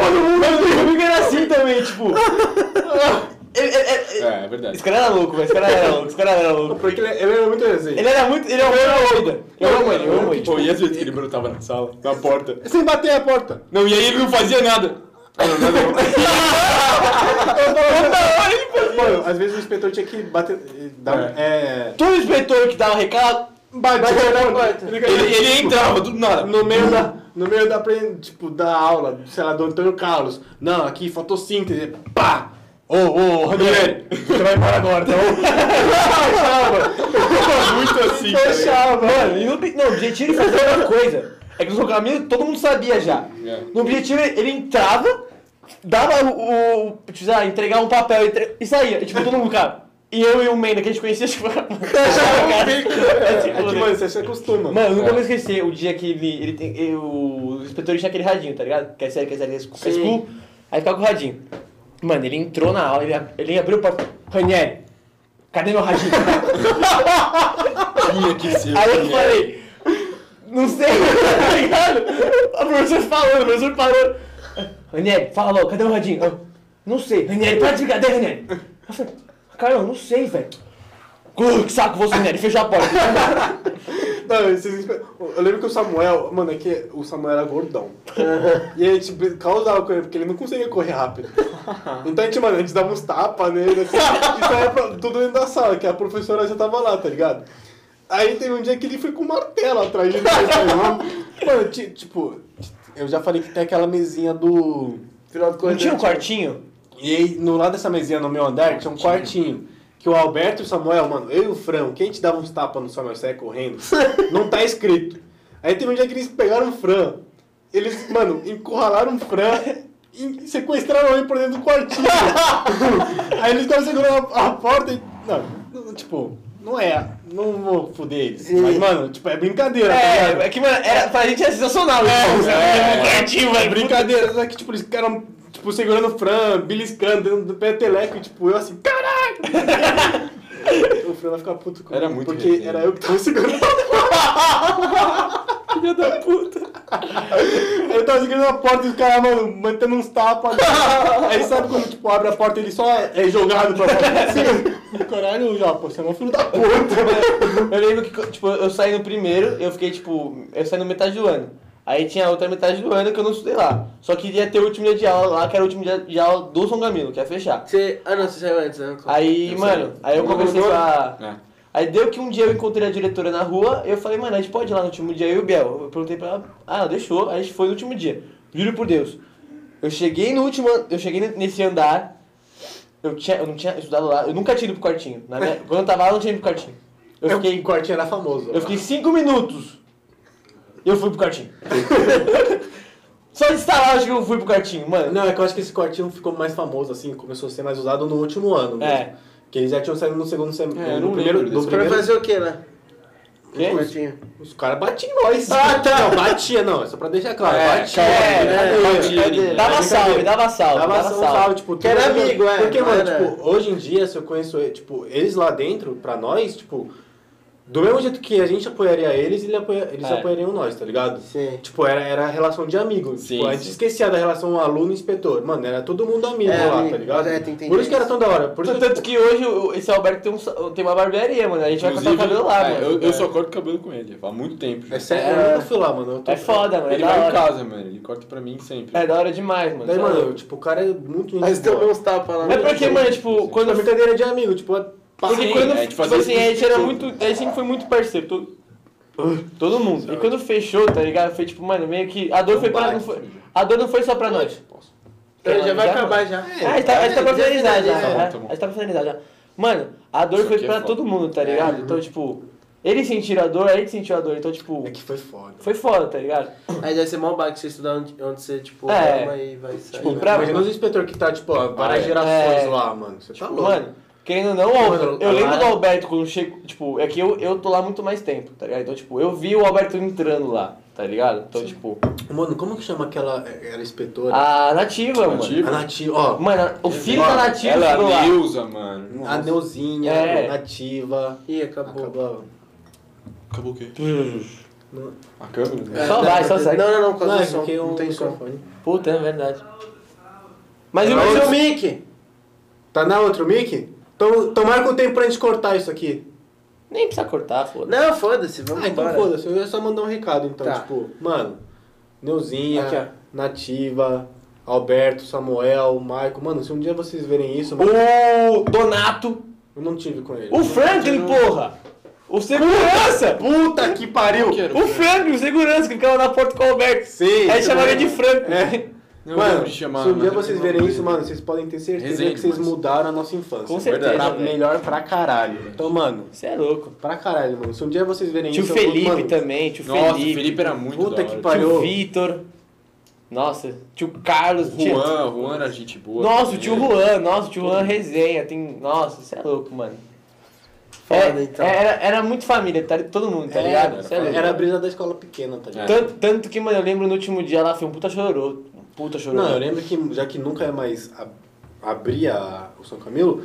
S2: todo mundo
S3: Comigo era assim também, tipo. Ele- ele- ele-
S4: É, é verdade.
S3: Esse cara era louco, velho. Esse cara era louco, esse cara era louco.
S2: Porque ele, ele era muito resenha.
S3: Ele era muito. Ele é um herói. Eu amo ele, eu amo ele.
S4: Pô, e às vezes que tipo, ele brotava na sala, na porta.
S2: Sem bater a porta.
S4: Não, e aí ele não fazia nada.
S2: Mano, às vezes o inspetor tinha que bater. Dar, é.
S3: Todo inspetor que dava recado.
S2: bater na porta.
S4: Ele, ele entrava, do nada.
S2: No meio da. No meio da, pre- tipo, da aula, sei lá, do Antônio Carlos. Não, aqui fotossíntese. Pá! Ô, ô, Ranieri, você vai embora agora, tá bom?
S4: Muito assim, tá ligado?
S3: Fechava. Mano, e no, obje- não, o objetivo ele fazia outra coisa. É que no seu caminho todo mundo sabia já.
S4: É.
S3: No objetivo ele, ele entrava, dava o. o tipo, sei lá, entregar um papel e, tre- e saía. E, tipo, todo mundo, cara. E eu e o Mena, que a gente conhecia, tipo.
S2: um É que, mano, você se acostuma.
S3: Mano, eu nunca vou esquecer o dia que ele, ele tem. ele- o inspetor tinha aquele radinho, tá ligado? Quer sério, quer sério, quer
S1: Sim.
S3: é school. Aí ficava com o radinho. Mano, ele entrou na aula, ele, ab- ele abriu o porta. Ranieri, cadê meu radinho?
S4: Tinha que ser.
S3: Aí eu
S4: assim,
S3: falei, não sei, tá ligado? A professora falando, o professor parou. Ranieri, fala logo, cadê o radinho? Eu, não sei. Ranieri, para de brincadeira, Ranieri. Eu falei, cara, eu não sei, velho. "Uh, Que saco você, Ranieri, fechou a porta.
S2: Não, esses inspe- Eu lembro que o Samuel, mano, é que o Samuel era gordão. e aí, tipo, causava com ele, porque ele não conseguia correr rápido. Então a gente, mano, a gente dava uns tapas nele, assim, e saia pra- tudo dentro da sala, que a professora já tava lá, tá ligado? Aí teve um dia que ele foi com um martelo atrás de nós, tá ligado? Mano, ti- tipo, eu já falei que tem aquela mesinha do.
S1: Final do
S3: Não tinha um
S1: corredor.
S3: quartinho?
S2: E aí, no lado dessa mesinha, no meu andar, tinha um quartinho. que o Alberto e o Samuel, mano, eu e o Frão, quem te dava uns tapas no Samuel sai correndo, não tá escrito. Aí teve um dia que eles pegaram o Fran, eles, mano, encurralaram o Fran e sequestraram ele por dentro do quartinho. Aí eles ficaram segurando a, a porta e. Não, não, tipo, não é. Não vou foder eles. Mas, mano, tipo, é brincadeira, tá ligado?
S3: É, é que, mano, era, pra gente é sensacional. isso.
S2: é, é.
S3: Criativo,
S2: É
S3: velho.
S2: brincadeira, só que tipo, eles ficaram tipo, segurando o Fran, beliscando dentro do pé teleco e tipo, eu assim, caralho! o Fran vai ficar puto comigo.
S4: Era muito
S2: Porque
S4: resenha.
S2: era eu que tava segurando a porta. Filha da puta. Eu tava segurando a porta e os caras, mano, mantendo uns tapas. Aí sabe quando, tipo, abre a porta e ele só é jogado pra fora. Assim, caralho, já, pô, você é um filho da puta.
S3: né? Eu lembro que, tipo, eu saí no primeiro, eu fiquei, tipo, eu saí no metade do ano. Aí tinha a outra metade do ano que eu não estudei lá. Só que ia ter o último dia de aula lá, que era o último dia de aula do São Camilo, que ia fechar.
S1: Você. Ah, não, você saiu antes, né?
S3: um Aí,
S4: Eu
S3: mano,
S4: sei.
S3: aí eu
S4: Não
S3: conversei com
S4: mudou?
S3: a...
S4: É.
S3: Aí deu que um dia eu encontrei a diretora na rua, eu falei, mano, a gente pode ir lá no último dia, eu e o Biel. Eu perguntei pra ela, ah, ela deixou, aí a gente foi no último dia. Juro por Deus. Eu cheguei no último, an- eu cheguei nesse andar, eu, tinha, eu não tinha estudado lá, eu nunca tinha ido pro quartinho. Na minha- quando eu tava lá, eu não tinha ido pro quartinho. Eu fiquei,
S2: O quartinho era famoso.
S3: eu fiquei cinco minutos, eu fui pro quartinho. Só de estar lá, eu acho que eu fui pro quartinho, mano.
S2: Não, é que eu acho que esse quartinho ficou mais famoso, assim, começou a ser mais usado no último ano. Mesmo.
S3: É.
S2: Que eles já tinham saído no segundo semestre.
S4: É, eu
S2: no
S4: não
S2: primeiro,
S4: lembro
S2: do
S4: desse
S1: Pra
S2: primeiro
S1: fazer o quê lá? Um
S3: Quê?
S1: Curtinho.
S2: Os caras batiam em nós.
S1: Ah, tá.
S2: Não, batia, não. É só pra deixar claro. batia.
S3: é,
S2: brincadeira,
S1: é,
S2: brincadeira.
S3: Dava salve, dava salve,
S2: Dava
S3: dava
S2: salve,
S3: salve.
S2: tipo,
S1: Que era
S2: tudo-
S1: amigo, é,
S2: Porque,
S1: não
S2: mano,
S1: era-
S2: tipo, hoje em dia, se eu conheço, tipo, eles lá dentro, pra nós, tipo, do mesmo jeito que a gente apoiaria eles, ele apoia- eles
S3: É.
S2: apoiariam nós, tá ligado?
S1: Sim.
S2: Tipo, era, era a relação de amigo.
S4: Sim,
S2: tipo, a gente
S4: sim.
S2: esquecia da relação um aluno-inspetor. Mano, era todo mundo amigo
S1: É,
S2: lá,
S1: amigo.
S2: tá ligado?
S1: É, tem que entender
S2: Por isso que era tão da hora. Por isso
S3: Tanto-
S2: que,
S3: Tanto que hoje o- esse Alberto tem, um sa- tem uma barbearia, mano. A gente vai cortar o cabelo lá,
S4: é,
S3: mano.
S4: eu, eu só corto cabelo com ele, há muito tempo. já.
S2: É sério, eu nunca fui lá, mano. Eu tô-
S3: É foda, mano.
S4: Ele
S3: é da
S4: vai
S3: hora.
S4: em casa, mano. Ele corta pra mim sempre.
S3: É da hora demais, mano.
S2: Daí,
S3: Isso é
S2: mano,
S3: louco.
S2: eu, tipo, o cara é muito
S1: Mas
S2: gente boa.
S1: tomou uns tapas lá.
S3: É porque, mano, tipo,
S4: Sim.
S2: Quando é
S3: quando.
S2: brincadeira de amigo, tipo, é pá.
S3: Porque
S4: Sim,
S3: quando.
S4: a gente
S3: tipo
S4: fazia
S3: assim,
S4: isso
S3: a gente era
S4: tudo.
S3: muito. A gente sempre foi muito parceiro. Todo, todo mundo. E quando fechou, tá ligado? Foi tipo, mano, meio que. A dor foi pra.
S4: bate,
S3: Não foi,
S4: filho.
S3: a dor não foi só pra nós.
S1: Então, já vai
S3: Já,
S1: acabar já.
S2: É,
S3: Ah, a gente tá, a gente tá pra finalizar já.
S4: Tá bom,
S3: né?
S4: tá bom.
S3: A gente tá pra finalizar já. Mano, a dor
S4: Isso
S3: foi
S4: aqui é
S3: pra
S4: foda.
S3: todo mundo, tá ligado? Então, tipo, eles sentiram a dor, a gente sentiu a dor. Então, tipo,
S2: É que foi foda.
S3: foi foda, tá ligado?
S1: Aí deve ser mó baque você estudar onde, onde você, tipo,
S3: É.
S1: ama e vai sair.
S3: Tipo,
S1: né?
S3: pra-
S2: Imagina os inspetor que tá, tipo, ó, várias
S4: Ah, é.
S2: gerações
S3: É.
S2: lá, mano. Você tá louco.
S3: Mano, querendo ou não, Alberto, eu
S2: Mano,
S3: lembro
S2: lá-
S3: do Alberto quando chego. Tipo, é que eu, eu tô lá muito mais tempo, tá ligado? Então, tipo, eu vi o Alberto entrando lá, tá ligado? Então, tipo,
S2: Mano, como que chama aquela é, era inspetora?
S3: a nativa, mano.
S4: Nativa.
S2: A Nativa, ó.
S3: Mano, a- o filho da
S2: Mano,
S3: nativa
S4: Ela,
S3: ficou lá.
S4: Neuza, mano.
S2: A
S4: Nossa.
S2: Neuzinha,
S3: É.
S2: a Nativa.
S1: Ih, acabou.
S2: Acabou.
S4: Acabou o quê?
S3: Hum.
S4: A câmera? né?
S3: Só
S1: não,
S3: vai, só segue.
S1: É, tá Não, não, não, por causa
S2: Não,
S1: do
S2: é
S1: som.
S2: porque
S1: Não
S2: o
S1: tem som.
S2: microfone.
S3: Puta, é verdade. Mas e o
S1: Mas
S3: meu
S1: o Mickey!
S2: Tá na outra, o Mickey? Então, tomara com o tempo pra gente cortar isso aqui.
S3: Nem precisa cortar, foda.
S1: Não, foda-se, vamos
S2: Ah, então
S1: embora.
S2: foda-se, eu ia só mandar um recado então,
S1: Tá.
S2: tipo, mano, Neuzinha,
S1: Aqui, ó.
S2: Nativa, Alberto, Samuel, Maico, mano, se um dia vocês verem isso, mano,
S3: O Donato.
S2: eu não tive com ele.
S3: O Franklin, porra! O segurança!
S2: Puta que pariu!
S4: Que era
S3: O Franklin, o segurança, que ficava na porta com o Alberto.
S2: Sim,
S3: Aí
S2: isso
S3: chamava
S2: mesmo.
S3: ele de Franklin.
S2: É.
S4: Eu
S2: mano,
S4: lembro de chamar,
S2: se um dia
S4: mas eu
S2: vocês
S4: não lembro
S2: verem isso,
S4: dele.
S2: mano, vocês podem ter certeza
S4: Resenha
S2: que vocês
S4: demais.
S2: mudaram a nossa infância.
S3: Com certeza,
S2: Pra-
S3: velho.
S2: melhor pra caralho. Então, mano,
S3: Você é louco.
S2: pra caralho, mano. Se um dia vocês verem
S3: Tio
S2: isso, eu vou-
S3: Felipe
S2: mano,
S3: também, tio
S4: Nossa,
S3: Felipe.
S4: Felipe, era muito
S2: Puta
S4: da hora.
S2: que pariu.
S3: Tio Vitor. Nossa, tio Carlos.
S4: Tio
S3: Tio...
S4: Juan, Juan era gente boa.
S3: Nossa, o
S4: também.
S3: tio Juan. Nossa, o tio Juan resenha. Tem... Nossa, você é louco, mano.
S1: Foda,
S3: É,
S1: então.
S3: Era, era muito família, tá, todo mundo, tá
S2: É,
S3: ligado?
S2: era-
S3: Cê é louco.
S2: Era a brisa da escola pequena, tá ligado?
S3: Tanto, tanto que, mano, eu lembro no último dia lá, foi um puta chorou. Um puta chorou.
S2: Não, eu lembro que já que nunca é mais ab- abria a- o São Camilo,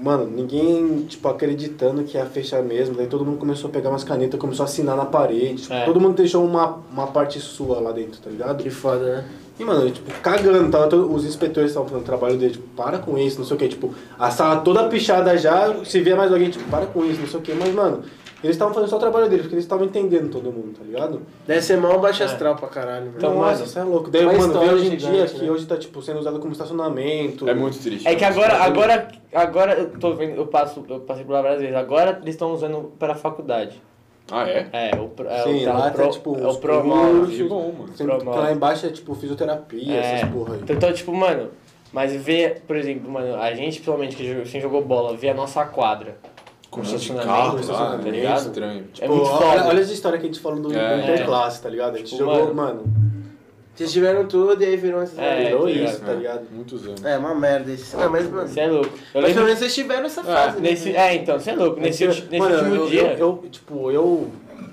S2: mano, ninguém, tipo, acreditando que ia fechar mesmo. Daí todo mundo começou a pegar umas canetas, começou a assinar na parede. tipo,
S3: É.
S2: Todo mundo deixou uma, uma parte sua lá dentro, tá ligado?
S1: Que foda, né?
S2: E, mano, eu, tipo, cagando, tava todo- os inspetores estavam fazendo o trabalho dele, tipo, para com isso, não sei o que, tipo, a sala toda pichada já, se via mais alguém, tipo, para com isso, não sei o que, mas, mano, eles estavam fazendo só o trabalho deles, porque eles estavam entendendo todo mundo, tá ligado?
S1: Deve ser mal baixa astral pra caralho, mano.
S3: Então,
S2: Nossa,
S3: mano,
S2: isso é louco. Daí,
S1: uma
S2: mano, vê
S1: história
S2: hoje em
S1: gigante,
S2: dia que
S1: né?
S2: hoje tá, tipo, sendo usado como estacionamento.
S4: É muito triste.
S3: É que agora, agora, agora eu tô vendo, eu passo, eu passei por lá várias vezes. Agora eles estão usando pra faculdade.
S4: Ah, é?
S3: É, o pro- é,
S2: Sim,
S3: o, tá,
S2: lá
S3: o pro,
S2: tá, tipo,
S3: é
S2: uns
S3: o Promove.
S2: cursos,
S4: Que bom, mano.
S2: Sempre, porque
S3: Promove.
S2: lá embaixo é, tipo, fisioterapia,
S3: É.
S2: essas porra aí.
S3: Então, tipo, mano, Mas ver, por exemplo, mano, a gente, principalmente, que jogou- quem jogou bola, ver a nossa quadra. Com
S4: carro,
S3: estacionamento,
S4: lá,
S3: tá
S4: meio
S3: ligado?
S4: estranho. tipo,
S3: é muito
S2: Pô,
S3: foda.
S2: olha, olha as histórias que a gente falou do
S4: É.
S2: Interclasse, tá ligado? A gente
S3: Tipo,
S2: jogou, mano,
S1: Vocês tiveram tudo e aí virou essa.
S3: É,
S2: virou
S3: tá
S2: isso,
S3: ligado?
S2: tá ligado?
S4: né? Muitos anos.
S1: É, uma merda isso. Ah, mas, mano.
S3: Você é louco. Eu
S1: Mas pelo
S3: lembro
S1: menos vocês tiveram essa fase. né?
S3: nesse. É, então, você é louco. Nesse, ulti- nesse
S2: mano,
S3: último
S2: eu,
S3: dia.
S2: Eu, eu, tipo, eu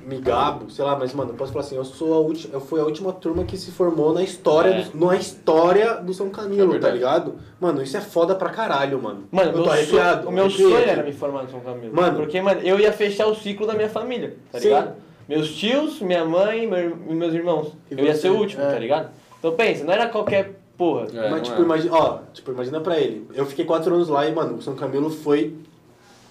S2: me gabo, sei lá, mas, mano, eu posso falar assim, eu sou a última, eu fui a última turma que se formou na história,
S3: É.
S2: do, na história do São
S4: É
S2: Camilo, tá
S4: verdade.
S2: ligado? Mano, isso é foda pra caralho, mano.
S3: Mano,
S2: eu
S3: meu
S2: tô
S3: sonho-
S2: arrepiado.
S3: o meu
S2: arrepiei
S3: sonho
S2: aqui.
S3: era me formar no São Camilo.
S2: Mano.
S3: Porque, mano, eu ia fechar o ciclo da minha família, tá
S2: Sim.
S3: ligado? Meus tios, minha mãe meu ir- e meus irmãos.
S2: E
S3: eu ia
S2: você?
S3: ser o último,
S1: É.
S3: tá ligado? Então pensa, não era qualquer porra.
S4: É, não
S2: Mas, tipo,
S4: é.
S2: imagina, ó, tipo, imagina pra ele. Eu fiquei quatro anos lá e, mano, o São Camilo foi,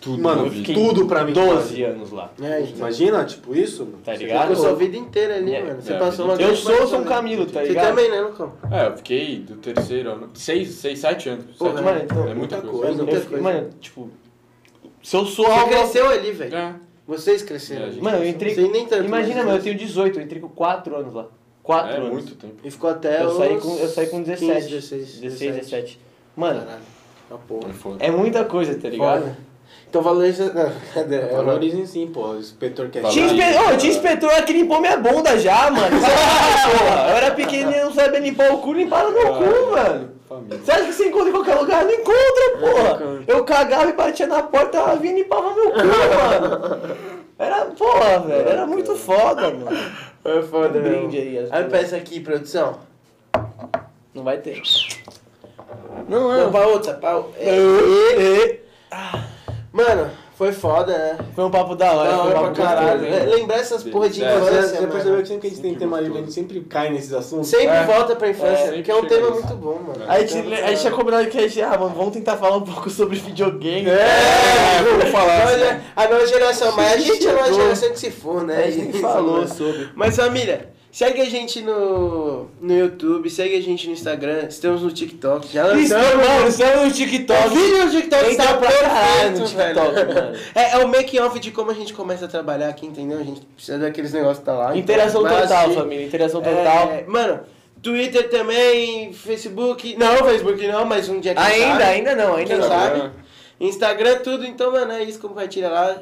S4: Tudo
S2: mano,
S4: na vida.
S3: fiquei
S2: tudo pra mim.
S3: 12 anos lá,
S1: É, então.
S2: Imagina, tipo, isso, mano.
S3: tá
S2: Você
S3: ligado?
S1: Ficou sua vida inteira ali,
S3: É,
S1: mano. Você
S4: é,
S1: passou uma
S3: Eu
S1: grande
S3: sou o
S1: parte
S3: São
S1: da
S3: Camilo, tá
S1: vida. Você
S3: ligado?
S1: também, né, Lucão?
S4: É, eu fiquei do terceiro ano. Seis, seis sete anos.
S3: Pô,
S4: sete
S3: mano,
S4: anos.
S3: então,
S4: é muita
S2: muita
S4: coisa.
S2: coisa.
S3: Eu
S1: muita
S3: fiquei-
S1: coisa.
S3: mano, tipo, se eu sou
S1: Você
S3: algo...
S1: cresceu ali, velho.
S4: É.
S1: Vocês cresceram né?
S4: É, a
S1: ali.
S4: gente-
S3: Mano, eu entrei...
S1: Sei nem tanto,
S3: Imagina,
S1: mas- é
S3: mano, eu tenho 18, eu entrei com 4 anos lá. 4
S4: É
S3: anos.
S4: muito tempo.
S1: E ficou até
S3: Eu
S1: os
S3: saí com, eu saí com 17.
S1: 15, 16,
S3: 16, 17. Mano,
S1: Caralho. Ah, porra.
S4: É foda.
S3: é muita coisa, tá ligado?
S1: Foda. Então valoriza... Não, cadê? É,
S2: Valorizem sim, pô. O inspetor quer
S4: Valor-
S3: Tinha inspe... Ô, tinha inspetor que limpou minha bunda já, mano. Porra, eu era pequenininho, não sabia limpar o cu, limpava meu cu, mano.
S4: Família.
S3: Você acha que você encontra em qualquer lugar? Não encontra, porra. Eu cagava e batia na porta, ela vinha e limpava meu cu, mano. Era, porra, velho, era muito foda, mano.
S1: É foda,
S3: Um
S1: meu.
S3: brinde aí, acho
S1: Aí
S3: que-
S1: peça aqui, produção.
S3: Não vai ter.
S1: Não, é. pra outra, pra... outra. Mano, foi foda, né?
S3: Foi um papo da hora,
S1: Da
S3: foi um
S1: hora
S3: papo
S1: pra caralho.
S3: gostoso,
S1: né?
S3: hein?
S1: Lembrar essas porra de
S4: É,
S2: Mas
S1: infância,
S2: você
S1: mano.
S2: percebeu que sempre que a gente tem
S4: Sempre
S2: tema livre, a gente
S4: gostoso.
S2: sempre cai nesses assuntos.
S1: Sempre
S4: É.
S1: volta pra infância,
S4: É,
S1: porque é um
S4: sempre
S1: tema
S4: chega
S1: muito bom, mano. Então,
S3: A gente, a gente tinha combinado que a gente, ah, mano, vamos tentar falar um pouco sobre videogame.
S1: É,
S4: vamos falar.
S1: Olha, a nova geração, mas a gente é uma geração que se for, né?
S3: A gente nem falou sobre.
S1: Mas família, segue a gente no, no YouTube, segue a gente no Instagram, estamos no TikTok, já lançamos.
S3: mano, É estamos no
S1: O
S3: TikTok.
S1: vídeo no TikTok
S3: Entra
S1: está
S3: pra caralho no
S1: perfeito,
S3: TikTok,
S1: velho.
S3: mano.
S1: É, é o make-off de como a gente começa a trabalhar aqui, entendeu? A gente precisa daqueles negócios que tá lá. então,
S3: Interação
S1: mas
S3: total,
S1: assim,
S3: família. Interação
S1: é,
S3: total.
S1: mano, Twitter também, Facebook... Não, Facebook não, mas um dia que
S3: ainda, ainda não, ainda
S1: Quem
S3: não.
S1: sabe? Instagram, tudo. Então, mano, é isso. Compartilha lá.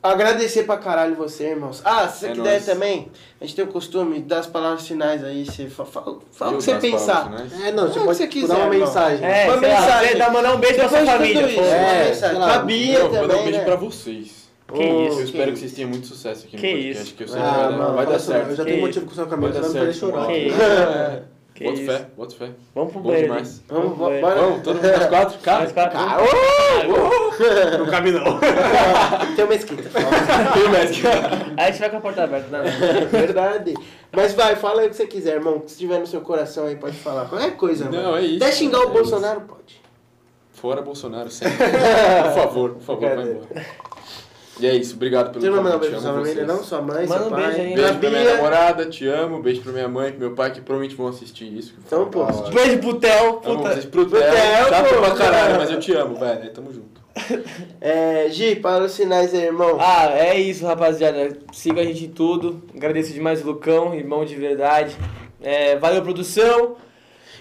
S1: Agradecer pra caralho você, irmãos. Ah, se você
S4: É
S1: quiser
S4: nóis.
S1: também, a gente tem o costume das palavras finais aí. Você fa- fala, fala o
S4: Eu
S1: que você
S4: das palavras
S1: pensar.
S4: finais.
S2: É, não, você
S1: É o que
S2: pode
S1: você
S2: tipo,
S1: quiser,
S2: dar uma
S1: irmão.
S2: mensagem.
S3: É,
S1: Uma
S3: sei lá,
S1: mensagem.
S3: você dá mandar um beijo pra sua
S1: Depois de
S3: família.
S1: tudo isso,
S3: pô.
S1: uma
S2: É,
S1: mensagem.
S2: sei lá.
S1: Pra Bia
S4: Não, vou dar um
S1: também,
S4: beijo
S1: né?
S4: pra vocês.
S3: Que isso,
S4: Eu
S1: que
S4: espero que
S1: isso.
S4: vocês tenham muito sucesso aqui no
S3: Que
S4: podcast,
S3: isso.
S4: que eu sei que
S2: Ah,
S4: vai, dar-
S2: mano,
S4: vai dar
S2: fala sobre-
S4: certo.
S2: Eu já
S3: Que
S2: tenho motivo com o seu
S4: Vai
S2: caminho,
S4: dar
S2: você não me fazer
S4: certo.
S2: chorar.
S3: Que isso. Que
S4: Bota
S3: isso. Um
S4: fé, bota fé.
S3: Vamos pro
S4: Bom
S3: banheiro.
S4: demais.
S1: Vamos,
S3: Vamos,
S1: bora.
S4: Vamos, todo mundo às quatro? Cara,
S3: Mas, cara, vamos-
S2: Não cabe não.
S1: Tem uma escrita.
S4: tem mais.
S3: Aí a gente vai com a porta aberta. né? Não, não.
S1: Verdade. Mas vai, fala aí o que você quiser, irmão. O que tiver no seu coração aí, pode falar. Qualquer coisa,
S4: Não,
S1: mano.
S4: é isso,
S1: Até xingar
S4: é
S1: o Bolsonaro, pode.
S4: Fora Bolsonaro sempre. por favor, por favor, vai
S1: Cadê?
S4: embora. E é isso, obrigado pelo
S1: Você não vai mandar um
S4: convite.
S1: beijo pra
S4: amo
S1: sua família,
S4: vocês.
S1: não? Sua mãe,
S3: Manda
S1: seu
S3: um
S1: pai.
S3: beijo aí,
S1: pra
S4: Beijo pra minha
S1: Bia.
S4: namorada, te amo. Beijo pra minha mãe, pro meu pai, que provavelmente vão assistir isso.
S1: Então, pô,
S4: Amo
S3: Beijo pro Theo.
S4: vocês
S3: Puta.
S1: Pro
S4: pro Theo,
S1: Theo,
S4: chato
S1: pô.
S4: pra caralho, mas eu te amo, velho. é, Tamo junto.
S1: É, Gi, para os sinais aí, irmão.
S3: Ah, é isso, rapaziada. Siga a gente em tudo. Agradeço demais o Lucão, irmão de verdade. É, valeu, produção.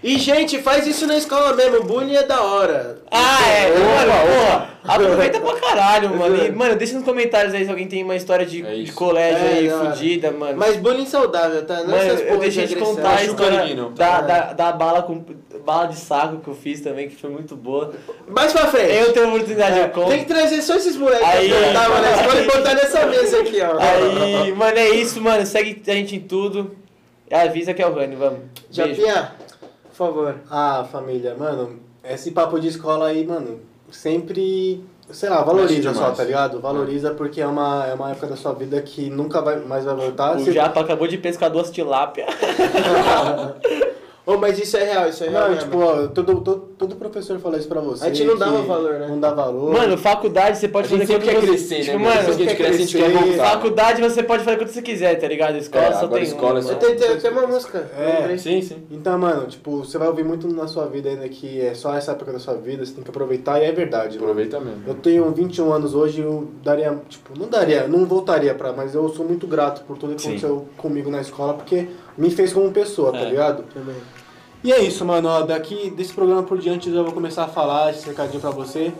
S1: E, gente, faz isso na escola mesmo. Bullying é da hora.
S3: Ah, é, mano, porra, aproveita pra caralho, mano. E, mano, deixa nos comentários aí se alguém tem uma história de,
S4: É
S3: de
S4: isso.
S3: colégio
S1: É,
S3: aí
S1: da hora.
S3: fudida, mano.
S1: Mas bullying saudável, tá? Não
S3: mano,
S1: essas
S3: eu
S1: porra de
S3: deixei de
S1: agressão.
S3: contar a
S4: Machuca
S3: história
S4: ninguém, não.
S3: da,
S1: É.
S3: da, da bala, com, bala de saco que eu fiz também, que foi muito boa.
S1: Mais pra frente.
S3: Eu tenho a oportunidade de
S1: É. Tem
S3: contar.
S1: que trazer só esses moleques
S3: Aí.
S1: que apanhavam na escola e botar nessa mesa aqui, ó.
S3: Aí, mano, é isso, mano. Segue a gente em tudo. Avisa que é o Rani, vamos. Beijo.
S1: Japinha, por favor.
S2: Ah, família, mano, esse papo de escola aí, mano, sempre, sei lá, valoriza
S4: Mexe
S2: só,
S4: demais.
S2: tá ligado? Valoriza porque é uma, é uma época da sua vida que nunca vai, mais vai voltar.
S3: O
S2: Ah, Você-
S3: Japa acabou de pescar duas tilápia.
S1: Ô, mas isso é real, isso é real.
S2: Não,
S1: mesmo.
S2: tipo, ó, todo, todo, todo professor fala isso pra você.
S1: A gente não dava
S2: que
S1: valor, né?
S2: Não dá valor.
S3: Mano, faculdade você pode
S4: a gente
S3: fazer
S4: sempre
S3: quanto
S4: quer
S3: você-
S4: crescer,
S3: tipo,
S4: né? mano?
S3: Mano,
S4: Depois que a gente cresce, a gente quer
S2: crescer,
S4: voltar.
S3: faculdade você pode fazer quanto você quiser, tá ligado? Escola
S4: É,
S3: só
S4: agora
S3: tem
S4: escola
S3: um,
S4: só
S1: eu
S3: mano.
S1: tenho, tenho, tenho uma música.
S2: É.
S1: lembrei.
S4: Sim, sim.
S2: Então, mano, tipo, você vai ouvir muito na sua vida ainda que é só essa época da sua vida, você tem que aproveitar e é verdade, mano.
S4: Aproveita mesmo.
S2: Eu tenho 21 anos hoje, eu daria, tipo, não daria, não voltaria pra, mas eu sou muito grato por tudo que
S3: Sim.
S2: aconteceu comigo na escola, porque me fez como pessoa, tá
S3: É.
S2: ligado?
S1: Também.
S2: E é isso, mano. ó, Daqui desse programa por diante eu já vou começar a falar esse recadinho pra você.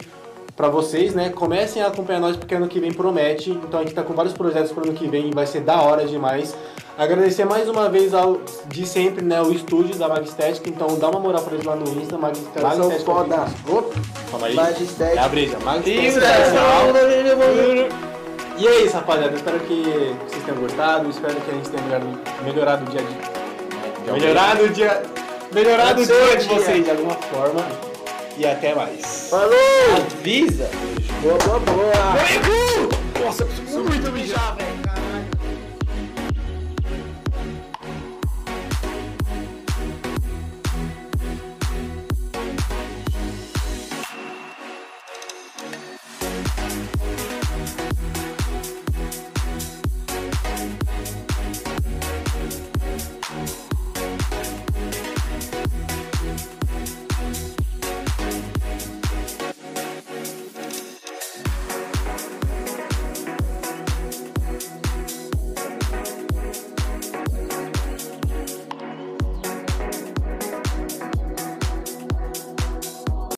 S2: Pra vocês, né? Comecem a acompanhar nós porque ano que vem promete. Então a gente tá com vários projetos pro ano que vem e vai ser da hora demais. Agradecer mais uma vez ao de sempre, né? O estúdio da Magistética. Então dá uma moral pra eles lá no Insta, Magistética.
S6: São foda.
S2: Calma aí. É
S6: Magistética.
S2: a breja,
S3: Isso,
S1: é
S2: Magistética.
S3: cara.
S2: E é isso, rapaziada. Espero que vocês tenham gostado. Espero que a gente tenha melhorado, melhorado o dia de Melhorado o dia. Melhorado o dia de vocês de alguma forma. E até mais.
S6: Falou!
S3: Avisa.
S6: Boa, boa, boa.
S3: Nossa, eu preciso muito mijar, velho.